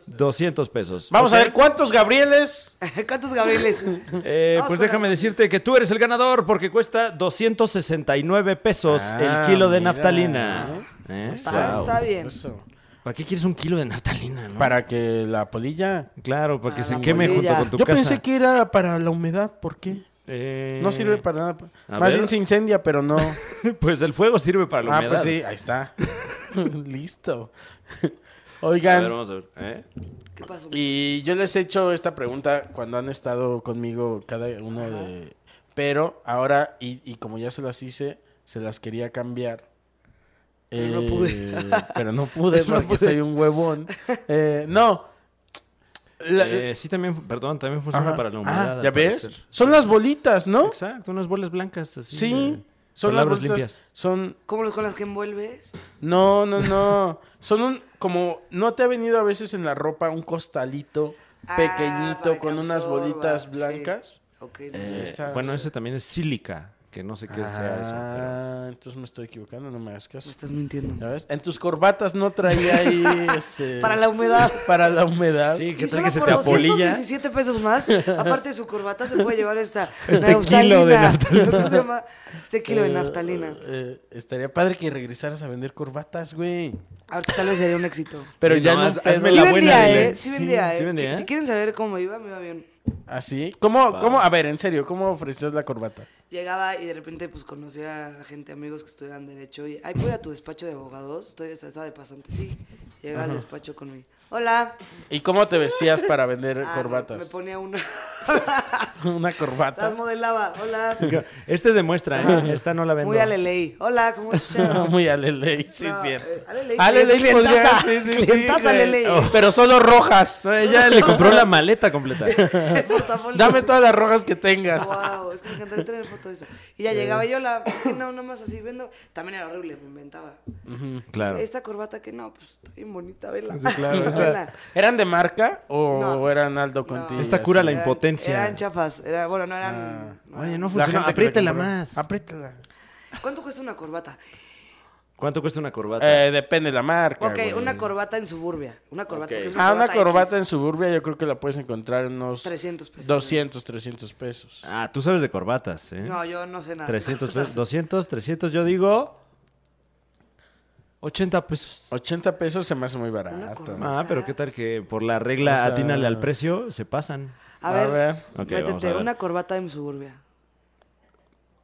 [SPEAKER 2] 200 pesos.
[SPEAKER 3] Vamos
[SPEAKER 2] Ok.
[SPEAKER 3] a ver cuántos Gabrieles.
[SPEAKER 4] [laughs] ¿Cuántos Gabrieles?
[SPEAKER 2] Eh,
[SPEAKER 4] Vamos
[SPEAKER 2] pues
[SPEAKER 4] con
[SPEAKER 2] déjame
[SPEAKER 4] las-
[SPEAKER 2] decirte que tú eres el ganador porque cuesta 269 pesos
[SPEAKER 3] Ah,
[SPEAKER 2] el kilo de
[SPEAKER 3] mira.
[SPEAKER 2] naftalina. ¿Eh?
[SPEAKER 4] Está,
[SPEAKER 2] Wow.
[SPEAKER 4] está bien.
[SPEAKER 3] Eso.
[SPEAKER 2] ¿Para qué quieres un kilo de naftalina? no?
[SPEAKER 3] Para que la polilla.
[SPEAKER 2] Claro, para que
[SPEAKER 3] Ah,
[SPEAKER 2] se
[SPEAKER 4] Para la
[SPEAKER 2] queme junto
[SPEAKER 4] molilla.
[SPEAKER 2] con tu
[SPEAKER 3] Yo
[SPEAKER 2] casa.
[SPEAKER 3] pensé que era para la humedad, ¿por qué?
[SPEAKER 2] Eh,
[SPEAKER 3] No sirve para nada.
[SPEAKER 2] a
[SPEAKER 3] Más
[SPEAKER 2] ver.
[SPEAKER 3] bien se incendia, pero [laughs] no.
[SPEAKER 2] [laughs] Pues el fuego sirve para la
[SPEAKER 3] ah,
[SPEAKER 2] humedad.
[SPEAKER 3] pues sí, ahí [laughs] está. Listo.
[SPEAKER 2] A ver,
[SPEAKER 3] Oigan,
[SPEAKER 2] vamos a ver. ¿eh?
[SPEAKER 4] ¿Qué pasó?
[SPEAKER 3] y yo les he hecho esta pregunta cuando han estado conmigo cada uno de... Pero ahora, y, y como ya se las hice, se las quería cambiar. Eh,
[SPEAKER 4] Pero no pude.
[SPEAKER 3] [laughs] pero
[SPEAKER 4] [laughs]
[SPEAKER 3] no pude
[SPEAKER 4] No
[SPEAKER 3] porque
[SPEAKER 4] pude.
[SPEAKER 3] soy un huevón. Eh, no. La-
[SPEAKER 2] Eh, sí, también, fu- perdón, también funciona
[SPEAKER 3] ajá.
[SPEAKER 2] para la
[SPEAKER 3] Ah,
[SPEAKER 2] humedad.
[SPEAKER 3] ¿Ya
[SPEAKER 2] al
[SPEAKER 3] ves?
[SPEAKER 2] parecer.
[SPEAKER 3] Son las bolitas, ¿no?
[SPEAKER 2] Exacto, unas bolas blancas así.
[SPEAKER 3] Sí.
[SPEAKER 2] de-
[SPEAKER 3] Son las
[SPEAKER 2] palabras
[SPEAKER 3] bolitas.
[SPEAKER 2] limpias.
[SPEAKER 3] Son
[SPEAKER 4] ¿Cómo los con las que envuelves?
[SPEAKER 3] No, no, no. Son un, como, ¿no te ha venido a veces en la ropa un costalito
[SPEAKER 4] Ah,
[SPEAKER 3] pequeñito
[SPEAKER 4] para
[SPEAKER 3] con
[SPEAKER 4] que
[SPEAKER 3] unas
[SPEAKER 4] absorba,
[SPEAKER 3] bolitas
[SPEAKER 4] sí.
[SPEAKER 3] blancas?
[SPEAKER 4] Ok, no
[SPEAKER 2] Eh,
[SPEAKER 4] sé.
[SPEAKER 3] Esas-
[SPEAKER 2] bueno, ese también es sílica, que no sé qué sea eso. pero-
[SPEAKER 3] Ah, entonces me estoy equivocando, no me hagas caso.
[SPEAKER 4] Me estás mintiendo.
[SPEAKER 3] ¿Ya ves? En tus corbatas no traía
[SPEAKER 4] [laughs]
[SPEAKER 3] ahí, este...
[SPEAKER 4] Para la
[SPEAKER 2] [laughs]
[SPEAKER 4] humedad.
[SPEAKER 3] Para la humedad.
[SPEAKER 2] Sí, que tal
[SPEAKER 4] Y solo
[SPEAKER 2] que se
[SPEAKER 4] por
[SPEAKER 2] te apolilla.
[SPEAKER 4] 217 pesos
[SPEAKER 2] [laughs]
[SPEAKER 4] más, aparte de su corbata, se puede llevar esta
[SPEAKER 2] Este kilo de naftalina.
[SPEAKER 4] [laughs] ¿Cómo se llama? Este kilo de
[SPEAKER 3] Eh,
[SPEAKER 4] naftalina.
[SPEAKER 3] eh, estaría padre que regresaras a vender corbatas, güey.
[SPEAKER 4] Ahorita tal vez sería un éxito.
[SPEAKER 3] Pero
[SPEAKER 2] Sí,
[SPEAKER 3] ya no...
[SPEAKER 2] nomás, hazme
[SPEAKER 4] Sí
[SPEAKER 2] la buena,
[SPEAKER 4] vendía,
[SPEAKER 2] dile.
[SPEAKER 4] ¿eh? Sí
[SPEAKER 2] Sí,
[SPEAKER 4] vendía,
[SPEAKER 2] sí
[SPEAKER 4] ¿eh?
[SPEAKER 2] vendía,
[SPEAKER 4] Que-
[SPEAKER 2] ¿eh?
[SPEAKER 4] Si quieren saber cómo iba, me iba bien.
[SPEAKER 3] ¿Así? ¿Ah, ¿Cómo, cómo? A ver, en serio, ¿cómo ofrecías la corbata?
[SPEAKER 4] Llegaba y de repente pues conocía a gente, amigos que estudiaban derecho y, ay, voy a tu despacho de abogados, estoy o sea, estaba de pasante, sí. Llegaba al despacho con mi, hola.
[SPEAKER 3] ¿Y cómo te vestías para vender
[SPEAKER 4] Ah,
[SPEAKER 3] corbatas?
[SPEAKER 4] Me ponía una,
[SPEAKER 3] [laughs]
[SPEAKER 4] [laughs]
[SPEAKER 3] Una corbata.
[SPEAKER 4] las modelaba, hola.
[SPEAKER 2] Este demuestra, ¿eh?
[SPEAKER 3] [laughs]
[SPEAKER 2] esta no la vendo.
[SPEAKER 4] Muy a ley, hola, ¿cómo se llama?
[SPEAKER 3] Muy Aleley, [laughs] sí,
[SPEAKER 4] No,
[SPEAKER 3] es cierto.
[SPEAKER 4] eh, Aleley,
[SPEAKER 3] Aleley
[SPEAKER 4] clientaza,
[SPEAKER 3] podría. Sí, sí, sí,
[SPEAKER 4] clientaza
[SPEAKER 3] güey.
[SPEAKER 4] Aleley. [laughs]
[SPEAKER 3] Oh, Pero solo rojas. [laughs] Eh,
[SPEAKER 2] Ella le compró la maleta completa.
[SPEAKER 4] El portafolio.
[SPEAKER 3] Dame todas las rojas que tengas.
[SPEAKER 4] Wow, es que me encantaría tener foto de eso. Y ya llegaba yo la, es que no, nomás así viendo. También era horrible, me inventaba.
[SPEAKER 2] Claro.
[SPEAKER 4] Esta corbata que no, pues está bien bonita, vela. [laughs]
[SPEAKER 3] Claro, esta-
[SPEAKER 4] Vela.
[SPEAKER 3] ¿Eran de marca o
[SPEAKER 4] No.
[SPEAKER 3] eran Aldo Conti?
[SPEAKER 4] No.
[SPEAKER 2] Esta cura la
[SPEAKER 4] Eran-
[SPEAKER 2] impotencia.
[SPEAKER 4] Eran chafas, era, bueno, no
[SPEAKER 3] Ah.
[SPEAKER 4] eran. no
[SPEAKER 2] Oye,
[SPEAKER 4] eran-
[SPEAKER 2] no
[SPEAKER 3] La
[SPEAKER 2] funciona.
[SPEAKER 3] gente que la
[SPEAKER 2] Apriétela
[SPEAKER 3] compró.
[SPEAKER 2] más.
[SPEAKER 3] Apriétela.
[SPEAKER 4] ¿Cuánto cuesta una corbata?
[SPEAKER 2] ¿Cuánto cuesta una corbata?
[SPEAKER 3] Eh, depende de la marca.
[SPEAKER 4] Ok,
[SPEAKER 3] güey.
[SPEAKER 4] una corbata en suburbia. Una corbata. que es
[SPEAKER 3] Ah, una
[SPEAKER 4] X,
[SPEAKER 3] corbata en suburbia yo creo que la puedes encontrar en unos
[SPEAKER 4] 300 pesos.
[SPEAKER 3] 200, 300 pesos.
[SPEAKER 2] Ah, tú sabes de corbatas, ¿eh?
[SPEAKER 4] No, yo no sé nada.
[SPEAKER 2] 300 pesos, 200, 300, yo digo 80 pesos.
[SPEAKER 3] 80 pesos se me hace muy
[SPEAKER 4] Una
[SPEAKER 3] barato.
[SPEAKER 4] corbata.
[SPEAKER 2] Ah, pero qué tal que por la regla
[SPEAKER 3] O sea-
[SPEAKER 2] atínale al precio, se pasan.
[SPEAKER 4] [laughs] A ver,
[SPEAKER 3] A ver.
[SPEAKER 2] Ok, vamos a
[SPEAKER 4] métete
[SPEAKER 2] ver.
[SPEAKER 4] una corbata en suburbia.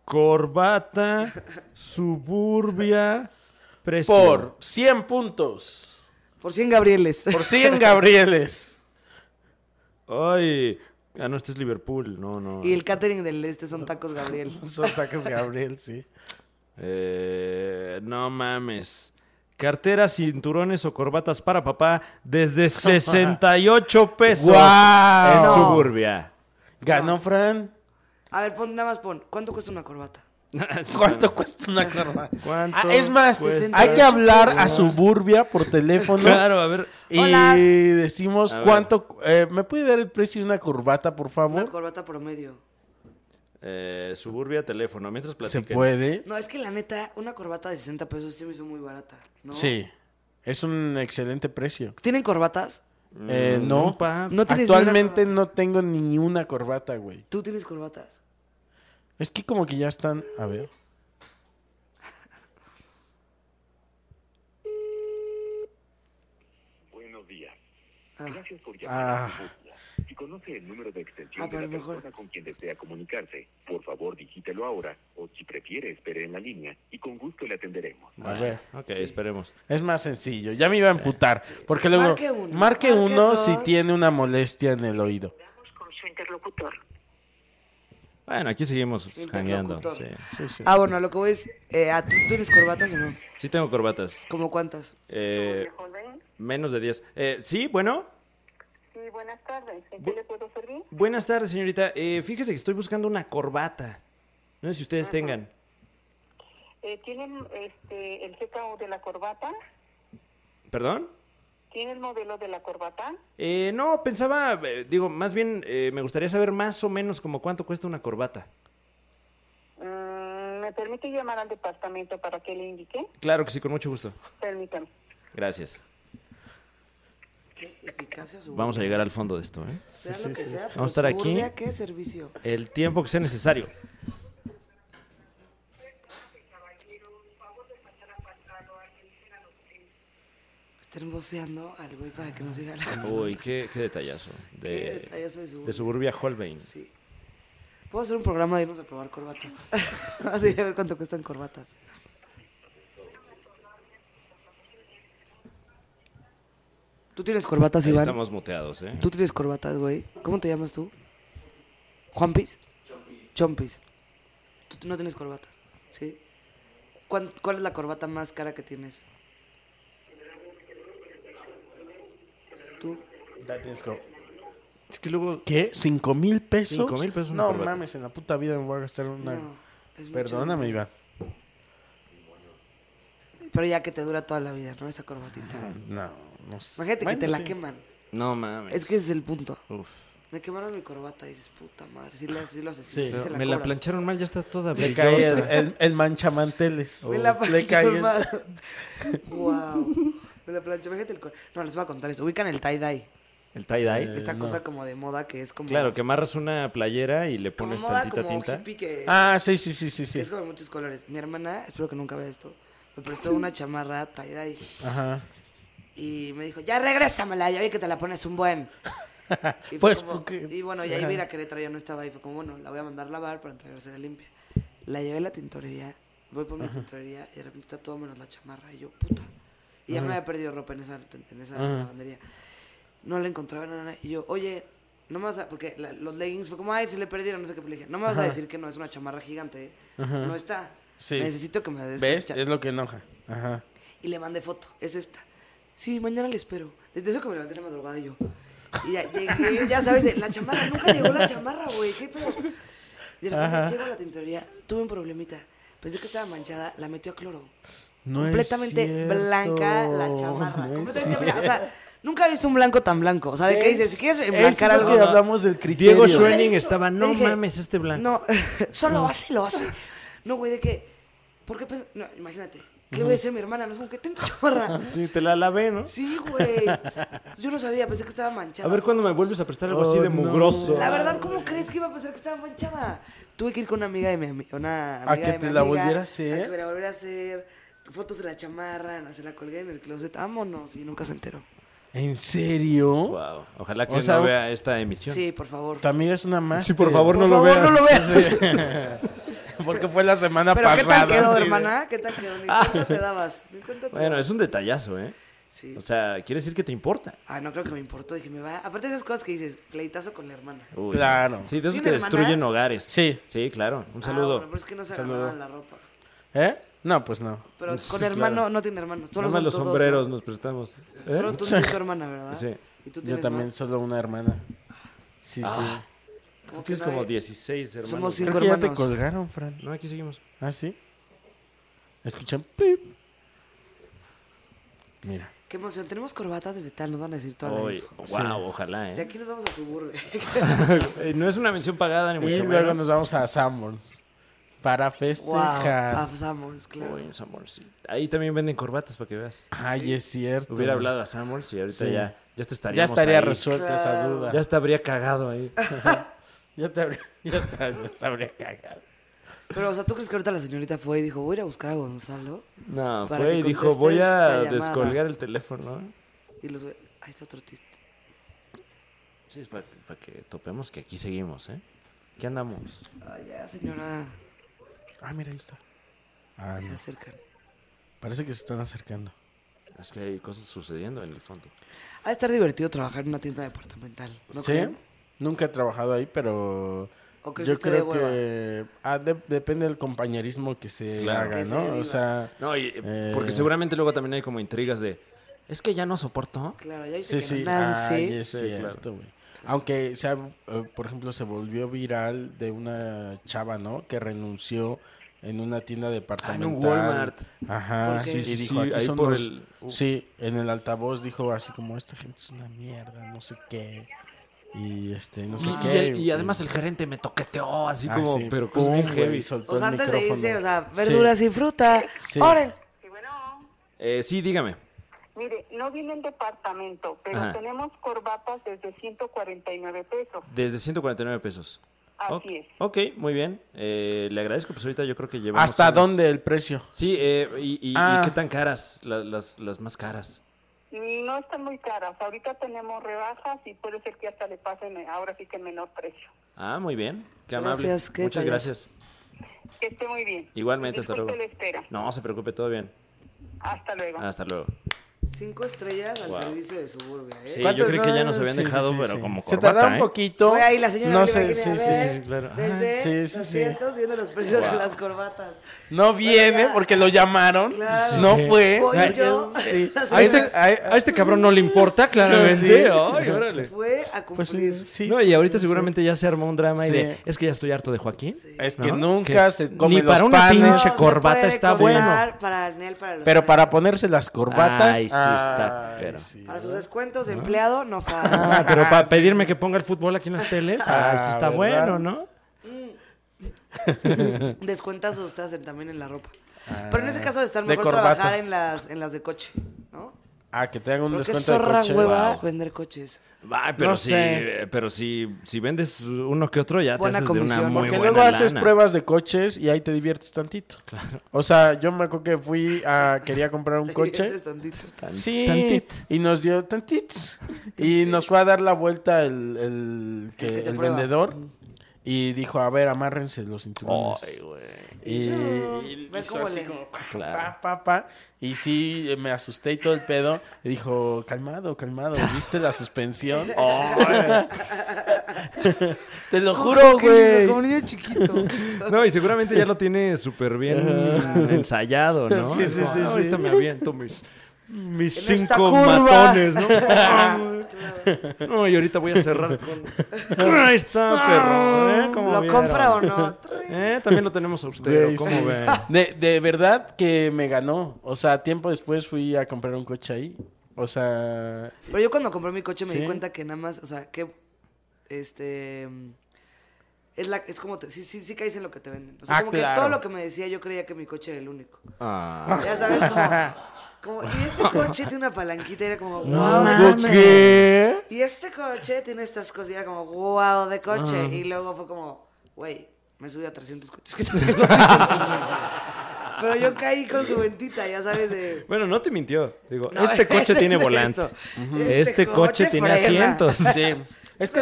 [SPEAKER 2] Corbata, suburbia, precio.
[SPEAKER 3] Por 100 puntos.
[SPEAKER 4] Por 100 Gabrieles.
[SPEAKER 3] Por 100 Gabrieles.
[SPEAKER 2] Ay, ah, no, este es Liverpool, no, no.
[SPEAKER 4] [laughs] Y el catering del este son tacos Gabriel.
[SPEAKER 3] Son tacos Gabriel, sí.
[SPEAKER 2] Eh, no mames. Carteras, cinturones o corbatas para papá desde 68 pesos
[SPEAKER 3] ¡Guau!
[SPEAKER 2] en
[SPEAKER 4] No.
[SPEAKER 2] suburbia.
[SPEAKER 3] Ganó Fran.
[SPEAKER 4] A ver, pon, nada más pon. ¿Cuánto cuesta una corbata?
[SPEAKER 3] ¿Cuánto cuesta una corbata?
[SPEAKER 2] ¿Cuánto
[SPEAKER 3] Ah, es más,
[SPEAKER 2] cuesta?
[SPEAKER 3] hay que hablar a Suburbia por teléfono.
[SPEAKER 2] Claro, a ver.
[SPEAKER 3] Y
[SPEAKER 4] Hola.
[SPEAKER 3] decimos
[SPEAKER 2] A ver.
[SPEAKER 3] cuánto. eh, ¿Me puede dar el precio de una corbata, por
[SPEAKER 4] Una
[SPEAKER 3] favor?
[SPEAKER 4] corbata promedio.
[SPEAKER 2] Eh, suburbia, teléfono. Mientras
[SPEAKER 3] ¿Se
[SPEAKER 2] platican.
[SPEAKER 3] puede?
[SPEAKER 4] No, es que la neta, una corbata de 60 pesos sí me hizo muy barata. ¿no?
[SPEAKER 3] Sí. Es un excelente precio.
[SPEAKER 4] ¿Tienen corbatas?
[SPEAKER 3] Eh, no.
[SPEAKER 2] Mm, un par.
[SPEAKER 4] No tienes ni una
[SPEAKER 3] Actualmente
[SPEAKER 4] corbata.
[SPEAKER 3] no tengo ni una corbata, güey.
[SPEAKER 4] ¿Tú tienes corbatas?
[SPEAKER 3] Es que como que ya están. A ver.
[SPEAKER 7] Gracias por
[SPEAKER 3] Ah.
[SPEAKER 7] llamar a Confucia. Si conoce el número de extensión
[SPEAKER 4] Ah,
[SPEAKER 7] de
[SPEAKER 4] pero
[SPEAKER 7] la
[SPEAKER 4] a lo mejor-
[SPEAKER 7] persona con quien desea comunicarse, por favor digítelo ahora o si prefiere espere en la línea y con gusto le atenderemos.
[SPEAKER 3] A ver.
[SPEAKER 2] Ok, esperemos.
[SPEAKER 3] Es más sencillo. Ya me iba a amputar. Porque luego.
[SPEAKER 4] Marque
[SPEAKER 3] Marque
[SPEAKER 4] uno,
[SPEAKER 3] uno.
[SPEAKER 4] marque dos.
[SPEAKER 3] si tiene una molestia en el oído.
[SPEAKER 1] Con su interlocutor.
[SPEAKER 2] Bueno, aquí seguimos jangueando.
[SPEAKER 4] Interlocutor.
[SPEAKER 2] Sí.
[SPEAKER 4] Ah, bueno, lo que voy es, eh, ¿a tú tienes corbatas o no?
[SPEAKER 2] Sí tengo corbatas.
[SPEAKER 4] ¿Como cuántas?
[SPEAKER 2] Eh, menos de 10. Eh, sí, bueno.
[SPEAKER 1] Sí, buenas tardes. ¿En qué le puedo servir?
[SPEAKER 2] Buenas tardes, señorita. Eh, fíjese que estoy buscando una corbata. No sé si ustedes tengan.
[SPEAKER 1] Eh, ¿Tienen este, el secado de la corbata?
[SPEAKER 2] ¿Perdón?
[SPEAKER 1] ¿Tiene el modelo de la corbata?
[SPEAKER 2] Eh, no, pensaba, eh, digo, más bien eh, me gustaría saber más o menos como cuánto cuesta una corbata.
[SPEAKER 1] Mm, ¿Me permite llamar al departamento para que le indique?
[SPEAKER 2] Claro que sí, con mucho gusto.
[SPEAKER 1] Permítame.
[SPEAKER 2] Gracias.
[SPEAKER 4] ¿Qué eficacia suburbia?
[SPEAKER 2] Vamos a llegar al fondo de esto, ¿eh?
[SPEAKER 4] Sea lo que sea,
[SPEAKER 2] Vamos a estar aquí.
[SPEAKER 4] suburbia, ¿Qué servicio?
[SPEAKER 2] El tiempo que sea necesario.
[SPEAKER 4] Estén voceando al güey para que nos diga la...
[SPEAKER 2] Uy, qué, qué detallazo. De,
[SPEAKER 4] Qué detallazo de suburbia.
[SPEAKER 2] de suburbia Holbein.
[SPEAKER 4] Sí. Puedo hacer un programa de irnos a probar corbatas. [laughs] Así a ver cuánto cuestan corbatas. ¿Tú tienes corbatas,
[SPEAKER 2] Ahí
[SPEAKER 4] Iván?
[SPEAKER 2] estamos muteados, ¿eh?
[SPEAKER 4] ¿Tú tienes corbatas, güey? ¿Cómo te llamas tú? ¿Juanpis? Chompis. Tú t- no tienes corbatas, ¿sí? ¿Cuán- ¿Cuál es la corbata más cara que tienes? ¿Tú?
[SPEAKER 2] Es que luego...
[SPEAKER 3] ¿Qué? ¿Cinco mil pesos?
[SPEAKER 2] Cinco mil pesos una
[SPEAKER 3] No
[SPEAKER 2] corbata.
[SPEAKER 3] mames, en la puta vida me voy a gastar una.
[SPEAKER 4] No, es mucho.
[SPEAKER 3] Perdóname, Iván.
[SPEAKER 4] Pero ya que te dura toda la vida, ¿no? Esa corbatita.
[SPEAKER 3] No, no sé.
[SPEAKER 4] Imagínate que
[SPEAKER 3] Bueno,
[SPEAKER 4] te la
[SPEAKER 3] sí.
[SPEAKER 4] queman.
[SPEAKER 2] No mames.
[SPEAKER 4] Es que ese es el punto.
[SPEAKER 2] Uf.
[SPEAKER 4] Me quemaron mi corbata y dices, puta madre, si la, sí lo haces,
[SPEAKER 3] Sí.
[SPEAKER 4] se la
[SPEAKER 2] Me la
[SPEAKER 4] cobras.
[SPEAKER 2] plancharon mal, ya está toda
[SPEAKER 3] Le
[SPEAKER 2] brillosa.
[SPEAKER 3] cae el, el, el manchamanteles.
[SPEAKER 4] [laughs] Me la
[SPEAKER 3] Oh, Le cae el- [laughs]
[SPEAKER 4] wow. Me la planché, fíjate el cor- No, les voy a contar eso. Ubican el tie-dye.
[SPEAKER 2] ¿El tie-dye?
[SPEAKER 4] Esta cosa como de moda que es como...
[SPEAKER 2] Eh, Claro, que amarras una playera y le
[SPEAKER 4] como
[SPEAKER 2] pones
[SPEAKER 4] moda
[SPEAKER 2] tantita
[SPEAKER 4] como
[SPEAKER 2] tinta.
[SPEAKER 4] hippie que
[SPEAKER 3] Ah, sí, sí, sí, sí, sí.
[SPEAKER 4] es como de muchos colores. Mi hermana, espero que nunca vea esto, me prestó una chamarra tie-dye
[SPEAKER 3] Ajá.
[SPEAKER 4] y me dijo, ya regrésamela, ya vi que te la pones un buen. Y, fue
[SPEAKER 3] Pues,
[SPEAKER 4] como-
[SPEAKER 3] porque-
[SPEAKER 4] y bueno, ya iba a ir a Querétaro, ya no estaba ahí. Fue como, bueno, la voy a mandar a lavar para entregársela limpia. La llevé a la tintorería, voy por mi tintorería y de repente está todo menos la chamarra. Y yo, puta. Y ya me había perdido ropa en esa, en esa lavandería. No la encontraba nada. nada, Y yo, oye, no me vas a. Porque la- los leggings fue como, ay, se le perdieron, no sé qué. pero le dije, no me vas a decir que no es una chamarra gigante. ¿eh? No está.
[SPEAKER 3] Sí.
[SPEAKER 4] Necesito que me des.
[SPEAKER 3] ¿Ves?
[SPEAKER 4] esa cha-
[SPEAKER 3] Es lo que enoja. Ajá.
[SPEAKER 4] y le mandé foto. Es esta. Sí, mañana le espero. Desde eso que me levanté en la madrugada yo. Y ya llegué, ya sabes, la chamarra, nunca llegó la chamarra, güey. ¿Qué pedo? Y de repente llego a la tintorería, tuve un problemita. Pensé que estaba manchada, la metió a cloro.
[SPEAKER 3] No es
[SPEAKER 4] completamente
[SPEAKER 3] cierto,
[SPEAKER 4] blanca la
[SPEAKER 3] no
[SPEAKER 4] chamarra.
[SPEAKER 3] es
[SPEAKER 4] completamente blanca. O sea, nunca he visto un blanco tan blanco. O sea, ¿de qué dices? Si quieres
[SPEAKER 3] Es
[SPEAKER 4] emblancar
[SPEAKER 3] lo
[SPEAKER 4] algo.
[SPEAKER 3] que hablamos del criterio.
[SPEAKER 2] Diego
[SPEAKER 4] Yo le
[SPEAKER 2] Schwenning
[SPEAKER 4] dije-
[SPEAKER 2] estaba, no
[SPEAKER 4] le dije,
[SPEAKER 2] mames, este blanco.
[SPEAKER 4] No, [laughs] solo así lo hace. No, güey, de que. ¿Por qué pens- No, imagínate. ¿Qué le voy a decir a mi hermana? No es como que tengo
[SPEAKER 3] [laughs]
[SPEAKER 4] chamarra.
[SPEAKER 2] Sí, te la lavé, ¿no?
[SPEAKER 4] Sí, güey. Pues Yo no sabía, pensé que estaba manchada.
[SPEAKER 2] A ver cuándo me vuelves a prestar algo así de
[SPEAKER 3] Oh, no.
[SPEAKER 2] mugroso.
[SPEAKER 4] La verdad, ¿cómo crees que iba a pensar que estaba manchada? Tuve que ir con una amiga de mi ami- una amiga.
[SPEAKER 3] ¿A que
[SPEAKER 4] de mi
[SPEAKER 3] te la
[SPEAKER 4] amiga,
[SPEAKER 3] volviera a hacer?
[SPEAKER 4] A que me la volviera a hacer. Fotos de la chamarra, no se la colgué en el closet. Vámonos. Y nunca se enteró.
[SPEAKER 3] ¿En serio?
[SPEAKER 2] Wow. Ojalá que
[SPEAKER 3] O sea,
[SPEAKER 2] no vea esta emisión.
[SPEAKER 4] Sí, por favor.
[SPEAKER 3] Tu amiga es una más.
[SPEAKER 2] Sí, por favor,
[SPEAKER 3] [laughs]
[SPEAKER 4] Por
[SPEAKER 2] no lo
[SPEAKER 4] favor,
[SPEAKER 2] veas.
[SPEAKER 4] no lo
[SPEAKER 2] [laughs]
[SPEAKER 4] veas.
[SPEAKER 3] Porque fue la semana
[SPEAKER 4] Pero ¿qué
[SPEAKER 3] pasada.
[SPEAKER 4] tal quedó,
[SPEAKER 3] así de-
[SPEAKER 4] hermana? ¿Qué tal quedó? Ni cuenta te dabas. Ni cuenta te
[SPEAKER 2] Ah. Bueno,
[SPEAKER 4] dabas.
[SPEAKER 2] es un detallazo, ¿eh?
[SPEAKER 4] Sí.
[SPEAKER 2] O sea, quiere decir que te importa.
[SPEAKER 4] Ah, no creo que me importó. Dije, me va. Aparte de esas cosas que dices, pleitazo con la hermana.
[SPEAKER 2] Uy.
[SPEAKER 3] Claro.
[SPEAKER 2] Sí, de esos que
[SPEAKER 4] ¿Tiene hermanas?
[SPEAKER 2] destruyen hogares.
[SPEAKER 3] Sí.
[SPEAKER 2] Sí, claro. Un
[SPEAKER 4] Ah,
[SPEAKER 2] saludo.
[SPEAKER 4] bueno, pero es que no se
[SPEAKER 3] Saludo.
[SPEAKER 4] agarraban la ropa.
[SPEAKER 3] ¿Eh? No, pues no.
[SPEAKER 4] Pero
[SPEAKER 2] Sí,
[SPEAKER 4] con
[SPEAKER 2] claro.
[SPEAKER 4] hermano no tiene hermano. Solo
[SPEAKER 2] Nada más
[SPEAKER 4] son
[SPEAKER 2] los
[SPEAKER 4] todos,
[SPEAKER 2] sombreros
[SPEAKER 4] ¿no?
[SPEAKER 2] nos prestamos.
[SPEAKER 4] Solo
[SPEAKER 3] [laughs]
[SPEAKER 4] tú tienes tu hermana, ¿verdad?
[SPEAKER 2] Sí.
[SPEAKER 4] Y tú
[SPEAKER 3] ¿Eh? Yo
[SPEAKER 4] tienes
[SPEAKER 3] también,
[SPEAKER 4] más.
[SPEAKER 3] solo una hermana. Sí, sí.
[SPEAKER 4] Como
[SPEAKER 2] Tú
[SPEAKER 4] que
[SPEAKER 2] tienes
[SPEAKER 4] no
[SPEAKER 2] como
[SPEAKER 4] hay-
[SPEAKER 2] 16 hermanos.
[SPEAKER 4] Somos
[SPEAKER 3] Creo
[SPEAKER 4] cinco
[SPEAKER 3] que ya te
[SPEAKER 4] hermanos.
[SPEAKER 3] colgaron, Fran.
[SPEAKER 2] No, aquí seguimos.
[SPEAKER 3] ¿Ah, sí? Escuchan. pip. Mira.
[SPEAKER 4] Qué emoción. Tenemos corbatas desde tal, nos van a decir toda la
[SPEAKER 2] Uy,
[SPEAKER 4] info.
[SPEAKER 2] wow, ojalá,
[SPEAKER 4] De
[SPEAKER 2] ¿eh?
[SPEAKER 4] [laughs] aquí nos vamos a
[SPEAKER 3] [laughs]
[SPEAKER 4] suburbia.
[SPEAKER 2] Eh, No es una mención pagada ni
[SPEAKER 3] Y
[SPEAKER 2] mucho
[SPEAKER 3] luego
[SPEAKER 2] menos.
[SPEAKER 3] nos vamos a Sanborns. Para
[SPEAKER 4] wow.
[SPEAKER 3] festejar.
[SPEAKER 4] Pasamos, claro.
[SPEAKER 2] Uy, en Sanborns, sí. Ahí también venden corbatas para que veas.
[SPEAKER 3] Ay, es cierto.
[SPEAKER 2] Hubiera hablado a Samuels y ahorita
[SPEAKER 3] Sí.
[SPEAKER 2] ya, ya te
[SPEAKER 3] Ya
[SPEAKER 2] estaríamos
[SPEAKER 3] estaría
[SPEAKER 2] ahí.
[SPEAKER 3] resuelta esa
[SPEAKER 4] Claro.
[SPEAKER 3] duda.
[SPEAKER 2] Ya te habría cagado
[SPEAKER 4] [laughs]
[SPEAKER 2] ahí.
[SPEAKER 3] Ya te habría, [laughs] ya te- ya te habría cagado.
[SPEAKER 4] Pero, o sea, ¿tú crees que ahorita la señorita fue y dijo, voy a ir a buscar a Gonzalo?
[SPEAKER 2] No,
[SPEAKER 4] Para
[SPEAKER 2] fue
[SPEAKER 4] que
[SPEAKER 2] y dijo,
[SPEAKER 4] contestes
[SPEAKER 2] voy
[SPEAKER 4] esta
[SPEAKER 2] a
[SPEAKER 4] llamada.
[SPEAKER 2] descolgar el teléfono.
[SPEAKER 4] Y los ve. Ahí está otro tit.
[SPEAKER 2] Sí, es para, que topemos que aquí seguimos, ¿eh? ¿Qué andamos?
[SPEAKER 4] Ay, ya, señora.
[SPEAKER 3] Ah, mira, ahí está.
[SPEAKER 2] Ah,
[SPEAKER 4] Se
[SPEAKER 2] no.
[SPEAKER 4] acercan.
[SPEAKER 3] Parece que se están acercando.
[SPEAKER 2] Es que hay cosas sucediendo en el fondo.
[SPEAKER 4] Ha de estar divertido trabajar en una tienda departamental. ¿no
[SPEAKER 3] sí,
[SPEAKER 4] creen?
[SPEAKER 3] nunca he trabajado ahí, pero
[SPEAKER 4] ¿O crees
[SPEAKER 3] yo
[SPEAKER 4] que esté de
[SPEAKER 3] creo que ah, de- depende del compañerismo que se
[SPEAKER 2] Claro.
[SPEAKER 3] haga,
[SPEAKER 2] Que
[SPEAKER 4] se
[SPEAKER 3] ¿no?
[SPEAKER 4] viva.
[SPEAKER 3] O sea,
[SPEAKER 2] No, y-
[SPEAKER 3] eh,
[SPEAKER 2] porque seguramente luego también hay como intrigas de. Es que ya no soporto.
[SPEAKER 4] Claro, ya dice
[SPEAKER 3] Sí,
[SPEAKER 4] que
[SPEAKER 3] sí,
[SPEAKER 4] Nancy.
[SPEAKER 3] Ay, es
[SPEAKER 2] Sí,
[SPEAKER 3] cierto, güey. Aunque, sea, eh, por ejemplo, se volvió viral de una chava, ¿no? Que renunció en una tienda departamental.
[SPEAKER 2] Walmart.
[SPEAKER 3] Ajá,
[SPEAKER 4] ¿Por qué?
[SPEAKER 3] sí,
[SPEAKER 2] Sí,
[SPEAKER 3] y
[SPEAKER 2] sí,
[SPEAKER 3] dijo,
[SPEAKER 2] sí,
[SPEAKER 3] aquí
[SPEAKER 2] ahí
[SPEAKER 3] son
[SPEAKER 2] por
[SPEAKER 3] los-
[SPEAKER 2] el- uh.
[SPEAKER 3] Sí, en el altavoz dijo así como, esta gente es una mierda, no sé qué. Y este, no sé
[SPEAKER 2] Y-
[SPEAKER 3] qué.
[SPEAKER 2] y, y además el gerente me toqueteó, así
[SPEAKER 3] Ah,
[SPEAKER 2] como.
[SPEAKER 3] sí,
[SPEAKER 2] pero como
[SPEAKER 3] pum,
[SPEAKER 2] bien
[SPEAKER 3] güey,
[SPEAKER 2] heavy.
[SPEAKER 3] soltó
[SPEAKER 4] O sea,
[SPEAKER 3] el
[SPEAKER 4] antes de
[SPEAKER 3] micrófono.
[SPEAKER 4] irse, o sea,
[SPEAKER 3] Sí.
[SPEAKER 4] verduras y fruta.
[SPEAKER 3] Sí.
[SPEAKER 4] ¡Órale!
[SPEAKER 1] Sí, bueno.
[SPEAKER 2] Eh, sí, dígame.
[SPEAKER 1] Mire, no viene en departamento, pero
[SPEAKER 2] Ajá.
[SPEAKER 1] tenemos corbatas desde 149 pesos.
[SPEAKER 2] Desde 149 pesos.
[SPEAKER 1] Así
[SPEAKER 2] Ok,
[SPEAKER 1] es.
[SPEAKER 2] Ok, muy bien. Eh, le agradezco, pues ahorita yo creo que llevamos.
[SPEAKER 3] ¿Hasta
[SPEAKER 2] unas-
[SPEAKER 3] dónde el precio?
[SPEAKER 2] Sí, eh, y, y- y
[SPEAKER 3] Ah.
[SPEAKER 2] qué tan caras? la- las, las más caras.
[SPEAKER 1] No están muy caras. Ahorita tenemos rebajas y puede ser que hasta le pasen eh, ahora sí que en menor precio.
[SPEAKER 2] Ah, muy bien. Qué amable.
[SPEAKER 4] Gracias, qué
[SPEAKER 2] Muchas
[SPEAKER 4] detalle.
[SPEAKER 2] gracias.
[SPEAKER 1] Que esté muy bien.
[SPEAKER 2] Igualmente, hasta
[SPEAKER 1] Disculpe
[SPEAKER 2] luego.
[SPEAKER 1] la espera.
[SPEAKER 2] No, se preocupe, todo bien.
[SPEAKER 1] Hasta luego.
[SPEAKER 2] Hasta luego.
[SPEAKER 4] Cinco estrellas al
[SPEAKER 2] Wow.
[SPEAKER 4] servicio de suburbia, ¿eh?
[SPEAKER 2] Sí, yo creí que ya nos
[SPEAKER 3] Ah,
[SPEAKER 2] habían dejado, pero como
[SPEAKER 3] Se
[SPEAKER 2] corbata,
[SPEAKER 3] tardaron un
[SPEAKER 2] ¿eh?
[SPEAKER 3] poquito.
[SPEAKER 4] Fue ahí la señora
[SPEAKER 3] No
[SPEAKER 4] que
[SPEAKER 3] sé,
[SPEAKER 4] imaginé,
[SPEAKER 3] sí,
[SPEAKER 4] a
[SPEAKER 3] sí,
[SPEAKER 4] ver,
[SPEAKER 3] sí, claro. Ajá, sí,
[SPEAKER 4] Desde
[SPEAKER 3] sí, sí.
[SPEAKER 4] 200 viendo los precios de las corbatas.
[SPEAKER 3] No viene
[SPEAKER 4] ya.
[SPEAKER 3] porque lo llamaron.
[SPEAKER 4] Claro.
[SPEAKER 3] No
[SPEAKER 4] Sí.
[SPEAKER 3] fue.
[SPEAKER 4] Voy
[SPEAKER 3] Ay,
[SPEAKER 4] yo.
[SPEAKER 3] sí.
[SPEAKER 4] [laughs]
[SPEAKER 2] A este, a- a este cabrón [laughs] no le importa, claramente.
[SPEAKER 3] Sí.
[SPEAKER 2] Ay, órale.
[SPEAKER 4] Fue a
[SPEAKER 3] Pues
[SPEAKER 4] cumplir.
[SPEAKER 3] sí, sí.
[SPEAKER 2] No, y ahorita seguramente ya se armó un drama y
[SPEAKER 3] Sí.
[SPEAKER 2] de, es que ya estoy harto de Joaquín.
[SPEAKER 3] Es que
[SPEAKER 2] ¿No?
[SPEAKER 3] nunca
[SPEAKER 2] Que
[SPEAKER 3] se come
[SPEAKER 2] ni
[SPEAKER 3] los
[SPEAKER 2] para una
[SPEAKER 3] panes.
[SPEAKER 2] pinche
[SPEAKER 4] se
[SPEAKER 2] corbata
[SPEAKER 4] puede
[SPEAKER 2] está
[SPEAKER 4] comprar
[SPEAKER 2] bueno.
[SPEAKER 4] Para Nel, para los
[SPEAKER 3] Pero para
[SPEAKER 4] precios.
[SPEAKER 3] ponerse las corbatas.
[SPEAKER 2] Ay, sí, está, pero-
[SPEAKER 3] sí.
[SPEAKER 4] Para sus descuentos de empleado, no
[SPEAKER 2] Ah,
[SPEAKER 4] falta.
[SPEAKER 2] pero para pedirme que ponga el fútbol aquí en las teles, ah,
[SPEAKER 3] Ah,
[SPEAKER 2] sí está
[SPEAKER 3] ¿verdad?
[SPEAKER 2] bueno, ¿no?
[SPEAKER 4] Descuentazos te hacen también en la ropa. Pero en ese caso de estar
[SPEAKER 3] Ah, De
[SPEAKER 4] mejor
[SPEAKER 3] corbatas.
[SPEAKER 4] trabajar en las, en las de coche, ¿no?
[SPEAKER 3] Ah, que te hagan un
[SPEAKER 4] Porque es
[SPEAKER 3] descuento de
[SPEAKER 4] zorra
[SPEAKER 3] coche.
[SPEAKER 4] hueva
[SPEAKER 3] Wow.
[SPEAKER 4] vender coches.
[SPEAKER 2] Ay, pero
[SPEAKER 3] No
[SPEAKER 2] si,
[SPEAKER 3] sé.
[SPEAKER 2] pero si, si vendes uno que otro, ya te
[SPEAKER 4] Buena
[SPEAKER 2] haces de una
[SPEAKER 4] comisión.
[SPEAKER 2] muy
[SPEAKER 3] Porque
[SPEAKER 2] buena
[SPEAKER 3] luego haces
[SPEAKER 2] lana.
[SPEAKER 3] pruebas de coches y ahí te diviertes tantito. Claro. O sea, yo me acuerdo que fui a. Quería
[SPEAKER 4] [laughs]
[SPEAKER 3] comprar un coche.
[SPEAKER 4] Vendes tantito.
[SPEAKER 2] Tan-
[SPEAKER 3] Sí,
[SPEAKER 2] tantit.
[SPEAKER 3] y nos
[SPEAKER 2] [laughs]
[SPEAKER 3] dio tantits. Y nos fue a dar la vuelta el, el, que-
[SPEAKER 4] El que te
[SPEAKER 3] el
[SPEAKER 4] prueba.
[SPEAKER 3] vendedor. Y dijo, a ver, amárrense los cinturones.
[SPEAKER 2] Ay, güey.
[SPEAKER 3] Y, y
[SPEAKER 4] Ve
[SPEAKER 3] hizo
[SPEAKER 4] cómo
[SPEAKER 3] así
[SPEAKER 4] le-
[SPEAKER 3] como, pa,
[SPEAKER 2] Claro.
[SPEAKER 3] pa, pa, pa. Y sí, eh, me asusté y todo el pedo. Y dijo, calmado, calmado, ¿viste la
[SPEAKER 2] [laughs]
[SPEAKER 3] suspensión? [laughs] Te lo juro,
[SPEAKER 4] Como niño-
[SPEAKER 3] güey.
[SPEAKER 4] Como niño
[SPEAKER 3] [laughs]
[SPEAKER 4] chiquito.
[SPEAKER 2] No, y seguramente ya lo tiene súper bien ensayado, ¿no?
[SPEAKER 3] Sí, sí,
[SPEAKER 2] Es como,
[SPEAKER 3] sí,
[SPEAKER 2] "Ah,
[SPEAKER 3] sí.
[SPEAKER 2] Ahorita me aviento mis, mis
[SPEAKER 4] En esta
[SPEAKER 2] cinco
[SPEAKER 4] curva".
[SPEAKER 2] matones, ¿no?
[SPEAKER 3] [laughs]
[SPEAKER 2] No, y ahorita voy a cerrar con... Ahí está, perro. ¿eh? ¿Cómo
[SPEAKER 4] ¿Lo
[SPEAKER 2] vieron?
[SPEAKER 4] compra
[SPEAKER 3] [laughs]
[SPEAKER 4] o no?
[SPEAKER 2] ¿Eh? También lo tenemos a usted,
[SPEAKER 3] Güey,
[SPEAKER 2] ¿o ¿cómo
[SPEAKER 3] sí.
[SPEAKER 2] ve?
[SPEAKER 3] De, de verdad que me ganó. O sea, tiempo después fui a comprar un coche ahí. O sea,
[SPEAKER 4] Pero yo cuando compré mi coche me
[SPEAKER 3] Sí.
[SPEAKER 4] di cuenta que nada más, o sea, que este mm, es la es como te- sí sí sí caes en lo que te venden. O sea,
[SPEAKER 3] Ah,
[SPEAKER 4] como que
[SPEAKER 3] claro.
[SPEAKER 4] todo lo que me decía yo creía que mi coche era el único.
[SPEAKER 2] Ah,
[SPEAKER 4] Ya sabes como, como y este coche tiene una palanquita y era como wow, de
[SPEAKER 2] mames.
[SPEAKER 4] coche.
[SPEAKER 3] ¿qué?
[SPEAKER 4] Y este coche tiene estas cosas y era como wow de coche
[SPEAKER 3] Ah.
[SPEAKER 4] y luego fue como, güey, me subí a 300 coches que también lo tienen". [laughs] Pero yo caí con su ventita, ya sabes de
[SPEAKER 2] Bueno, no te mintió. Digo,
[SPEAKER 4] No, [laughs]
[SPEAKER 2] este coche tiene
[SPEAKER 4] esto.
[SPEAKER 2] volante.
[SPEAKER 4] Ujú.
[SPEAKER 2] Este,
[SPEAKER 4] Este
[SPEAKER 2] coche
[SPEAKER 4] coche
[SPEAKER 2] tiene
[SPEAKER 4] frena.
[SPEAKER 2] asientos.
[SPEAKER 3] Es
[SPEAKER 4] Este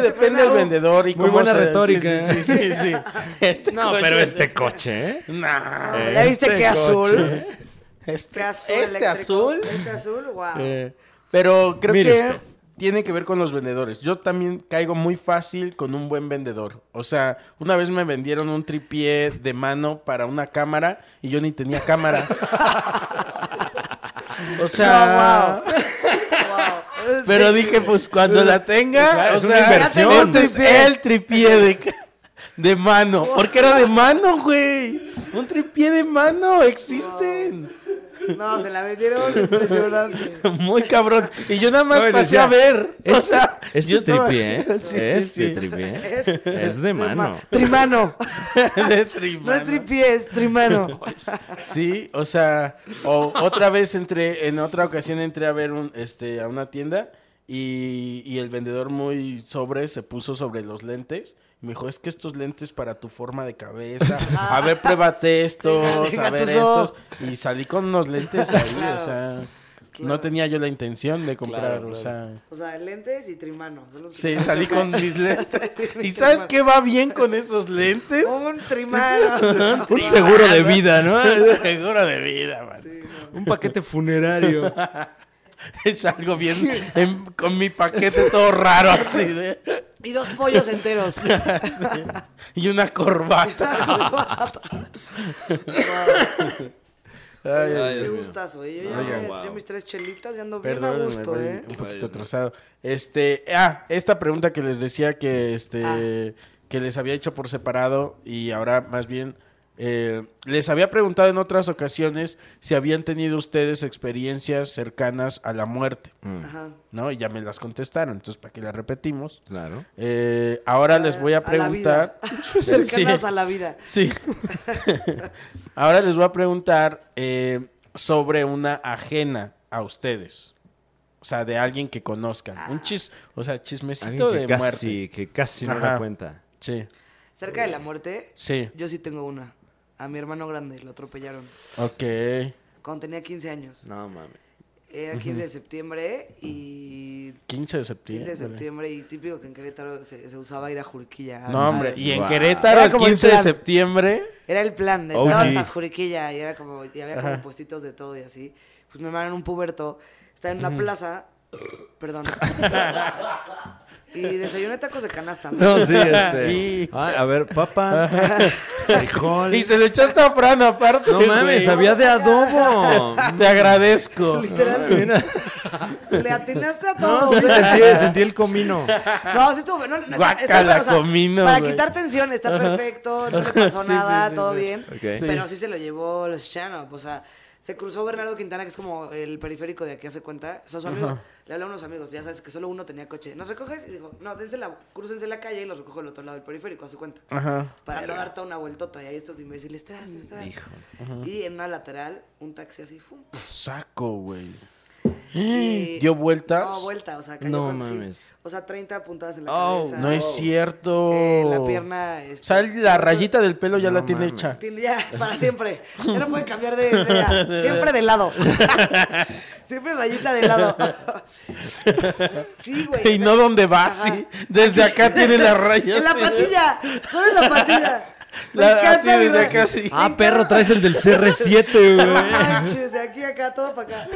[SPEAKER 3] que depende del vendedor y
[SPEAKER 2] Muy
[SPEAKER 3] cómo
[SPEAKER 2] buena
[SPEAKER 3] se- sí,
[SPEAKER 2] retórica.
[SPEAKER 3] Sí, sí, sí, sí. Este
[SPEAKER 2] No,
[SPEAKER 3] coche-
[SPEAKER 2] pero [laughs] este coche, ¿eh?
[SPEAKER 3] Nah.
[SPEAKER 4] [laughs]
[SPEAKER 2] [laughs]
[SPEAKER 4] ¿Ya viste
[SPEAKER 2] Este
[SPEAKER 4] que azul?
[SPEAKER 3] Este
[SPEAKER 4] Este azul.
[SPEAKER 3] este
[SPEAKER 4] eléctrico,
[SPEAKER 3] azul.
[SPEAKER 4] Este azul, wow.
[SPEAKER 3] Eh, pero creo
[SPEAKER 2] Mire
[SPEAKER 3] que
[SPEAKER 2] usted.
[SPEAKER 3] tiene que ver con los vendedores. Yo también caigo muy fácil con un buen vendedor. O sea, una vez me vendieron un tripié de mano para una cámara y yo ni tenía
[SPEAKER 4] [laughs]
[SPEAKER 3] cámara. o
[SPEAKER 2] [laughs]
[SPEAKER 3] sea,
[SPEAKER 4] Wow. Es-
[SPEAKER 3] [laughs] pero dije, pues cuando la tenga,
[SPEAKER 2] Claro,
[SPEAKER 3] o
[SPEAKER 2] es una
[SPEAKER 3] sea,
[SPEAKER 2] inversión.
[SPEAKER 3] este es el tripié de, ca- de mano. Porque era de mano, güey. Un tripié de mano existen.
[SPEAKER 4] No, se la vendieron impresionante.
[SPEAKER 3] Muy cabrón. Y yo nada más
[SPEAKER 2] No, y
[SPEAKER 3] pasé
[SPEAKER 2] decía,
[SPEAKER 3] a ver. o sea,
[SPEAKER 2] Este
[SPEAKER 3] yo estaba-
[SPEAKER 2] tripié, ¿eh?
[SPEAKER 3] [laughs] Sí, sí,
[SPEAKER 2] este
[SPEAKER 3] sí.
[SPEAKER 2] tripié.
[SPEAKER 4] Es,
[SPEAKER 2] Es de
[SPEAKER 4] ma-
[SPEAKER 2] mano. [laughs]
[SPEAKER 4] Trimano.
[SPEAKER 3] [laughs] De
[SPEAKER 4] No
[SPEAKER 3] trimano.
[SPEAKER 4] es tripié, es trimano.
[SPEAKER 3] Sí, o sea, o otra vez entré, en otra ocasión entré a ver un, este, a una tienda y, y el vendedor muy sobre se puso sobre los lentes. Me dijo, es que estos lentes para tu forma de cabeza. A ver, pruébate estos,
[SPEAKER 4] Venga,
[SPEAKER 3] a ver
[SPEAKER 4] venga, tuzo.
[SPEAKER 3] estos. Y salí con unos lentes ahí, o sea. No tenía yo la intención de comprar,
[SPEAKER 2] Claro, claro.
[SPEAKER 3] o sea.
[SPEAKER 4] O sea, lentes y trimano. son los que
[SPEAKER 3] Sí,
[SPEAKER 4] tengo.
[SPEAKER 2] [laughs]
[SPEAKER 3] salí con mis lentes. ¿Y
[SPEAKER 4] mi
[SPEAKER 3] sabes
[SPEAKER 4] trimano.
[SPEAKER 3] qué va bien con esos lentes?
[SPEAKER 2] Oh,
[SPEAKER 3] [laughs]
[SPEAKER 4] Un
[SPEAKER 2] [laughs]
[SPEAKER 4] trimano.
[SPEAKER 2] Un seguro de vida, ¿no?
[SPEAKER 3] Un seguro de vida, man.
[SPEAKER 2] Un paquete [laughs] funerario.
[SPEAKER 3] Es algo bien en- con mi paquete todo raro así de
[SPEAKER 4] Y dos pollos enteros.
[SPEAKER 2] [laughs]
[SPEAKER 3] y una corbata. Ay, Dios
[SPEAKER 4] Qué
[SPEAKER 3] mío.
[SPEAKER 4] gustazo, ¿eh? Yo ya
[SPEAKER 3] Oigan,
[SPEAKER 4] me
[SPEAKER 3] wow.
[SPEAKER 4] eché mis tres chelitas y ando bien a
[SPEAKER 3] Perdónenme,
[SPEAKER 4] gusto,
[SPEAKER 3] voy
[SPEAKER 4] ¿eh?
[SPEAKER 3] un poquito atrasado. Este, ah, esta pregunta que les decía que este
[SPEAKER 4] Ah.
[SPEAKER 3] que les había hecho por separado y ahora más bien eh, les había preguntado en otras ocasiones si habían tenido ustedes experiencias cercanas a la muerte,
[SPEAKER 4] Ajá.
[SPEAKER 3] ¿no? Y ya me las contestaron, entonces para qué las repetimos.
[SPEAKER 2] Claro.
[SPEAKER 3] Eh, ahora les voy a
[SPEAKER 4] A la vida.
[SPEAKER 3] preguntar.
[SPEAKER 4] [laughs] Cercanas
[SPEAKER 3] Sí.
[SPEAKER 4] a la vida.
[SPEAKER 3] Sí. [laughs] Ahora les voy a preguntar eh, sobre una ajena a ustedes. O sea, de alguien que conozcan.
[SPEAKER 4] Ah.
[SPEAKER 3] Un chis, o sea, chismecito
[SPEAKER 2] Alguien
[SPEAKER 3] de
[SPEAKER 2] que casi,
[SPEAKER 3] muerte.
[SPEAKER 2] que casi no
[SPEAKER 3] Ajá.
[SPEAKER 2] da cuenta.
[SPEAKER 3] Sí.
[SPEAKER 4] Cerca de la muerte,
[SPEAKER 3] Sí.
[SPEAKER 4] yo sí tengo una. A mi hermano grande lo atropellaron
[SPEAKER 3] Ok.
[SPEAKER 4] cuando tenía 15 años.
[SPEAKER 2] No mames.
[SPEAKER 4] Era 15 de septiembre y
[SPEAKER 3] 15 de septiembre.
[SPEAKER 4] 15 de septiembre y típico que en Querétaro se, se usaba ir a Juriquilla.
[SPEAKER 3] No, hombre. Y en
[SPEAKER 2] Guau.
[SPEAKER 3] Querétaro,
[SPEAKER 4] Era
[SPEAKER 3] el
[SPEAKER 4] como el
[SPEAKER 3] 15 de
[SPEAKER 4] plan.
[SPEAKER 3] septiembre.
[SPEAKER 4] Era el plan de
[SPEAKER 2] OG.
[SPEAKER 4] entrar hasta Juriquilla y era como, y había como puestitos de todo y así. Pues mi hermano era un puberto, estaba en una plaza,
[SPEAKER 2] [laughs]
[SPEAKER 4] perdón. y desayuné tacos de canasta. ¿no?
[SPEAKER 3] [laughs]
[SPEAKER 2] No, sí, este.
[SPEAKER 3] Sí.
[SPEAKER 2] Ah, a ver,
[SPEAKER 3] [laughs]
[SPEAKER 2] papa, frijol.
[SPEAKER 3] Y se lo echaste a Fran aparte.
[SPEAKER 2] No mames,
[SPEAKER 3] güey.
[SPEAKER 2] sabía de adobo.
[SPEAKER 3] Te agradezco.
[SPEAKER 4] Literal. Le atinaste a todos.
[SPEAKER 2] Sí,
[SPEAKER 4] ¿eh?
[SPEAKER 2] sentí, sentí el comino.
[SPEAKER 4] No, sí estuvo. No, no, está- está,
[SPEAKER 3] Guácala,
[SPEAKER 4] pero, o sea,
[SPEAKER 3] comino,
[SPEAKER 4] Para
[SPEAKER 3] güey.
[SPEAKER 4] quitar tensión, está perfecto, no le
[SPEAKER 3] [laughs]
[SPEAKER 4] pasó
[SPEAKER 3] Sí,
[SPEAKER 4] nada,
[SPEAKER 3] sí, sí,
[SPEAKER 4] todo
[SPEAKER 3] sí.
[SPEAKER 4] bien.
[SPEAKER 2] Ok.
[SPEAKER 4] Pero sí se lo llevó los Shannon. O sea, se cruzó Bernardo Quintana, que es como el periférico de aquí hace cuenta. O sea, su amigo, le habló a unos amigos, ya sabes que solo uno tenía coche. ¿Nos recoges? Y dijo, no, dense la, crucense la calle y los recojo del otro lado del periférico, hace cuenta.
[SPEAKER 3] Ajá.
[SPEAKER 4] Para no dar toda una vueltota. Y ahí estos imbéciles, tras, tras. Y en una lateral, un taxi así, ¡fum!
[SPEAKER 3] Saco, güey.
[SPEAKER 4] Y-
[SPEAKER 3] ¿Dio vueltas?
[SPEAKER 4] No, vuelta, o sea, cayó
[SPEAKER 2] No
[SPEAKER 4] con- sí.
[SPEAKER 2] mames.
[SPEAKER 4] O sea, 30 puntadas en la
[SPEAKER 2] Oh,
[SPEAKER 4] cabeza.
[SPEAKER 3] No es cierto.
[SPEAKER 4] Eh, la pierna.
[SPEAKER 3] Oh. O
[SPEAKER 4] este,
[SPEAKER 3] sea, la
[SPEAKER 4] no,
[SPEAKER 3] rayita del pelo ya la tiene
[SPEAKER 4] [laughs]
[SPEAKER 3] hecha.
[SPEAKER 4] tiene
[SPEAKER 3] [laughs]
[SPEAKER 4] Ya, para siempre. Ya no puede cambiar de. de- ya, siempre
[SPEAKER 3] [laughs]
[SPEAKER 4] de lado. siempre rayita de lado. sí, güey.
[SPEAKER 3] Y no donde va, sí. Desde acá tiene la raya.
[SPEAKER 4] [laughs] En la
[SPEAKER 3] así. [laughs]
[SPEAKER 4] patilla. Solo en la patilla. Me
[SPEAKER 3] La- así
[SPEAKER 4] encanta mi
[SPEAKER 3] desde
[SPEAKER 4] ra-
[SPEAKER 3] acá, sí.
[SPEAKER 2] Ah, perro, traes el del CR7,
[SPEAKER 4] No
[SPEAKER 2] güey.
[SPEAKER 4] manches, de aquí a acá, todo para acá.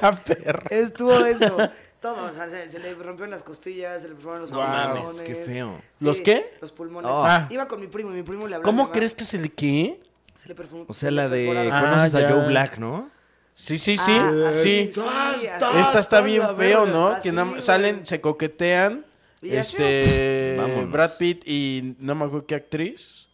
[SPEAKER 3] Ah, perra.
[SPEAKER 4] Estuvo dentro. Todo, o sea, se, se le rompieron las costillas, se le rompieron los pulmones.
[SPEAKER 2] mames, qué feo.
[SPEAKER 3] ¿Los qué?
[SPEAKER 4] Los pulmones.
[SPEAKER 2] Oh.
[SPEAKER 3] Ah.
[SPEAKER 4] Iba con mi primo, y mi primo le habló. a mi
[SPEAKER 3] ¿Cómo
[SPEAKER 4] mamá.
[SPEAKER 3] crees que se le qué?
[SPEAKER 4] Se le perfumó.
[SPEAKER 2] O sea, la de
[SPEAKER 3] Ah,
[SPEAKER 2] conoces
[SPEAKER 3] ya.
[SPEAKER 2] a Joe Black, ¿no?
[SPEAKER 3] Sí, sí, sí.
[SPEAKER 4] Ah,
[SPEAKER 3] sí.
[SPEAKER 4] sí, sí, así.
[SPEAKER 3] Esta está bien
[SPEAKER 2] la
[SPEAKER 3] feo,
[SPEAKER 2] verga.
[SPEAKER 3] ¿no?
[SPEAKER 4] Así,
[SPEAKER 3] Que nada más
[SPEAKER 4] güey.
[SPEAKER 3] salen, se coquetean.
[SPEAKER 4] Y así,
[SPEAKER 3] Este.
[SPEAKER 2] Vámonos.
[SPEAKER 3] Brad Pitt y no me acuerdo qué actriz.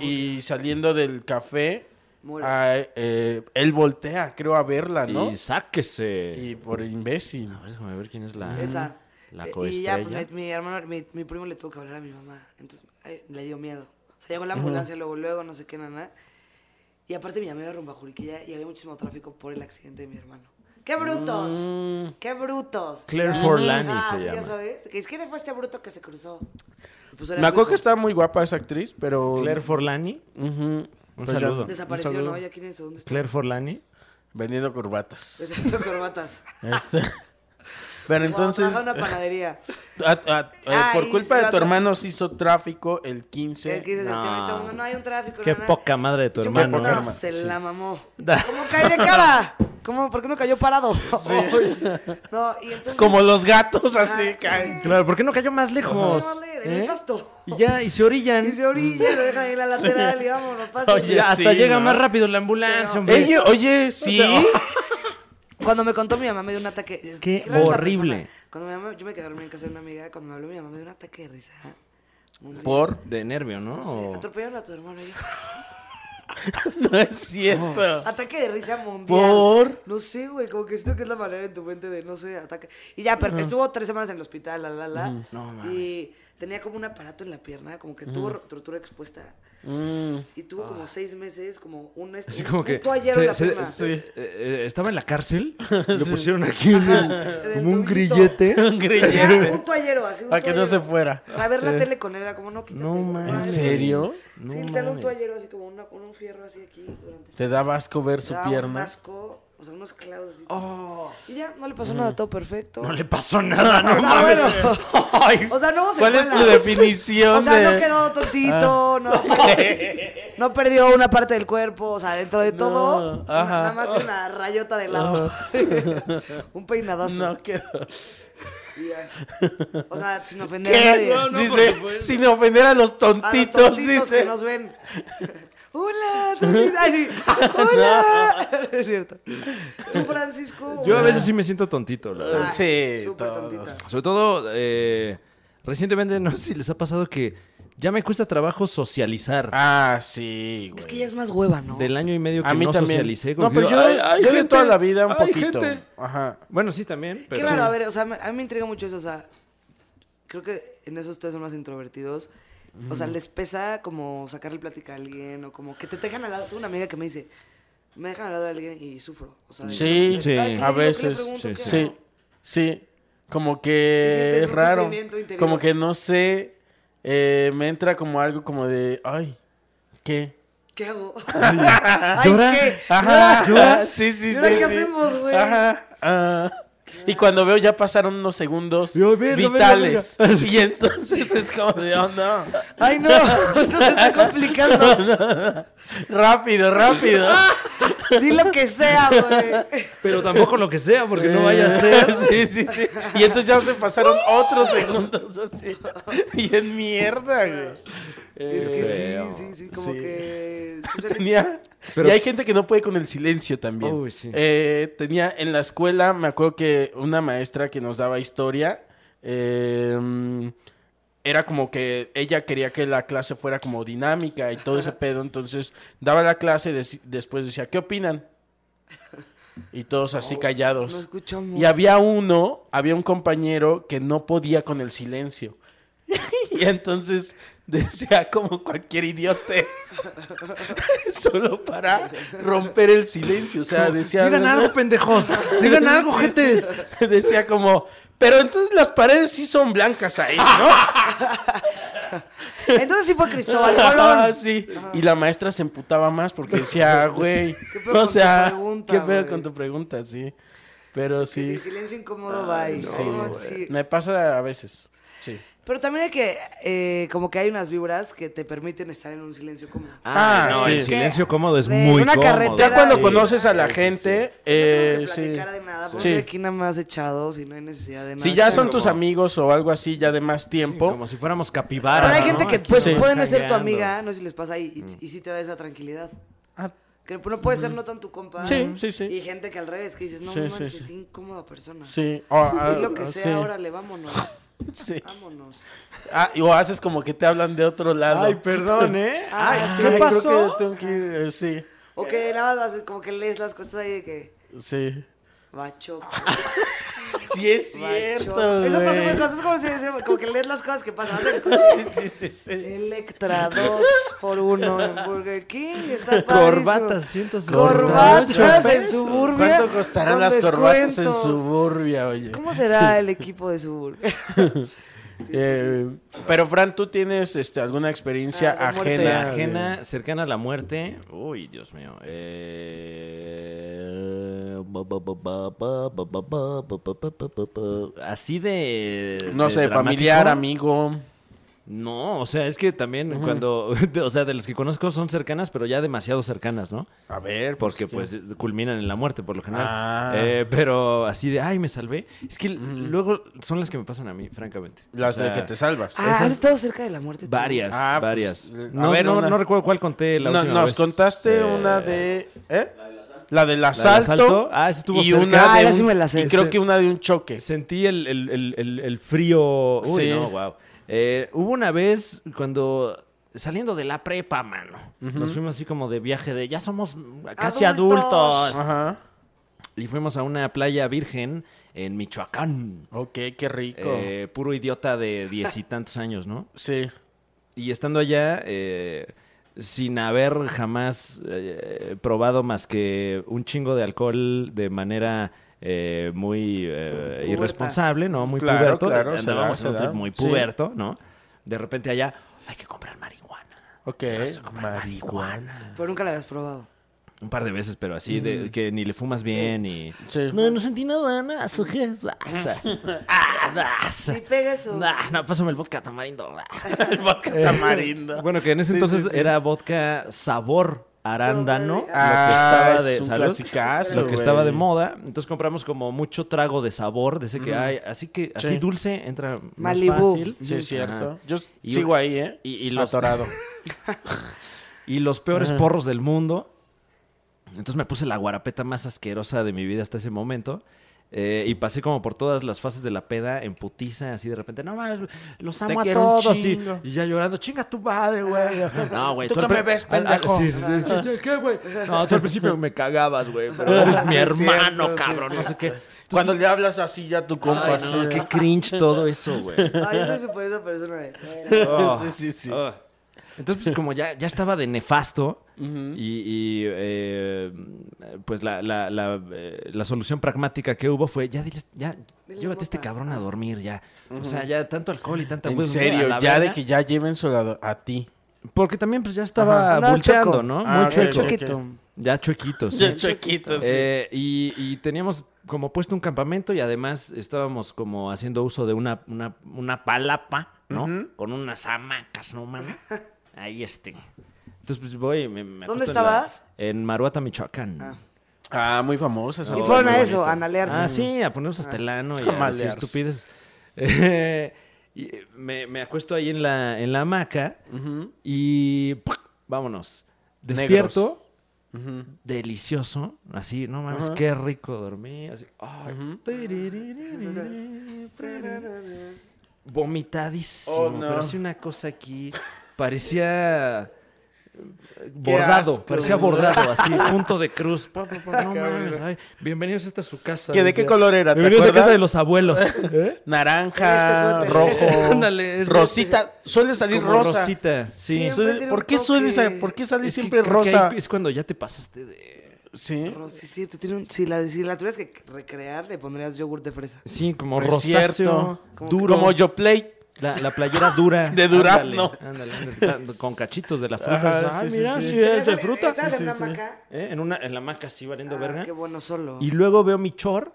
[SPEAKER 3] Y saliendo del café.
[SPEAKER 4] Muere.
[SPEAKER 3] ah, eh, él voltea, creo, a verla, ¿no?
[SPEAKER 2] Y este- sáquese.
[SPEAKER 3] Y por imbécil.
[SPEAKER 2] A ver, déjame ver quién es la.
[SPEAKER 4] Esa.
[SPEAKER 2] La
[SPEAKER 4] Eh, Y ya,
[SPEAKER 2] coestrella.
[SPEAKER 4] pues, mi, mi hermano, mi, mi primo le tuvo que hablar a mi mamá. Entonces eh, le dio miedo. O sea, llegó la ambulancia, luego, luego, no sé qué, nada. Y aparte mi mamá iba rumbo a Juriquilla y había muchísimo tráfico por el accidente de mi hermano. ¡Qué brutos!
[SPEAKER 2] Mm.
[SPEAKER 4] ¡Qué brutos!
[SPEAKER 2] Claire
[SPEAKER 4] Ah,
[SPEAKER 2] Forlani
[SPEAKER 4] ah,
[SPEAKER 2] se
[SPEAKER 4] sí,
[SPEAKER 2] llama.
[SPEAKER 4] Ya sabes. Es que fue este bruto que se cruzó. Y pues era
[SPEAKER 3] Me
[SPEAKER 4] su
[SPEAKER 3] acuerdo que
[SPEAKER 4] hijo.
[SPEAKER 3] estaba muy guapa esa actriz, pero.
[SPEAKER 2] Claire Forlani.
[SPEAKER 3] Ujú.
[SPEAKER 2] Un
[SPEAKER 3] Pues ya,
[SPEAKER 2] saludo.
[SPEAKER 4] Desapareció,
[SPEAKER 3] un saludo.
[SPEAKER 4] ¿no? ¿Ya quién es? ¿Dónde está?
[SPEAKER 2] Claire Forlani.
[SPEAKER 3] Vendiendo corbatas.
[SPEAKER 4] Deshaciendo corbatas.
[SPEAKER 3] Este. Pero [laughs] entonces, eh,
[SPEAKER 4] Trabajaba en una panadería.
[SPEAKER 3] a- a- eh,
[SPEAKER 4] Ah,
[SPEAKER 3] por
[SPEAKER 4] y
[SPEAKER 3] culpa
[SPEAKER 4] se
[SPEAKER 3] de
[SPEAKER 4] la
[SPEAKER 3] tu
[SPEAKER 4] tra-
[SPEAKER 3] hermano se hizo tráfico el 15.
[SPEAKER 4] El 15 de
[SPEAKER 2] No.
[SPEAKER 4] septiembre, todo el mundo, no hay un tráfico.
[SPEAKER 2] Qué
[SPEAKER 4] no, no".
[SPEAKER 2] poca madre de tu
[SPEAKER 4] Yo
[SPEAKER 2] hermano.
[SPEAKER 4] creo
[SPEAKER 2] ¿eh?
[SPEAKER 4] que
[SPEAKER 3] hermano,
[SPEAKER 4] se
[SPEAKER 3] sí.
[SPEAKER 4] la mamó.
[SPEAKER 2] Da.
[SPEAKER 4] ¿Cómo cae de cara? ¿Cómo? ¿Por qué no cayó parado? [laughs] no, y entonces.
[SPEAKER 3] Como los gatos así
[SPEAKER 4] Ah,
[SPEAKER 3] caen.
[SPEAKER 2] Claro, ¿por qué no cayó más lejos?
[SPEAKER 4] No, vale, en el
[SPEAKER 2] ¿Eh?
[SPEAKER 4] pasto.
[SPEAKER 2] Y ya, y se orillan.
[SPEAKER 4] Y se orilla, lo dejan ahí en la lateral y vámonos, pasa.
[SPEAKER 2] Y ya, hasta
[SPEAKER 3] sí,
[SPEAKER 2] llega
[SPEAKER 3] ¿no?
[SPEAKER 2] más rápido la ambulancia,
[SPEAKER 4] Sí,
[SPEAKER 2] hombre.
[SPEAKER 3] Ey,
[SPEAKER 2] [laughs]
[SPEAKER 3] oye, sí.
[SPEAKER 4] Cuando me contó mi mamá me dio un ataque. es
[SPEAKER 2] Qué
[SPEAKER 4] que era la
[SPEAKER 2] horrible.
[SPEAKER 4] persona. Cuando mi mamá, yo me quedé dormida en casa de una amiga, cuando me habló mi mamá me dio un ataque de risa.
[SPEAKER 2] Por de nervio, ¿no?
[SPEAKER 4] Sí,
[SPEAKER 2] O-
[SPEAKER 4] atropellaron a tu hermano. y yo,
[SPEAKER 3] No es cierto.
[SPEAKER 4] Ataque de risa mundial.
[SPEAKER 3] ¿Por?
[SPEAKER 4] No sé, güey, como que siento que es la manera en tu mente de, no sé, ataque. Y ya, pero estuvo tres semanas en el hospital, la, la, la.
[SPEAKER 2] No
[SPEAKER 4] Y tenía como un aparato en la pierna, como que tuvo tortura expuesta. Y tuvo
[SPEAKER 3] Ah.
[SPEAKER 4] como seis meses, como un... est-
[SPEAKER 2] Mm. Así
[SPEAKER 4] un-
[SPEAKER 2] como
[SPEAKER 4] un
[SPEAKER 2] que.
[SPEAKER 4] toallero
[SPEAKER 2] se-
[SPEAKER 4] en la
[SPEAKER 2] se-
[SPEAKER 4] pierna.
[SPEAKER 2] se- eh, eh, estaba en la
[SPEAKER 3] [laughs]
[SPEAKER 2] cárcel. Le pusieron aquí en [laughs] el-
[SPEAKER 4] En el
[SPEAKER 2] como un [laughs]
[SPEAKER 4] tubito. [laughs]
[SPEAKER 2] grillete.
[SPEAKER 3] Un
[SPEAKER 4] Ajá,
[SPEAKER 3] grillete.
[SPEAKER 4] [laughs] un toallero, así un
[SPEAKER 3] Para que no
[SPEAKER 4] toallero.
[SPEAKER 3] se fuera.
[SPEAKER 4] O sea, ver la tele con él era como, no, quítate.
[SPEAKER 2] No
[SPEAKER 4] güey,
[SPEAKER 2] mames.
[SPEAKER 4] madre.
[SPEAKER 3] ¿En serio?
[SPEAKER 2] No
[SPEAKER 4] sí, le dan un
[SPEAKER 2] mames.
[SPEAKER 4] toallero así como una- un, un fierro así aquí durante...
[SPEAKER 3] Te daba asco ver su
[SPEAKER 4] Daba un
[SPEAKER 3] pierna.
[SPEAKER 4] asco, O sea, unos clavos así.
[SPEAKER 2] Oh.
[SPEAKER 4] Y ya, no le pasó nada, todo perfecto.
[SPEAKER 2] No le pasó nada,
[SPEAKER 3] [laughs]
[SPEAKER 2] no
[SPEAKER 4] O sea,
[SPEAKER 2] mames. [laughs]
[SPEAKER 4] bueno.
[SPEAKER 2] Ay,
[SPEAKER 4] O sea, no se
[SPEAKER 2] ¿Cuál
[SPEAKER 4] fue
[SPEAKER 2] es
[SPEAKER 4] en
[SPEAKER 2] tu
[SPEAKER 4] la- [laughs]
[SPEAKER 2] definición
[SPEAKER 4] O sea,
[SPEAKER 2] de- Ah.
[SPEAKER 4] no quedó
[SPEAKER 2] [laughs]
[SPEAKER 4] tontito, no, no perdió una parte del cuerpo, o sea, dentro de todo,
[SPEAKER 2] ajá.
[SPEAKER 4] nada más tiene una rayota de lado. [laughs] Un peinadazo.
[SPEAKER 2] No [laughs] quedó.
[SPEAKER 4] Y ya. O sea, sin ofender a
[SPEAKER 2] ¿Qué?
[SPEAKER 4] nadie.
[SPEAKER 2] dice, sin ofender a los
[SPEAKER 4] A los
[SPEAKER 2] tontitos,
[SPEAKER 4] tontitos
[SPEAKER 2] dice.
[SPEAKER 4] que nos ven. [laughs] Hola, tontitos. Ay,
[SPEAKER 2] [laughs]
[SPEAKER 4] sí. [laughs] hola. [laughs] Es cierto. Tú, Francisco.
[SPEAKER 2] Yo a
[SPEAKER 4] hola.
[SPEAKER 2] veces sí me siento tontito, la verdad.
[SPEAKER 4] Ay,
[SPEAKER 3] Sí,
[SPEAKER 4] súper
[SPEAKER 3] todos.
[SPEAKER 4] tontita.
[SPEAKER 2] Sobre todo, eh, recientemente no sé si les ha pasado que ya me cuesta trabajo socializar.
[SPEAKER 3] Ah, sí, güey.
[SPEAKER 4] Es que ya es más hueva, ¿no?
[SPEAKER 2] Del año y medio que
[SPEAKER 3] A mí
[SPEAKER 2] no
[SPEAKER 3] también.
[SPEAKER 2] socialicé.
[SPEAKER 3] No,
[SPEAKER 2] como
[SPEAKER 3] pero
[SPEAKER 2] que
[SPEAKER 3] yo,
[SPEAKER 2] "Ay, ay,
[SPEAKER 3] yo de
[SPEAKER 2] gente,
[SPEAKER 3] toda la vida un
[SPEAKER 2] ay,
[SPEAKER 3] poquito.
[SPEAKER 2] gente".
[SPEAKER 3] Ajá.
[SPEAKER 2] Bueno, sí, también. Pero...
[SPEAKER 4] Qué raro, a ver, o sea, me- a mí me intriga mucho eso, o sea, creo que en eso ustedes son más introvertidos. O sea, les pesa como sacarle plática a alguien o como que te dejan al lado. Tuve una amiga que me dice, me dejan al lado de alguien y sufro. O sea,
[SPEAKER 3] Sí,
[SPEAKER 4] de-
[SPEAKER 2] sí,
[SPEAKER 4] "Ay, ¿qué
[SPEAKER 3] a
[SPEAKER 4] le digo? ¿Qué le
[SPEAKER 3] veces,
[SPEAKER 4] pregunto?
[SPEAKER 2] sí,
[SPEAKER 4] ¿Qué
[SPEAKER 3] Sí,
[SPEAKER 4] hago?".
[SPEAKER 3] sí. Como
[SPEAKER 4] Sí,
[SPEAKER 3] que
[SPEAKER 4] sientes
[SPEAKER 3] es
[SPEAKER 4] un
[SPEAKER 3] raro.
[SPEAKER 4] sufrimiento interior.
[SPEAKER 3] Como que no sé. eh, me entra como algo como de, ay, ¿qué?
[SPEAKER 4] ¿Qué hago? Ay,
[SPEAKER 2] ¿Llora?
[SPEAKER 4] ¿qué?
[SPEAKER 3] Ajá. [laughs]
[SPEAKER 4] ¿Llora?
[SPEAKER 3] Sí, sí,
[SPEAKER 4] ¿Y
[SPEAKER 3] sí.
[SPEAKER 4] ahora qué
[SPEAKER 3] sí.
[SPEAKER 4] hacemos, güey?
[SPEAKER 3] ¿eh? Ajá. ah. Y cuando veo ya pasaron unos segundos
[SPEAKER 2] Yo, verga, verga,
[SPEAKER 3] vitales. Y entonces es como de, oh no.
[SPEAKER 4] [laughs] Ay, no, esto se
[SPEAKER 3] [laughs]
[SPEAKER 4] está complicando.
[SPEAKER 3] Rápido, rápido.
[SPEAKER 4] Di lo que sea, güey.
[SPEAKER 2] Pero tampoco lo que sea, porque no vaya
[SPEAKER 3] Eh,
[SPEAKER 2] a
[SPEAKER 3] [laughs]
[SPEAKER 2] ser.
[SPEAKER 3] Sí, sí, sí. Y entonces ya se pasaron otros segundos así. Y en mierda, güey.
[SPEAKER 4] Es que
[SPEAKER 2] feo.
[SPEAKER 4] sí, sí, sí, como
[SPEAKER 3] Sí.
[SPEAKER 4] que...
[SPEAKER 3] [laughs] Tenía.
[SPEAKER 2] Pero-
[SPEAKER 3] Y hay gente que no puede con el silencio también.
[SPEAKER 2] Uy, sí.
[SPEAKER 3] Eh, tenía en la escuela, me acuerdo que una maestra que nos daba historia. eh, era como que ella quería que la clase fuera como dinámica y todo ese pedo. Entonces daba la clase y dec- después decía, ¿qué opinan? Y todos así callados.
[SPEAKER 4] Oh, no escuchamos.
[SPEAKER 3] Y había uno, había un compañero que no podía con el silencio. y entonces decía como cualquier idiota. [laughs] Solo para romper el silencio. O sea, decía.
[SPEAKER 2] Digan algo, pendejos.
[SPEAKER 3] [laughs]
[SPEAKER 2] Digan algo, gentes.
[SPEAKER 3] Decía como. Pero entonces las paredes sí son blancas ahí,
[SPEAKER 4] [laughs]
[SPEAKER 3] ¿no?
[SPEAKER 4] Entonces sí fue Cristóbal
[SPEAKER 3] [laughs] Ah,
[SPEAKER 4] Colón.
[SPEAKER 3] sí. Y la maestra se emputaba más porque decía, güey.
[SPEAKER 4] [laughs] ¿Qué pedo
[SPEAKER 3] o
[SPEAKER 4] con tu
[SPEAKER 3] sea,
[SPEAKER 4] pregunta,
[SPEAKER 3] ¿qué pedo
[SPEAKER 4] güey?
[SPEAKER 3] con tu pregunta? Sí. Pero
[SPEAKER 4] Sí,
[SPEAKER 3] sí.
[SPEAKER 4] sí, silencio incómodo va y-
[SPEAKER 3] sí,
[SPEAKER 4] no,
[SPEAKER 3] güey.
[SPEAKER 4] sí.
[SPEAKER 3] Me pasa a veces. Sí.
[SPEAKER 4] Pero también hay que, eh, como que hay unas vibras que te permiten estar en un silencio cómodo.
[SPEAKER 3] Ah,
[SPEAKER 2] no,
[SPEAKER 3] sí.
[SPEAKER 2] el
[SPEAKER 3] Es
[SPEAKER 4] que
[SPEAKER 2] silencio cómodo es
[SPEAKER 4] de
[SPEAKER 2] muy
[SPEAKER 4] una
[SPEAKER 2] cómodo.
[SPEAKER 4] carretera-
[SPEAKER 3] Ya cuando
[SPEAKER 4] Sí.
[SPEAKER 3] conoces a la gente, eh,
[SPEAKER 4] no tenemos que platicar
[SPEAKER 3] sí.
[SPEAKER 4] de nada, vamos
[SPEAKER 3] Sí.
[SPEAKER 4] aquí nada más echados y no hay necesidad de nada.
[SPEAKER 3] Si ya son
[SPEAKER 4] Pero-
[SPEAKER 3] tus amigos o algo así, ya de más tiempo.
[SPEAKER 2] Como si fuéramos capibaras.
[SPEAKER 4] Pero hay
[SPEAKER 2] ¿no?
[SPEAKER 4] gente que
[SPEAKER 2] Aquí
[SPEAKER 4] pues
[SPEAKER 2] estamos
[SPEAKER 4] puede no ser tu
[SPEAKER 2] jangueando.
[SPEAKER 4] amiga, no sé si les pasa, y,
[SPEAKER 3] Mm.
[SPEAKER 4] y, y sí te da esa tranquilidad.
[SPEAKER 3] Ah,
[SPEAKER 4] Que no puede ser no tan tu compa.
[SPEAKER 3] Sí, sí, sí.
[SPEAKER 4] Y gente que al revés, que dices, no,
[SPEAKER 3] Sí, sí,
[SPEAKER 4] manches,
[SPEAKER 3] sí.
[SPEAKER 4] qué incómoda persona.
[SPEAKER 3] sí. O, ah,
[SPEAKER 4] Y [laughs] lo que
[SPEAKER 3] ah,
[SPEAKER 4] sea,
[SPEAKER 3] sí.
[SPEAKER 4] órale, vámonos.
[SPEAKER 3] [laughs] Sí.
[SPEAKER 4] Vámonos.
[SPEAKER 3] Ah, y o haces como que te hablan de otro lado.
[SPEAKER 2] Ay,
[SPEAKER 3] [laughs]
[SPEAKER 2] perdón, [laughs] ¿eh? Ay,
[SPEAKER 4] Ay,
[SPEAKER 2] ¿Qué
[SPEAKER 4] creo
[SPEAKER 2] pasó?
[SPEAKER 3] Creo que tengo que ir, eh, sí.
[SPEAKER 4] O que Ah, nada más haces como que lees las cosas ahí de que
[SPEAKER 3] Sí.
[SPEAKER 4] va choco.
[SPEAKER 3] Sí, Ah, es
[SPEAKER 4] Chota.
[SPEAKER 3] cierto.
[SPEAKER 4] Eso pasa
[SPEAKER 3] güey.
[SPEAKER 4] con cosas como, si- si- como que lees las cosas que pasan. Vas en el coche,
[SPEAKER 3] Sí, [laughs] sí, sí.
[SPEAKER 4] Electra 2 por 1 en Burger King. Está
[SPEAKER 2] Corbatas,
[SPEAKER 4] padrísimo.
[SPEAKER 2] 168
[SPEAKER 4] Corbatas en
[SPEAKER 2] pesos.
[SPEAKER 4] Suburbia.
[SPEAKER 3] ¿Cuánto costarán
[SPEAKER 4] con
[SPEAKER 3] las corbatas en
[SPEAKER 4] descuentos.
[SPEAKER 3] suburbia, oye?
[SPEAKER 4] ¿Cómo será el equipo de
[SPEAKER 2] [laughs]
[SPEAKER 4] Suburbia?
[SPEAKER 3] Eh, Pero, Fran, ¿tú tienes este, alguna experiencia
[SPEAKER 4] Ah, de muerte.
[SPEAKER 2] De
[SPEAKER 3] ajena?
[SPEAKER 2] ajena, cercana a la muerte. Uy, Dios mío. Eh, ba, ba, ba, ba, ba, ba, ba, ba, ba, ba, ba, ba, ba, ba. Así de.
[SPEAKER 3] de- No
[SPEAKER 2] de
[SPEAKER 3] sé,
[SPEAKER 2] dramático.
[SPEAKER 3] familiar, amigo.
[SPEAKER 2] No, o sea, es que también cuando. [laughs] O sea, de los que conozco son cercanas, pero ya demasiado cercanas, ¿no?
[SPEAKER 3] A ver,
[SPEAKER 2] Porque pues culminan en la muerte por lo general.
[SPEAKER 3] Ah.
[SPEAKER 2] Eh, pero así de, ay, me salvé. Es que luego son las que me pasan a mí, francamente.
[SPEAKER 3] Las
[SPEAKER 2] O sea,
[SPEAKER 3] de que te salvas.
[SPEAKER 4] Ah, ¿Has estado cerca de la muerte? tú?
[SPEAKER 2] Varias,
[SPEAKER 3] Ah, pues,
[SPEAKER 2] varias.
[SPEAKER 3] eh, a
[SPEAKER 2] no,
[SPEAKER 3] ver,
[SPEAKER 2] no,
[SPEAKER 3] una.
[SPEAKER 2] no recuerdo cuál conté la
[SPEAKER 3] No,
[SPEAKER 2] última
[SPEAKER 3] nos
[SPEAKER 2] vez.
[SPEAKER 3] contaste
[SPEAKER 2] Eh,
[SPEAKER 3] una de. ¿Eh? La del asalto.
[SPEAKER 2] asalto. Ah, esa estuvo
[SPEAKER 3] y
[SPEAKER 2] cerca.
[SPEAKER 3] una
[SPEAKER 4] Ah,
[SPEAKER 3] de
[SPEAKER 4] esa
[SPEAKER 3] un-
[SPEAKER 4] sí me la sé,
[SPEAKER 3] Y creo
[SPEAKER 4] sí.
[SPEAKER 3] que una de un choque.
[SPEAKER 2] Sentí el, el- el- el- el frío. Uy,
[SPEAKER 3] Sí.
[SPEAKER 2] no, wow. Eh, hubo una vez cuando. Saliendo de la prepa, mano. Nos fuimos así como de viaje de ya somos casi
[SPEAKER 4] Adultos.
[SPEAKER 2] adultos.
[SPEAKER 3] Ajá.
[SPEAKER 2] Y fuimos a una playa virgen en Michoacán.
[SPEAKER 3] Ok, qué rico.
[SPEAKER 2] Eh, puro idiota de diez y tantos años, ¿no?
[SPEAKER 3] Sí.
[SPEAKER 2] Y estando allá, eh, sin haber jamás eh, probado más que un chingo de alcohol de manera eh, muy eh,
[SPEAKER 4] Puberta.
[SPEAKER 2] irresponsable, ¿no? Muy
[SPEAKER 3] Claro,
[SPEAKER 2] puberto.
[SPEAKER 3] claro, se
[SPEAKER 2] Andábamos
[SPEAKER 3] da,
[SPEAKER 2] en un
[SPEAKER 3] se
[SPEAKER 2] trip
[SPEAKER 3] da.
[SPEAKER 2] muy
[SPEAKER 3] Sí.
[SPEAKER 2] puberto, ¿no? De repente allá, hay que comprar marihuana.
[SPEAKER 3] Ok.
[SPEAKER 2] Vamos a comprar
[SPEAKER 3] Marihuana.
[SPEAKER 2] [laughs]
[SPEAKER 3] Mm.
[SPEAKER 4] Pero nunca la habías probado.
[SPEAKER 2] Un par de veces, pero así, de que ni le fumas bien y...
[SPEAKER 8] No, no sentí nada, nada, ¿so qué?
[SPEAKER 3] [laughs]
[SPEAKER 8] Ah,
[SPEAKER 4] Y pega eso.
[SPEAKER 2] Ah, no, pásame el vodka tamarindo.
[SPEAKER 3] El vodka
[SPEAKER 2] Eh,
[SPEAKER 3] tamarindo.
[SPEAKER 2] Bueno, que en ese
[SPEAKER 3] Sí,
[SPEAKER 2] entonces
[SPEAKER 3] sí, sí.
[SPEAKER 2] era vodka sabor arándano. lo que
[SPEAKER 3] Ah,
[SPEAKER 2] estaba
[SPEAKER 3] es
[SPEAKER 2] de-
[SPEAKER 3] un
[SPEAKER 2] salud,
[SPEAKER 3] clasicazo,
[SPEAKER 2] Lo que
[SPEAKER 3] güey.
[SPEAKER 2] estaba de moda. Entonces compramos como mucho trago de sabor, de ese que
[SPEAKER 3] Mm.
[SPEAKER 2] hay. Así que así
[SPEAKER 3] Sí.
[SPEAKER 2] dulce entra más
[SPEAKER 3] Malibú.
[SPEAKER 2] fácil.
[SPEAKER 3] Sí, es cierto.
[SPEAKER 2] Ajá.
[SPEAKER 3] Yo
[SPEAKER 2] Y-
[SPEAKER 3] sigo ahí, ¿eh?
[SPEAKER 2] Y, y los, [laughs]
[SPEAKER 3] Atorado.
[SPEAKER 2] y los peores
[SPEAKER 3] Ajá.
[SPEAKER 2] porros del mundo. Entonces me puse la guarapeta más asquerosa de mi vida hasta ese momento. Eh, y pasé como por todas las fases de la peda en putiza, así de repente, no mames, los amo a
[SPEAKER 8] quiero un
[SPEAKER 2] todos. Y,
[SPEAKER 8] chingo.
[SPEAKER 2] y ya llorando, chinga tu madre,
[SPEAKER 3] [laughs]
[SPEAKER 2] güey. No, güey.
[SPEAKER 8] Tú
[SPEAKER 2] al
[SPEAKER 8] que me
[SPEAKER 2] pri-
[SPEAKER 8] ves,
[SPEAKER 2] al- al-
[SPEAKER 8] pendejo.
[SPEAKER 2] sí, sí, sí. ¿Qué, güey? No, tú al principio me cagabas, güey. pero
[SPEAKER 3] Ah,
[SPEAKER 2] eres mi
[SPEAKER 3] sí,
[SPEAKER 2] hermano,
[SPEAKER 3] cierto,
[SPEAKER 2] cabrón, Ah.
[SPEAKER 3] sí,
[SPEAKER 2] no
[SPEAKER 3] sí.
[SPEAKER 2] sé qué.
[SPEAKER 3] Cuando le hablas así ya a tu compa.
[SPEAKER 2] Ay, no,
[SPEAKER 3] así. ¿eh?
[SPEAKER 2] qué cringe todo eso, [laughs] güey.
[SPEAKER 4] Ay, Ah, yo soy súper esa persona de.
[SPEAKER 2] Oh,
[SPEAKER 3] Sí, sí, sí.
[SPEAKER 2] oh. Entonces, pues como ya, ya estaba de nefasto y, y, eh, pues la, la- la, eh, la solución pragmática que hubo fue, ya, diles- ya llévate a este cabrón a dormir ya. O sea, ya tanto alcohol y tanta...
[SPEAKER 3] En
[SPEAKER 2] pues, a
[SPEAKER 3] serio,
[SPEAKER 2] la
[SPEAKER 3] ya
[SPEAKER 2] verga.
[SPEAKER 3] de que ya lleven soldado a ti.
[SPEAKER 2] Porque también pues ya estaba
[SPEAKER 3] Ajá. No, es
[SPEAKER 2] volteando,
[SPEAKER 3] chueco.
[SPEAKER 2] ¿no?
[SPEAKER 3] Ah,
[SPEAKER 2] Muy
[SPEAKER 3] ok,
[SPEAKER 2] chueco.
[SPEAKER 3] ok, ok.
[SPEAKER 2] Ya chuequitos.
[SPEAKER 3] Ya chuequitos, sí.
[SPEAKER 2] Eh, y, y teníamos como puesto un campamento y además estábamos como haciendo uso de una, una, una palapa, ¿no? Con unas hamacas, ¿no, mano? Ahí este. Entonces, pues voy y me, me
[SPEAKER 4] ¿Dónde
[SPEAKER 2] acuesto en la-
[SPEAKER 4] estabas?
[SPEAKER 2] En, Maruata, Michoacán.
[SPEAKER 3] Ah, muy famosa esa.
[SPEAKER 2] Oh,
[SPEAKER 4] Y fueron a
[SPEAKER 2] muy
[SPEAKER 4] eso,
[SPEAKER 2] bonito.
[SPEAKER 4] a analearse.
[SPEAKER 2] Ah, sí, a ponernos hasta el
[SPEAKER 3] [laughs]
[SPEAKER 2] ano y
[SPEAKER 3] A
[SPEAKER 2] a decir
[SPEAKER 3] malearse.
[SPEAKER 2] estupideces. [laughs] Eh, y eh, me, me acuesto ahí en la, en la hamaca y ¡puc! vámonos. Despierto, delicioso, así, no mames,
[SPEAKER 3] Ajá.
[SPEAKER 2] qué rico dormí, así. ay, Vomitadísimo,
[SPEAKER 3] Oh, no.
[SPEAKER 2] pero así una cosa aquí parecía eh, bordado,
[SPEAKER 3] asco,
[SPEAKER 2] parecía
[SPEAKER 3] güey.
[SPEAKER 2] bordado,
[SPEAKER 3] [laughs]
[SPEAKER 2] así, punto de cruz. Pa, pa, pa, no
[SPEAKER 3] Qué
[SPEAKER 2] mames,
[SPEAKER 3] horror.
[SPEAKER 2] ay, bienvenidos a esta su casa.
[SPEAKER 3] ¿Que de
[SPEAKER 2] decía.
[SPEAKER 3] qué color era? ¿Te
[SPEAKER 2] Bienvenidos a
[SPEAKER 3] acuerdas?
[SPEAKER 2] casa de los abuelos. [laughs] ¿Eh?
[SPEAKER 3] Naranja,
[SPEAKER 4] Este suéter.
[SPEAKER 3] rojo.
[SPEAKER 2] Ándale, es
[SPEAKER 3] Rosita. Suele salir
[SPEAKER 2] Como
[SPEAKER 3] rosa.
[SPEAKER 2] Rosita, sí.
[SPEAKER 4] Siempre
[SPEAKER 3] Suele-
[SPEAKER 4] tiene un
[SPEAKER 3] ¿Por qué suele
[SPEAKER 4] toque.
[SPEAKER 3] salir? ¿Por qué sale
[SPEAKER 2] Es que
[SPEAKER 3] siempre
[SPEAKER 2] creo que
[SPEAKER 3] rosa?
[SPEAKER 2] ahí es cuando ya te pasaste de...
[SPEAKER 3] Sí.
[SPEAKER 4] Rosy, sí, tú tienes un- si, la, si la tuvieras que recrear, le pondrías yogur de fresa.
[SPEAKER 2] Sí, como
[SPEAKER 3] Es
[SPEAKER 2] rosáceo,
[SPEAKER 3] cierto.
[SPEAKER 2] duro.
[SPEAKER 3] Como yo play.
[SPEAKER 2] La, la playera dura.
[SPEAKER 3] [laughs] De durazno.
[SPEAKER 2] Ándale, ándale, ándale, con cachitos de la fruta.
[SPEAKER 3] Ajá,
[SPEAKER 2] o sea,
[SPEAKER 3] sí,
[SPEAKER 2] ay,
[SPEAKER 3] sí,
[SPEAKER 2] mira,
[SPEAKER 3] sí.
[SPEAKER 2] sí es de fruta.
[SPEAKER 4] ¿Estás
[SPEAKER 2] Sí,
[SPEAKER 4] en
[SPEAKER 2] sí,
[SPEAKER 4] una
[SPEAKER 2] sí.
[SPEAKER 4] hamaca?
[SPEAKER 2] ¿Eh? En, una, en la maca así valiendo
[SPEAKER 4] Ah,
[SPEAKER 2] verga.
[SPEAKER 4] qué bueno solo.
[SPEAKER 2] Y luego veo mi chor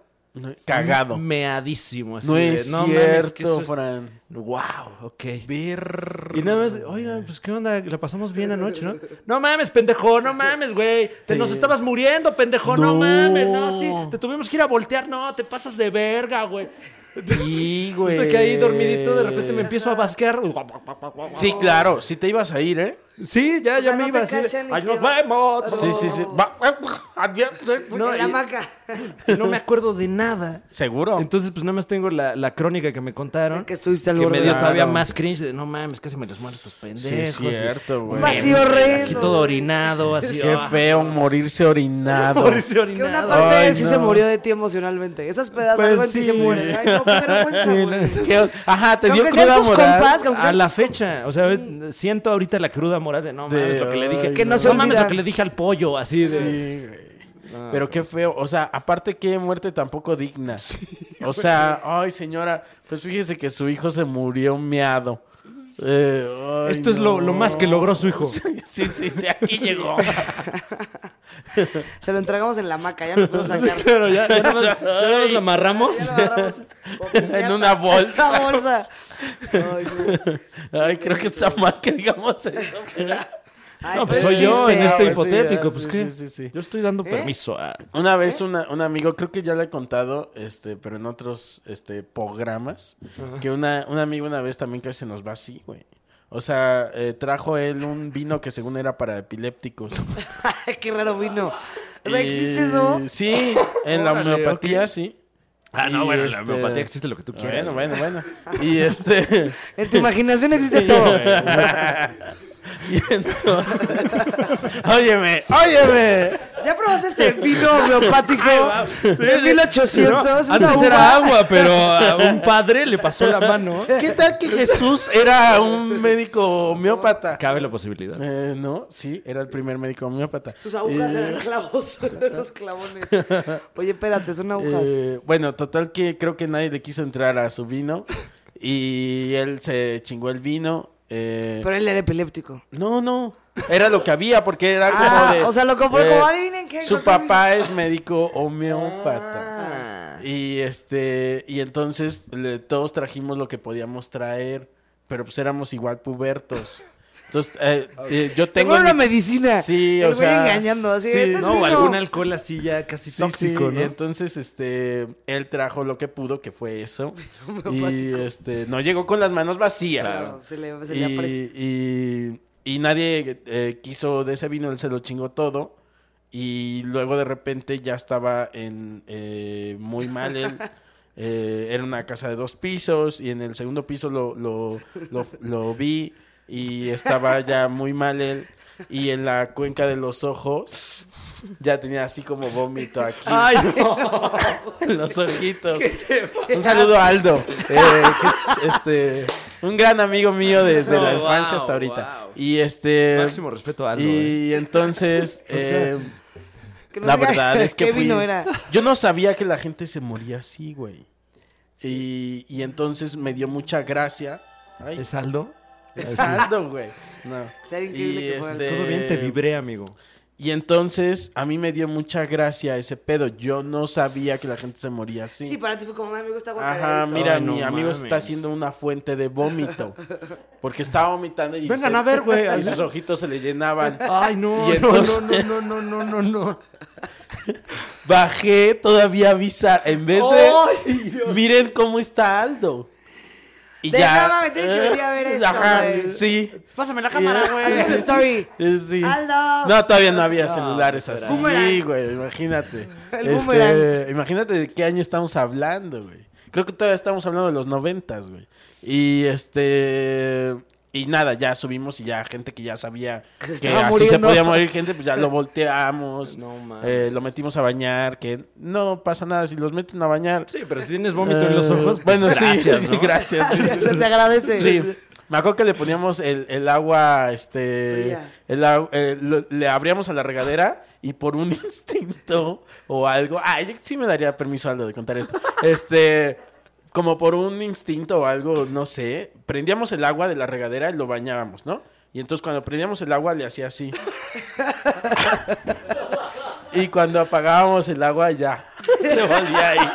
[SPEAKER 3] Cagado.
[SPEAKER 2] meadísimo. Así
[SPEAKER 3] No
[SPEAKER 2] de,
[SPEAKER 3] es
[SPEAKER 2] "No mames, que
[SPEAKER 3] cierto,
[SPEAKER 2] eso es-
[SPEAKER 3] Fran.
[SPEAKER 2] Wow, ok.
[SPEAKER 3] Ver-
[SPEAKER 2] Y nada más, oigan, pues qué onda, la pasamos bien anoche,
[SPEAKER 4] [laughs]
[SPEAKER 2] ¿no? No mames, pendejo, no mames, güey. Te nos estabas muriendo, pendejo, no.
[SPEAKER 3] No.
[SPEAKER 2] mames, no, sí. Te tuvimos que ir a voltear, no, te pasas de verga, güey.
[SPEAKER 3] [laughs] Sí, güey.
[SPEAKER 2] Justo que ahí dormidito, de repente me empiezo a
[SPEAKER 4] Pues.
[SPEAKER 2] basquear.
[SPEAKER 3] Sí, claro. Si te ibas a ir, ¿eh?
[SPEAKER 2] Sí, ya,
[SPEAKER 4] O
[SPEAKER 2] ya
[SPEAKER 4] sea,
[SPEAKER 2] me
[SPEAKER 4] no
[SPEAKER 2] iba
[SPEAKER 4] te
[SPEAKER 2] así. de,
[SPEAKER 4] cachan y
[SPEAKER 2] Ay,
[SPEAKER 4] te
[SPEAKER 2] nos
[SPEAKER 4] va-
[SPEAKER 2] vemos.
[SPEAKER 3] Sí, sí, sí. Va- [laughs] Adiós. ¿eh?
[SPEAKER 4] en la [laughs] hamaca.
[SPEAKER 2] Y no me acuerdo de nada.
[SPEAKER 3] Seguro.
[SPEAKER 2] Entonces, pues nada más tengo la, la crónica que me contaron.
[SPEAKER 4] Que estuviste al
[SPEAKER 2] que
[SPEAKER 4] borde.
[SPEAKER 2] me dio
[SPEAKER 3] Claro.
[SPEAKER 2] todavía más cringe de no mames, casi me los muero estos pendejos.
[SPEAKER 3] Sí, es cierto,
[SPEAKER 2] Y-
[SPEAKER 3] güey.
[SPEAKER 2] y-
[SPEAKER 4] Vacío
[SPEAKER 2] y- Aquí
[SPEAKER 4] horrendo.
[SPEAKER 2] todo orinado, así.
[SPEAKER 3] Qué
[SPEAKER 2] ah,
[SPEAKER 3] feo morirse
[SPEAKER 2] [laughs]
[SPEAKER 3] orinado.
[SPEAKER 2] morirse
[SPEAKER 4] Que una
[SPEAKER 2] orinado.
[SPEAKER 4] parte de
[SPEAKER 3] Ay,
[SPEAKER 4] él sí se
[SPEAKER 3] no.
[SPEAKER 4] murió de ti emocionalmente. Esas pedazos
[SPEAKER 2] Pues
[SPEAKER 4] algo en ti
[SPEAKER 2] sí.
[SPEAKER 4] se muere. Ay, no, qué vergüenza,
[SPEAKER 2] Sí,
[SPEAKER 4] güey.
[SPEAKER 2] la-
[SPEAKER 3] Qué- Ajá, te
[SPEAKER 4] Que
[SPEAKER 3] dio
[SPEAKER 4] aunque sean
[SPEAKER 3] cruda
[SPEAKER 4] tus
[SPEAKER 3] moral.
[SPEAKER 4] compas, que aunque
[SPEAKER 2] A
[SPEAKER 4] sean
[SPEAKER 2] la
[SPEAKER 4] tus
[SPEAKER 2] fecha, o sea, siento ahorita la cruda moral de no
[SPEAKER 3] De,
[SPEAKER 2] mames lo que le dije.
[SPEAKER 3] ay, Que
[SPEAKER 4] no se
[SPEAKER 2] no mames
[SPEAKER 4] olvidan.
[SPEAKER 2] lo que le dije al pollo, así de.
[SPEAKER 3] Sí, güey. Pero qué feo. O sea, aparte, qué muerte tampoco digna. O sea, ay, señora, pues fíjese que su hijo se murió meado. Eh, ay,
[SPEAKER 2] Esto es lo,
[SPEAKER 3] no.
[SPEAKER 2] lo más que logró su hijo.
[SPEAKER 3] Sí, [laughs] sí, sí, sí,
[SPEAKER 2] [laughs]
[SPEAKER 3] aquí llegó.
[SPEAKER 4] Se lo entregamos en la hamaca, ya no puedo
[SPEAKER 2] [laughs]
[SPEAKER 4] sacar.
[SPEAKER 2] Pero ya, ya nada más- ya nada más lo amarramos.
[SPEAKER 4] Ya
[SPEAKER 2] [laughs]
[SPEAKER 4] lo agarramos como piñata.
[SPEAKER 3] En una bolsa.
[SPEAKER 4] En [laughs] una bolsa. Ay, no.
[SPEAKER 3] Ay, creo que está mal que digamos eso. pero-
[SPEAKER 4] Ay,
[SPEAKER 2] No,
[SPEAKER 4] pero
[SPEAKER 2] pues
[SPEAKER 4] es
[SPEAKER 2] soy yo
[SPEAKER 4] chiste.
[SPEAKER 2] en este
[SPEAKER 3] Ah, pues sí,
[SPEAKER 2] hipotético,
[SPEAKER 3] ya,
[SPEAKER 2] pues
[SPEAKER 3] sí,
[SPEAKER 2] qué.
[SPEAKER 3] sí, sí, sí.
[SPEAKER 2] Yo estoy dando permiso a.
[SPEAKER 3] Una vez una- un amigo, creo que ya le he contado, este, pero en otros este, programas, que una, un amigo una vez también que se nos va así, güey. O sea, eh, trajo él un vino que según era para epilépticos.
[SPEAKER 4] Ay, qué raro vino. O sea,
[SPEAKER 3] Y-
[SPEAKER 4] ¿Existe eso?
[SPEAKER 3] Eh, Sí, en la
[SPEAKER 2] Órale,
[SPEAKER 3] homeopatía
[SPEAKER 2] ok.
[SPEAKER 3] sí.
[SPEAKER 2] Ah,
[SPEAKER 3] Y,
[SPEAKER 2] no, bueno, en la
[SPEAKER 3] este,
[SPEAKER 2] homeopatía existe lo que tú quieras.
[SPEAKER 3] Bueno, bueno, bueno. Y este...
[SPEAKER 4] En tu
[SPEAKER 2] [laughs]
[SPEAKER 4] imaginación existe todo.
[SPEAKER 3] y entonces... óyeme,
[SPEAKER 4] oh,
[SPEAKER 2] [laughs]
[SPEAKER 3] óyeme.
[SPEAKER 4] ¿Ya probaste este vino homeopático de
[SPEAKER 2] No,
[SPEAKER 4] 1800? Una
[SPEAKER 2] Antes
[SPEAKER 4] uva.
[SPEAKER 2] era agua, pero a un padre le pasó la
[SPEAKER 4] [laughs]
[SPEAKER 2] mano.
[SPEAKER 3] ¿Qué tal que Jesús era un médico homeópata?
[SPEAKER 2] Cabe la posibilidad.
[SPEAKER 3] Eh, no, sí, era el primer médico homeópata.
[SPEAKER 4] Sus agujas
[SPEAKER 3] Eh,
[SPEAKER 4] eran clavos, [laughs] los clavones. Oye, espérate, son agujas.
[SPEAKER 3] eh, bueno, total que creo que nadie le quiso entrar a su vino y él se chingó el vino. eh,
[SPEAKER 4] Pero él era epiléptico.
[SPEAKER 3] No, no. Era lo que había, porque era
[SPEAKER 4] Ah,
[SPEAKER 3] como de.
[SPEAKER 4] o sea, lo compró
[SPEAKER 3] de-
[SPEAKER 4] como, adivinen qué,
[SPEAKER 3] Su
[SPEAKER 4] lo que Ah.
[SPEAKER 3] papá es médico homeópata. Y este. Y entonces le- todos trajimos lo que podíamos traer. Pero pues éramos igual pubertos. Entonces, eh, eh, yo tengo.
[SPEAKER 4] Seguro
[SPEAKER 3] en
[SPEAKER 4] la
[SPEAKER 3] mi-
[SPEAKER 4] medicina.
[SPEAKER 3] Sí,
[SPEAKER 4] El
[SPEAKER 3] o
[SPEAKER 4] güey
[SPEAKER 3] sea.
[SPEAKER 4] engañando, así, "Este es
[SPEAKER 2] No, o
[SPEAKER 4] mío".
[SPEAKER 2] algún alcohol así ya casi
[SPEAKER 3] Sí,
[SPEAKER 2] tóxico,
[SPEAKER 3] sí,
[SPEAKER 2] ¿no?
[SPEAKER 3] Entonces, este, él trajo lo que pudo, que fue eso. y este, no llegó con las manos vacías.
[SPEAKER 4] Claro, se le- pues, se le
[SPEAKER 3] y,
[SPEAKER 4] aprecia.
[SPEAKER 3] y- y nadie eh, quiso de ese vino, él se lo chingó todo. Y luego de repente ya estaba en eh, muy mal
[SPEAKER 4] [laughs]
[SPEAKER 3] él. Eh, era una casa de dos pisos y en el segundo piso lo, lo, lo, lo vi y estaba ya muy mal él. Y en la cuenca de los ojos ya tenía así como vómito aquí.
[SPEAKER 2] Ay, no.
[SPEAKER 3] [laughs] En los ojitos.
[SPEAKER 2] ¿Qué te
[SPEAKER 3] Un saludo a Aldo, eh, que es, este, un gran amigo mío desde la
[SPEAKER 2] Wow,
[SPEAKER 3] infancia hasta ahorita. Y este.
[SPEAKER 2] Máximo respeto a Aldo,
[SPEAKER 3] Y entonces.
[SPEAKER 2] O sea,
[SPEAKER 3] eh,
[SPEAKER 4] que nos
[SPEAKER 3] la
[SPEAKER 4] diga
[SPEAKER 3] verdad
[SPEAKER 4] [laughs]
[SPEAKER 3] es que.
[SPEAKER 4] qué
[SPEAKER 3] fui-
[SPEAKER 4] vino era.
[SPEAKER 3] Yo no sabía que la gente se moría así, güey. Y, y entonces me dio mucha gracia. Ay.
[SPEAKER 2] ¿Es Aldo?
[SPEAKER 3] Es Aldo, güey. No.
[SPEAKER 4] Está increíble que
[SPEAKER 3] este,
[SPEAKER 4] fuera
[SPEAKER 2] Todo bien, te vibré, amigo.
[SPEAKER 3] Y entonces a mí me dio mucha gracia ese pedo. Yo no sabía que la gente se moría así.
[SPEAKER 4] Sí. para ti fue como, mi amigo está
[SPEAKER 3] Ajá,
[SPEAKER 4] guacadito.
[SPEAKER 3] mira,
[SPEAKER 2] Ay, no
[SPEAKER 3] mi amigo está
[SPEAKER 2] mames.
[SPEAKER 3] haciendo una fuente de vómito. Porque estaba vomitando y.
[SPEAKER 2] Vengan a ver, güey.
[SPEAKER 3] [laughs] Y sus ojitos se le llenaban.
[SPEAKER 2] Ay, no,
[SPEAKER 3] Y
[SPEAKER 2] no,
[SPEAKER 3] entonces
[SPEAKER 2] no, no, no, no, no, no.
[SPEAKER 3] bajé todavía a avisar. En vez [laughs] de. Miren cómo está Aldo. Y
[SPEAKER 4] De
[SPEAKER 3] ya.
[SPEAKER 4] no mames, tienen que venir a ver esto,
[SPEAKER 3] [laughs] Ajá,
[SPEAKER 4] güey.
[SPEAKER 3] sí.
[SPEAKER 2] Pásame la
[SPEAKER 4] cámara,
[SPEAKER 3] Y- [laughs]
[SPEAKER 4] güey. Hazme story.
[SPEAKER 3] Eh, Sí.
[SPEAKER 4] Aldo.
[SPEAKER 3] No, todavía no había celulares
[SPEAKER 2] espera.
[SPEAKER 3] así,
[SPEAKER 4] Boomerang.
[SPEAKER 3] güey. Imagínate.
[SPEAKER 4] [laughs] El
[SPEAKER 3] Este,
[SPEAKER 4] boomerang.
[SPEAKER 3] imagínate de qué año estamos hablando, güey. Creo que todavía estamos hablando de los noventas, güey. Y este. Y nada, ya subimos y ya gente que ya sabía que,
[SPEAKER 4] estaba
[SPEAKER 3] así se
[SPEAKER 4] muriendo.
[SPEAKER 3] podía morir gente, pues ya lo
[SPEAKER 2] [laughs]
[SPEAKER 3] volteamos.
[SPEAKER 2] No mames.
[SPEAKER 3] eh, lo metimos a bañar, que no pasa nada. Si los meten a bañar.
[SPEAKER 2] Sí, pero si tienes vómito en los
[SPEAKER 3] eh,
[SPEAKER 2] ojos,
[SPEAKER 3] Bueno,
[SPEAKER 2] pues, gracias,
[SPEAKER 3] [laughs] sí,
[SPEAKER 2] ¿no?
[SPEAKER 3] gracias.
[SPEAKER 4] [laughs]
[SPEAKER 3] sí, sí,
[SPEAKER 4] Se
[SPEAKER 3] sí.
[SPEAKER 4] te agradece.
[SPEAKER 3] Sí. Me acuerdo que le poníamos el, el agua, este.
[SPEAKER 4] Fría.
[SPEAKER 3] El, agu- eh, lo- le abríamos a la regadera y por un [laughs] instinto o algo. Ah, yo sí me daría permiso Aldo de contar esto. Este. Como por un instinto o algo, no sé. Prendíamos el agua de la regadera y lo bañábamos, ¿no? Y entonces cuando prendíamos el agua le hacía así. y cuando apagábamos el agua ya. [laughs] Se volvía ahí.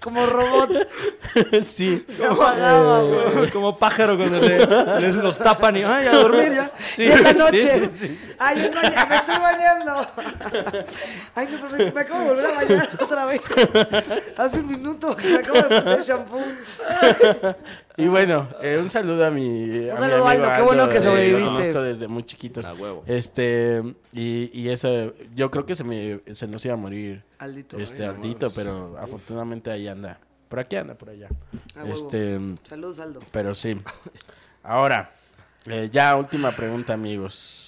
[SPEAKER 4] Como
[SPEAKER 3] [laughs]
[SPEAKER 4] robot.
[SPEAKER 3] sí.
[SPEAKER 4] Se
[SPEAKER 3] eh,
[SPEAKER 4] apagaba, güey.
[SPEAKER 2] Como pájaro cuando le, les los tapan y ay, a dormir ya.
[SPEAKER 3] [laughs] Sí,
[SPEAKER 4] Y en la
[SPEAKER 3] sí,
[SPEAKER 4] noche.
[SPEAKER 3] sí, sí.
[SPEAKER 4] Ay, es baña- me estoy bañando. Ay, no, pero me, me acabo de volver a bañar
[SPEAKER 3] [laughs]
[SPEAKER 4] otra vez. Hace un minuto que me acabo de poner shampoo.
[SPEAKER 3] Y bueno, eh, un saludo a mi. a mi
[SPEAKER 4] saludo,
[SPEAKER 3] amigo
[SPEAKER 4] Aldo, qué bueno que
[SPEAKER 3] eh,
[SPEAKER 4] sobreviviste.
[SPEAKER 3] Lo conozco desde muy chiquitos.
[SPEAKER 2] A huevo.
[SPEAKER 3] Este, y, y eso, yo creo que se, me, se nos iba a morir.
[SPEAKER 4] Aldito.
[SPEAKER 3] Este, Aldito, pero afortunadamente ahí anda. Por aquí anda, por allá.
[SPEAKER 4] A Ah, huevo.
[SPEAKER 3] Este,
[SPEAKER 4] Saludos, Aldo.
[SPEAKER 3] pero sí. Ahora, eh, ya última pregunta, amigos.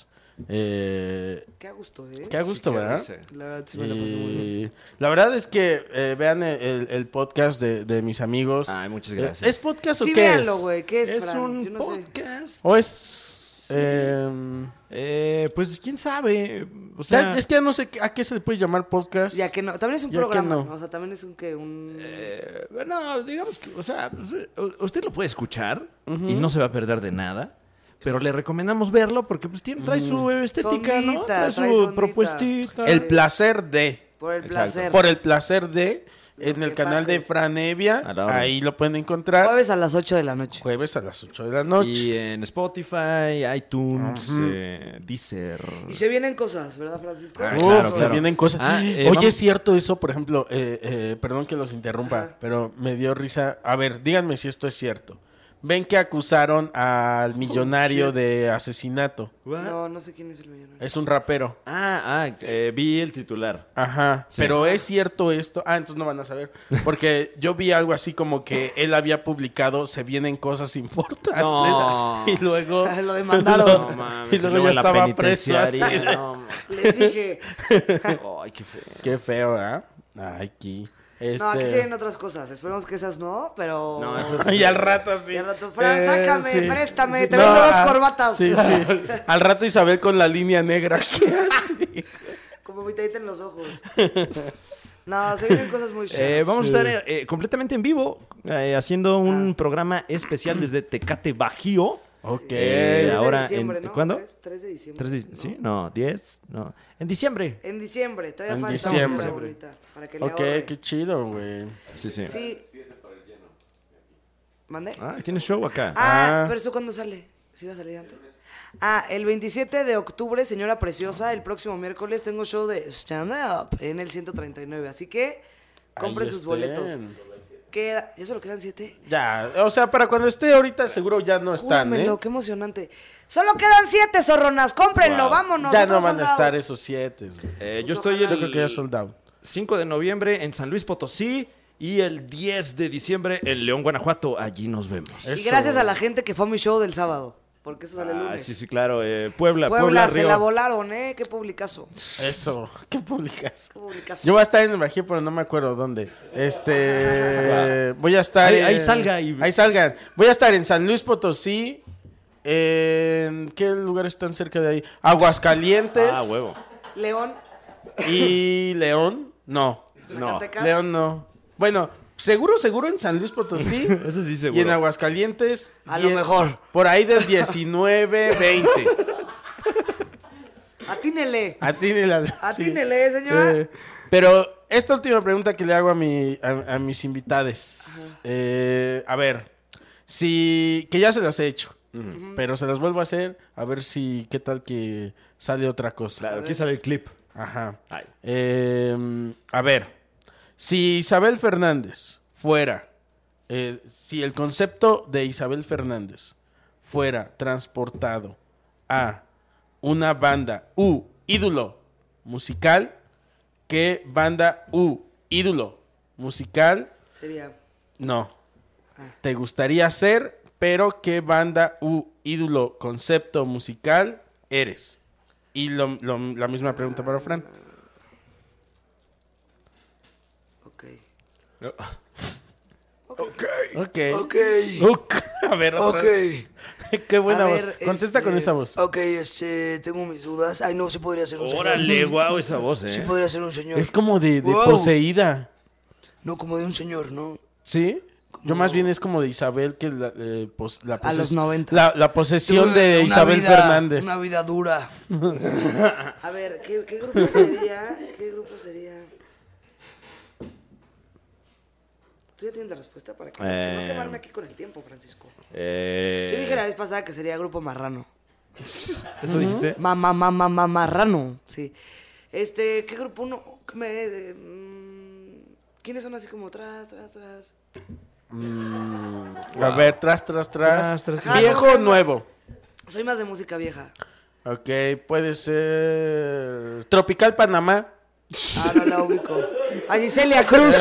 [SPEAKER 3] Eh,
[SPEAKER 4] Qué a gusto, ¿eh?
[SPEAKER 3] qué a gusto, ¿verdad?
[SPEAKER 4] La verdad, sí me la pasé muy bien.
[SPEAKER 3] Y La verdad es que eh, vean el, el- el podcast de, de mis amigos.
[SPEAKER 2] Ay, muchas
[SPEAKER 3] Eh,
[SPEAKER 2] gracias.
[SPEAKER 3] ¿Es podcast o
[SPEAKER 4] Sí,
[SPEAKER 3] qué
[SPEAKER 4] véanlo,
[SPEAKER 3] es?
[SPEAKER 4] güey. ¿Qué es,
[SPEAKER 2] Es
[SPEAKER 4] Fran?
[SPEAKER 2] un
[SPEAKER 4] Yo no sé.
[SPEAKER 2] podcast.
[SPEAKER 3] ¿O es...? em,
[SPEAKER 2] Eh, pues quién sabe. O
[SPEAKER 3] ya-
[SPEAKER 2] sea,
[SPEAKER 3] es que ya no sé qué- a qué se le puede llamar podcast.
[SPEAKER 4] Ya que no. También es un
[SPEAKER 3] Ya que
[SPEAKER 4] programa.
[SPEAKER 3] no.
[SPEAKER 4] ¿no? O sea, también es un que un.
[SPEAKER 2] Eh, no, digamos que, o sea, pues, eh, u- usted lo puede escuchar y no se va a perder de nada. Pero le recomendamos verlo porque pues tiene, trae su estética, ¿no?
[SPEAKER 4] Sondita,
[SPEAKER 2] Trae su
[SPEAKER 4] trae sondita.
[SPEAKER 2] propuestita.
[SPEAKER 3] El placer de...
[SPEAKER 4] Por el
[SPEAKER 2] Exacto.
[SPEAKER 4] placer.
[SPEAKER 3] Por el placer de...
[SPEAKER 4] Lo
[SPEAKER 3] En el
[SPEAKER 4] que
[SPEAKER 3] canal
[SPEAKER 4] pase.
[SPEAKER 3] de Fran Evia.
[SPEAKER 2] A la orden.
[SPEAKER 3] Ahí lo pueden encontrar. Jueves.
[SPEAKER 4] Jueves a las 8 de la noche.
[SPEAKER 3] a las 8 de la noche.
[SPEAKER 2] Y en Spotify, iTunes, eh, Deezer.
[SPEAKER 4] Y se vienen cosas, ¿verdad, Francisco?
[SPEAKER 2] Ah,
[SPEAKER 3] Uf,
[SPEAKER 2] claro,
[SPEAKER 3] se
[SPEAKER 2] claro.
[SPEAKER 3] vienen cosas.
[SPEAKER 2] Ah, eh,
[SPEAKER 3] Oye,
[SPEAKER 2] vamos-
[SPEAKER 3] es cierto eso, por ejemplo, eh, eh, perdón que los interrumpa, pero me dio risa. A ver, díganme si esto es cierto. Ven que acusaron
[SPEAKER 4] Oh,
[SPEAKER 3] al millonario de asesinato.
[SPEAKER 4] No, no sé quién es el millonario.
[SPEAKER 3] Es un rapero.
[SPEAKER 2] Ah, ah, eh, vi el titular.
[SPEAKER 3] Ajá. Pero es cierto esto. Ah, entonces no van a saber. Porque yo vi algo así como que él había publicado Se vienen cosas importantes.
[SPEAKER 2] No.
[SPEAKER 3] [laughs] Y luego.
[SPEAKER 4] [laughs] Lo demandaron.
[SPEAKER 3] lo-
[SPEAKER 2] No mames,
[SPEAKER 3] y luego
[SPEAKER 2] luego
[SPEAKER 3] ya
[SPEAKER 2] la
[SPEAKER 3] estaba preso.
[SPEAKER 2] penitenciaria,
[SPEAKER 3] así de-
[SPEAKER 4] [laughs]
[SPEAKER 2] no mames.
[SPEAKER 4] Les dije.
[SPEAKER 2] Ay, qué feo.
[SPEAKER 3] Qué feo, ¿ah? Ay, aquí.
[SPEAKER 4] No, aquí
[SPEAKER 3] Este-
[SPEAKER 4] se vienen otras cosas. Esperemos que esas no, pero.
[SPEAKER 2] No, Eh, esas
[SPEAKER 3] [laughs] Y al rato sí.
[SPEAKER 4] Y al rato, Fran, Eh, sácame, préstame, te
[SPEAKER 3] Eh, No,
[SPEAKER 4] vendo dos
[SPEAKER 3] ah,
[SPEAKER 4] corbatas.
[SPEAKER 3] Sí,
[SPEAKER 4] [laughs]
[SPEAKER 3] sí. Al rato Isabel con la línea negra. ¿Qué hace?
[SPEAKER 4] Como mitadita en los ojos. No, se vienen cosas muy chidas.
[SPEAKER 2] Eh, vamos a estar eh, completamente en vivo eh, haciendo un
[SPEAKER 3] Ah.
[SPEAKER 2] programa especial desde Tecate Bajío. Ok.
[SPEAKER 4] Tres de
[SPEAKER 2] ahora
[SPEAKER 4] diciembre,
[SPEAKER 2] en,
[SPEAKER 4] ¿no?
[SPEAKER 2] ¿Cuándo?
[SPEAKER 4] ¿Es 3 de diciembre?
[SPEAKER 2] Tres de- ¿Sí? No, 10. No. En diciembre.
[SPEAKER 4] En diciembre, todavía
[SPEAKER 2] En
[SPEAKER 4] falta
[SPEAKER 2] diciembre.
[SPEAKER 4] una bonita. Para que le
[SPEAKER 3] Ok,
[SPEAKER 4] ahorre.
[SPEAKER 3] qué chido, güey.
[SPEAKER 2] Sí, sí.
[SPEAKER 4] Sí. ¿Mandé?
[SPEAKER 2] Ah, tienes show acá.
[SPEAKER 4] Ah, pero eso cuándo sale? ¿Sí iba a salir antes? Ah, el 27 de octubre, señora preciosa, el próximo miércoles tengo show de Stand Up en el 139, así que compren
[SPEAKER 3] Ahí
[SPEAKER 4] sus
[SPEAKER 3] estén.
[SPEAKER 4] boletos. Queda, ¿ya solo quedan siete?
[SPEAKER 3] Ya, o sea, para cuando esté ahorita seguro ya no están,
[SPEAKER 4] Júramelo,
[SPEAKER 3] ¿eh?
[SPEAKER 4] qué emocionante. Solo quedan siete, zorronas, cómprenlo,
[SPEAKER 3] Wow.
[SPEAKER 4] vámonos.
[SPEAKER 3] Ya
[SPEAKER 4] otro
[SPEAKER 3] no van a
[SPEAKER 4] soldado.
[SPEAKER 3] estar esos siete.
[SPEAKER 2] Eh,
[SPEAKER 4] pues
[SPEAKER 2] yo estoy el
[SPEAKER 3] Yo creo que ya sold out.
[SPEAKER 2] 5 de noviembre en San Luis Potosí y el 10 de diciembre en León, Guanajuato. Allí nos vemos.
[SPEAKER 4] Y gracias a la gente que fue a mi show del sábado, porque eso sale el
[SPEAKER 2] Ah,
[SPEAKER 4] lunes.
[SPEAKER 2] sí, sí, claro. eh, Puebla,
[SPEAKER 4] Puebla,
[SPEAKER 2] Puebla,
[SPEAKER 4] se
[SPEAKER 2] Río.
[SPEAKER 4] la volaron, ¿eh? Qué publicazo.
[SPEAKER 3] Eso, [laughs] qué publicas.
[SPEAKER 4] Qué publicazo.
[SPEAKER 3] Yo voy a estar en el Bajío, pero no me acuerdo dónde.
[SPEAKER 2] [laughs]
[SPEAKER 3] Este, voy a estar
[SPEAKER 2] Ahí- ahí
[SPEAKER 3] en-
[SPEAKER 2] salga y-
[SPEAKER 3] Ahí salgan. Voy a estar en San Luis Potosí. En qué lugares están cerca de ahí? Aguascalientes.
[SPEAKER 2] Ah, huevo.
[SPEAKER 4] León,
[SPEAKER 3] Y León, no.
[SPEAKER 4] No. Zacatecas.
[SPEAKER 3] León no. Bueno, seguro, seguro en San Luis Potosí.
[SPEAKER 2] [laughs] Eso sí,
[SPEAKER 3] Y
[SPEAKER 2] seguro.
[SPEAKER 3] en Aguascalientes.
[SPEAKER 4] A lo mejor.
[SPEAKER 3] Por ahí del 19, 20.
[SPEAKER 4] atínele.
[SPEAKER 3] Ah.
[SPEAKER 4] [laughs]
[SPEAKER 3] Atínela.
[SPEAKER 4] Atínele, señora.
[SPEAKER 3] Eh, pero esta última pregunta que le hago a, mi, a, a mis invitades. Eh, a ver, si. que ya se las he hecho. Pero se las vuelvo a hacer. A ver si. qué tal que sale otra cosa.
[SPEAKER 2] Claro, aquí sale el clip.
[SPEAKER 3] Ajá.
[SPEAKER 2] Ay.
[SPEAKER 3] Eh, a ver, si Isabel Fernández fuera, eh, si el concepto de Isabel Fernández fuera transportado a una banda u ídolo musical, ¿qué banda u ídolo musical?
[SPEAKER 4] Sería.
[SPEAKER 3] No. ¿Te gustaría ser, pero qué banda u ídolo concepto musical eres? Y lo- lo- la misma pregunta para Fran.
[SPEAKER 4] Ok.
[SPEAKER 3] Ok.
[SPEAKER 6] Ok.
[SPEAKER 3] Ok. [laughs] A ver, otra
[SPEAKER 6] Ok.
[SPEAKER 3] vez. [laughs] Qué buena
[SPEAKER 4] A
[SPEAKER 3] voz.
[SPEAKER 4] ver,
[SPEAKER 3] Contesta
[SPEAKER 4] este,
[SPEAKER 3] con esa voz.
[SPEAKER 6] Ok, este, tengo mis dudas. Ay, no, se podría ser un señor.
[SPEAKER 2] Órale, guau, esa voz,
[SPEAKER 6] Sí
[SPEAKER 2] eh.
[SPEAKER 6] podría ser un señor.
[SPEAKER 3] Es como de, de
[SPEAKER 6] Wow.
[SPEAKER 3] poseída.
[SPEAKER 6] No, como de un señor, ¿no?
[SPEAKER 3] ¿Sí? Yo más bien es como de Isabel que la, eh, pos- la
[SPEAKER 4] A los
[SPEAKER 3] poses-
[SPEAKER 4] 90.
[SPEAKER 3] La, la posesión
[SPEAKER 6] Tuve
[SPEAKER 3] de
[SPEAKER 6] una
[SPEAKER 3] Isabel
[SPEAKER 6] vida-
[SPEAKER 3] Fernández.
[SPEAKER 6] Una vida dura.
[SPEAKER 4] [laughs] A ver, ¿qué, qué grupo sería? ¿Qué grupo sería? ¿Tú ya tienes la respuesta para que no- no
[SPEAKER 2] Eh.
[SPEAKER 4] quemarme aquí con el tiempo, Francisco?
[SPEAKER 2] Eh,
[SPEAKER 4] Yo dije la vez pasada que sería grupo marrano.
[SPEAKER 2] ¿Eso dijiste?
[SPEAKER 4] Mamá, mamá, mamá, marrano. Sí. Este, ¿qué grupo uno? Me, eh, mm, ¿Quiénes son así como tras, tras, tras?
[SPEAKER 3] A ver, tras, tras, tras.
[SPEAKER 2] Tras, tras,
[SPEAKER 4] tras.
[SPEAKER 3] Viejo
[SPEAKER 4] Ajá,
[SPEAKER 3] o nuevo.
[SPEAKER 4] Soy más de música vieja.
[SPEAKER 3] Ok, puede ser. Tropical Panamá.
[SPEAKER 4] Ah, no la ubico. Ay, Celia Cruz.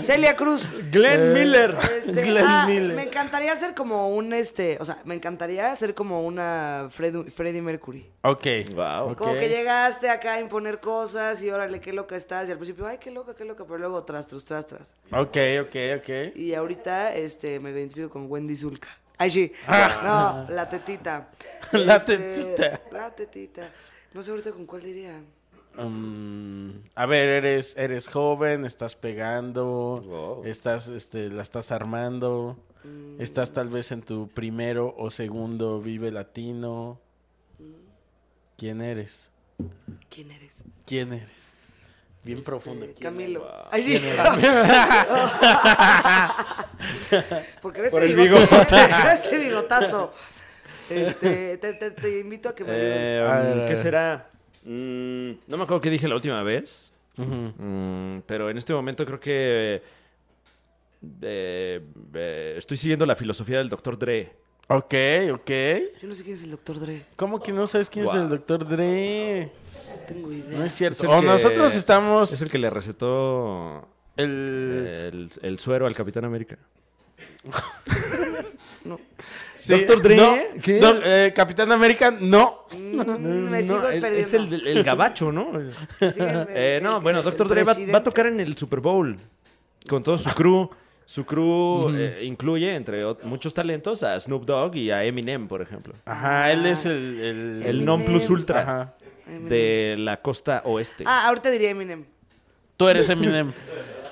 [SPEAKER 4] Celia Cruz.
[SPEAKER 2] Glenn Miller.
[SPEAKER 4] Este,
[SPEAKER 3] Glenn
[SPEAKER 4] ah,
[SPEAKER 3] Miller.
[SPEAKER 4] Me encantaría ser como un este, o sea, me encantaría ser como una Fred- Freddie Mercury.
[SPEAKER 3] Ok.
[SPEAKER 2] Wow.
[SPEAKER 3] Ok.
[SPEAKER 4] Como que llegaste acá a imponer cosas y órale, qué loca estás. Y al principio, ay, qué loca, qué loca, pero luego tras, tras, tras, tras.
[SPEAKER 3] Ok, ok, ok.
[SPEAKER 4] Y ahorita este, me identifico con Wendy Zulka. Ay, sí. No, la tetita. Este,
[SPEAKER 3] La tetita.
[SPEAKER 4] La tetita. No sé ahorita con cuál diría.
[SPEAKER 3] Mm, a ver, eres, eres joven, estás pegando, estás, este, la estás armando, estás tal vez en tu primero o segundo Vive Latino. ¿Quién eres?
[SPEAKER 4] ¿Quién eres?
[SPEAKER 3] ¿Quién eres? Bien profundo.
[SPEAKER 4] Eh,
[SPEAKER 3] ¿Quién
[SPEAKER 4] Camilo.
[SPEAKER 3] eres?
[SPEAKER 4] Ay, sí. [laughs] Porque ves
[SPEAKER 2] Por
[SPEAKER 4] este
[SPEAKER 2] el
[SPEAKER 4] [laughs] bigote, este bigotazo. Este, te, te- te invito a que me ayudes.
[SPEAKER 2] Eh,
[SPEAKER 3] A ver, a
[SPEAKER 2] ¿Qué
[SPEAKER 3] ver.
[SPEAKER 2] será? Mm, no me acuerdo qué dije la última vez.
[SPEAKER 3] Ujú.
[SPEAKER 2] Mm, pero en este momento creo que eh, eh, eh, estoy siguiendo la filosofía del doctor Dre.
[SPEAKER 3] Ok, ok.
[SPEAKER 4] Yo no sé quién es el doctor Dre.
[SPEAKER 3] ¿Cómo que no sabes quién es
[SPEAKER 2] Wow.
[SPEAKER 3] el doctor Dre?
[SPEAKER 4] No tengo idea.
[SPEAKER 3] No es
[SPEAKER 2] Es
[SPEAKER 3] cierto.
[SPEAKER 2] el
[SPEAKER 3] o
[SPEAKER 2] que-
[SPEAKER 3] nosotros estamos...
[SPEAKER 2] Es el que le recetó
[SPEAKER 3] el...
[SPEAKER 2] el, el suero al Capitán América.
[SPEAKER 3] Sí,
[SPEAKER 2] ¿Doctor Dre?
[SPEAKER 3] no.
[SPEAKER 2] ¿Qué?
[SPEAKER 3] Doc- eh, Capitán América, no.
[SPEAKER 4] Mm, [laughs] me
[SPEAKER 2] No,
[SPEAKER 4] sigo
[SPEAKER 2] el-
[SPEAKER 4] perdiendo.
[SPEAKER 2] es el, el gabacho, ¿no?
[SPEAKER 4] el-
[SPEAKER 2] [laughs] Eh, no,
[SPEAKER 4] el-
[SPEAKER 2] bueno,
[SPEAKER 4] el
[SPEAKER 2] Doctor Dre va, va a
[SPEAKER 4] presidente.
[SPEAKER 2] tocar en el Super Bowl con todo su crew. Su crew eh, incluye, entre ot- muchos talentos, a Snoop Dogg y a Eminem, por ejemplo.
[SPEAKER 3] Ajá, él es el... El,
[SPEAKER 2] El non plus ultra
[SPEAKER 3] Ajá.
[SPEAKER 2] de la costa oeste.
[SPEAKER 4] Ah, ahorita diría Eminem.
[SPEAKER 3] Tú eres
[SPEAKER 4] [laughs]
[SPEAKER 3] Eminem.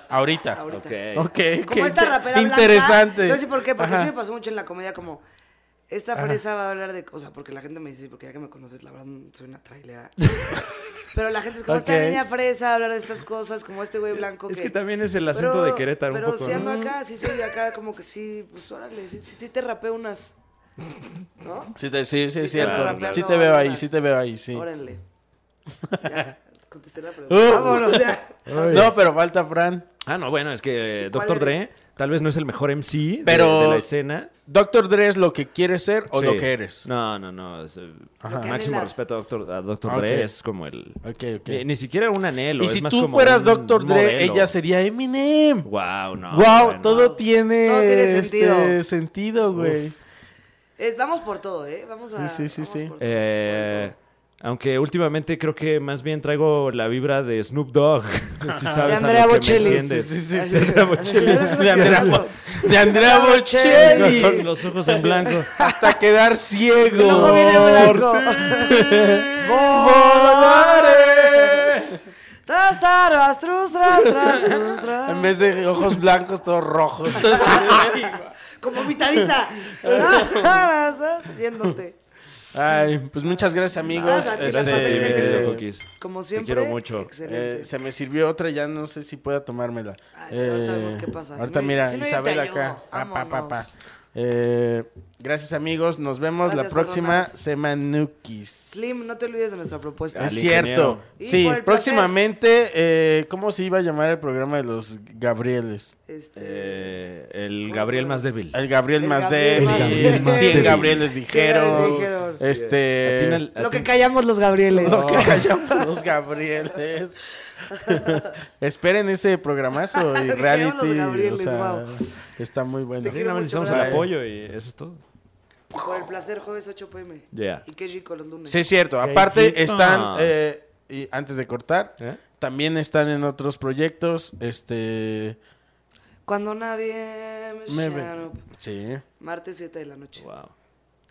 [SPEAKER 3] Ahorita.
[SPEAKER 4] Ahorita.
[SPEAKER 3] Ok. okay.
[SPEAKER 4] Como
[SPEAKER 3] qué
[SPEAKER 4] esta
[SPEAKER 3] inter-
[SPEAKER 4] rapera blanca.
[SPEAKER 3] Interesante.
[SPEAKER 4] Yo sí, ¿por qué? Porque
[SPEAKER 3] Ajá.
[SPEAKER 4] eso me pasó mucho en la comedia, como... Esta
[SPEAKER 3] Ajá.
[SPEAKER 4] fresa va a hablar de... O sea, porque la gente me dice, porque ya que me conoces, la verdad, soy una trailera. [laughs] Pero la gente es como,
[SPEAKER 2] Ok.
[SPEAKER 4] esta niña fresa va a hablar de estas cosas, como este güey blanco
[SPEAKER 2] Es que también es el acento de Querétaro un
[SPEAKER 4] Pero
[SPEAKER 2] poco,
[SPEAKER 4] si ando
[SPEAKER 2] ¿no?
[SPEAKER 4] acá, sí soy acá, como que sí, pues órale, sí, sí, sí te rapé unas. ¿No?
[SPEAKER 3] Sí, te- sí, sí, es
[SPEAKER 4] te
[SPEAKER 3] cierto.
[SPEAKER 4] ando rapeando
[SPEAKER 3] Sí te veo ahí,
[SPEAKER 4] unas.
[SPEAKER 3] sí te veo ahí, sí.
[SPEAKER 4] Órale. Ya, contesté la pregunta.
[SPEAKER 3] Uh.
[SPEAKER 4] Vámonos,
[SPEAKER 2] [laughs]
[SPEAKER 4] ya.
[SPEAKER 3] No, pero falta Fran.
[SPEAKER 2] Ah, no, bueno, es que
[SPEAKER 3] cuál
[SPEAKER 2] Doctor
[SPEAKER 3] eres?
[SPEAKER 2] Dre tal vez no es el mejor MC de-
[SPEAKER 3] Pero-
[SPEAKER 2] de, la escena.
[SPEAKER 3] ¿Doctor Dre es lo que quieres ser o
[SPEAKER 2] Sí.
[SPEAKER 3] lo que eres?
[SPEAKER 2] No, no, no. es, eh,
[SPEAKER 3] Ajá.
[SPEAKER 2] Máximo
[SPEAKER 3] anhelas.
[SPEAKER 2] respeto a Doctor, a Dr.
[SPEAKER 3] Ok.
[SPEAKER 2] Dre. Es como el. Eh,
[SPEAKER 3] Ok, ok.
[SPEAKER 2] Ni, ni siquiera un anhelo.
[SPEAKER 3] Y
[SPEAKER 2] es
[SPEAKER 3] si
[SPEAKER 2] más
[SPEAKER 3] tú
[SPEAKER 2] como
[SPEAKER 3] fueras
[SPEAKER 2] un
[SPEAKER 3] Doctor Dre,
[SPEAKER 2] modelo.
[SPEAKER 3] ella sería Eminem.
[SPEAKER 2] Wow, no.
[SPEAKER 3] wow,
[SPEAKER 2] bueno.
[SPEAKER 3] todo tiene,
[SPEAKER 4] Todo tiene
[SPEAKER 3] este,
[SPEAKER 4] sentido.
[SPEAKER 3] sentido, güey.
[SPEAKER 4] Es- vamos por todo, ¿eh? Vamos a...
[SPEAKER 3] Sí, sí, sí, sí.
[SPEAKER 2] Eh, aunque últimamente creo que más bien traigo la vibra de Snoop Dogg. [laughs] si sabes a lo
[SPEAKER 4] Andrea
[SPEAKER 2] que me
[SPEAKER 4] Bocelli.
[SPEAKER 2] entiendes.
[SPEAKER 4] Sí, sí, sí,
[SPEAKER 2] De Andrea Bocelli.
[SPEAKER 3] [laughs] De Andrea, Bo- de Andrea Bocelli.
[SPEAKER 2] Con los ojos en blanco.
[SPEAKER 3] [laughs] Hasta quedar ciego.
[SPEAKER 4] El ojo viene blanco.
[SPEAKER 3] Volaré.
[SPEAKER 4] Tras, tras, trus, tras, tras, trus, tras.
[SPEAKER 3] En vez de ojos blancos, todos rojos.
[SPEAKER 4] Como [laughs] mitadita. Tras, tras, Yéndote.
[SPEAKER 3] Ay, pues muchas gracias, amigos. Este,
[SPEAKER 4] Gracias a ti, la pasé
[SPEAKER 2] Este,
[SPEAKER 4] excelente.
[SPEAKER 2] Cookies.
[SPEAKER 4] Como
[SPEAKER 2] Te
[SPEAKER 4] siempre,
[SPEAKER 2] quiero mucho.
[SPEAKER 4] excelente.
[SPEAKER 3] Eh, se me sirvió otra, ya no sé si pueda tomármela.
[SPEAKER 4] pues ahorita
[SPEAKER 3] Eh,
[SPEAKER 4] vemos qué pasa. Si
[SPEAKER 3] Ahorita
[SPEAKER 4] no-
[SPEAKER 3] mira,
[SPEAKER 4] si no, yo te
[SPEAKER 3] Isabel
[SPEAKER 4] ayudo.
[SPEAKER 3] acá. Ah, Pa, pa, pa, pa.
[SPEAKER 4] Vámonos.
[SPEAKER 3] Eh, gracias amigos, nos vemos la
[SPEAKER 4] Gracias,
[SPEAKER 3] próxima
[SPEAKER 4] zorronas.
[SPEAKER 3] semanukis.
[SPEAKER 4] Slim, no te olvides de nuestra propuesta.
[SPEAKER 3] Es cierto.
[SPEAKER 4] Y
[SPEAKER 3] Sí,
[SPEAKER 4] por el
[SPEAKER 3] próximamente, eh, ¿cómo se iba a llamar el programa de los Gabrieles?
[SPEAKER 4] Este,
[SPEAKER 2] Eh, el Gabriel más débil.
[SPEAKER 4] Eh,
[SPEAKER 3] El Gabriel
[SPEAKER 2] El
[SPEAKER 3] más
[SPEAKER 2] Gabriel
[SPEAKER 3] débil.
[SPEAKER 2] más débil.
[SPEAKER 3] Sí,
[SPEAKER 2] Cien
[SPEAKER 3] el Gabriel les dijeron.
[SPEAKER 4] dijeron.
[SPEAKER 3] Este.
[SPEAKER 2] Atina-
[SPEAKER 4] Lo que callamos los
[SPEAKER 3] [laughs]
[SPEAKER 4] Gabrieles.
[SPEAKER 3] Lo que
[SPEAKER 4] [laughs]
[SPEAKER 3] callamos los Gabrieles. [laughs] Esperen ese programazo
[SPEAKER 4] [laughs]
[SPEAKER 3] y
[SPEAKER 4] Lo que
[SPEAKER 3] reality.
[SPEAKER 4] callamos los Gabrieles,
[SPEAKER 3] o sea,
[SPEAKER 4] guau.
[SPEAKER 3] Está muy bueno.
[SPEAKER 4] Te quiero mucho,
[SPEAKER 2] Necesitamos el
[SPEAKER 4] gracias.
[SPEAKER 2] apoyo y eso es todo.
[SPEAKER 4] Por el placer, jueves 8 pm.
[SPEAKER 3] Ya.
[SPEAKER 4] Y qué rico los lunes.
[SPEAKER 3] Sí, es cierto.
[SPEAKER 4] Qué
[SPEAKER 3] Aparte
[SPEAKER 4] rico.
[SPEAKER 3] están, eh, y antes de cortar,
[SPEAKER 2] ¿Eh?
[SPEAKER 3] también están en otros proyectos. Este...
[SPEAKER 4] Cuando nadie me,
[SPEAKER 3] me-
[SPEAKER 4] llama.
[SPEAKER 3] Sí.
[SPEAKER 4] Martes 7 de la noche.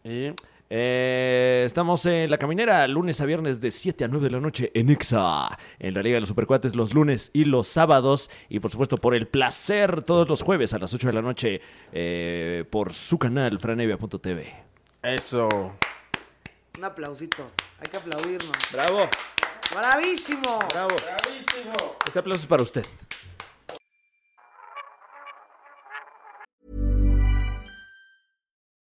[SPEAKER 3] Y,
[SPEAKER 2] eh, estamos en La Caminera, lunes a viernes de 7 a 9 de la noche en EXA. En la Liga de los Supercuates los lunes y los sábados. Y por supuesto, por el placer, todos los jueves a las 8 de la noche eh, por su canal, franevia.tv.
[SPEAKER 3] Eso.
[SPEAKER 4] Un aplausito. Hay que aplaudirnos.
[SPEAKER 2] Bravo.
[SPEAKER 4] Bravísimo.
[SPEAKER 2] Bravo.
[SPEAKER 3] Bravísimo.
[SPEAKER 2] Este aplauso es para usted.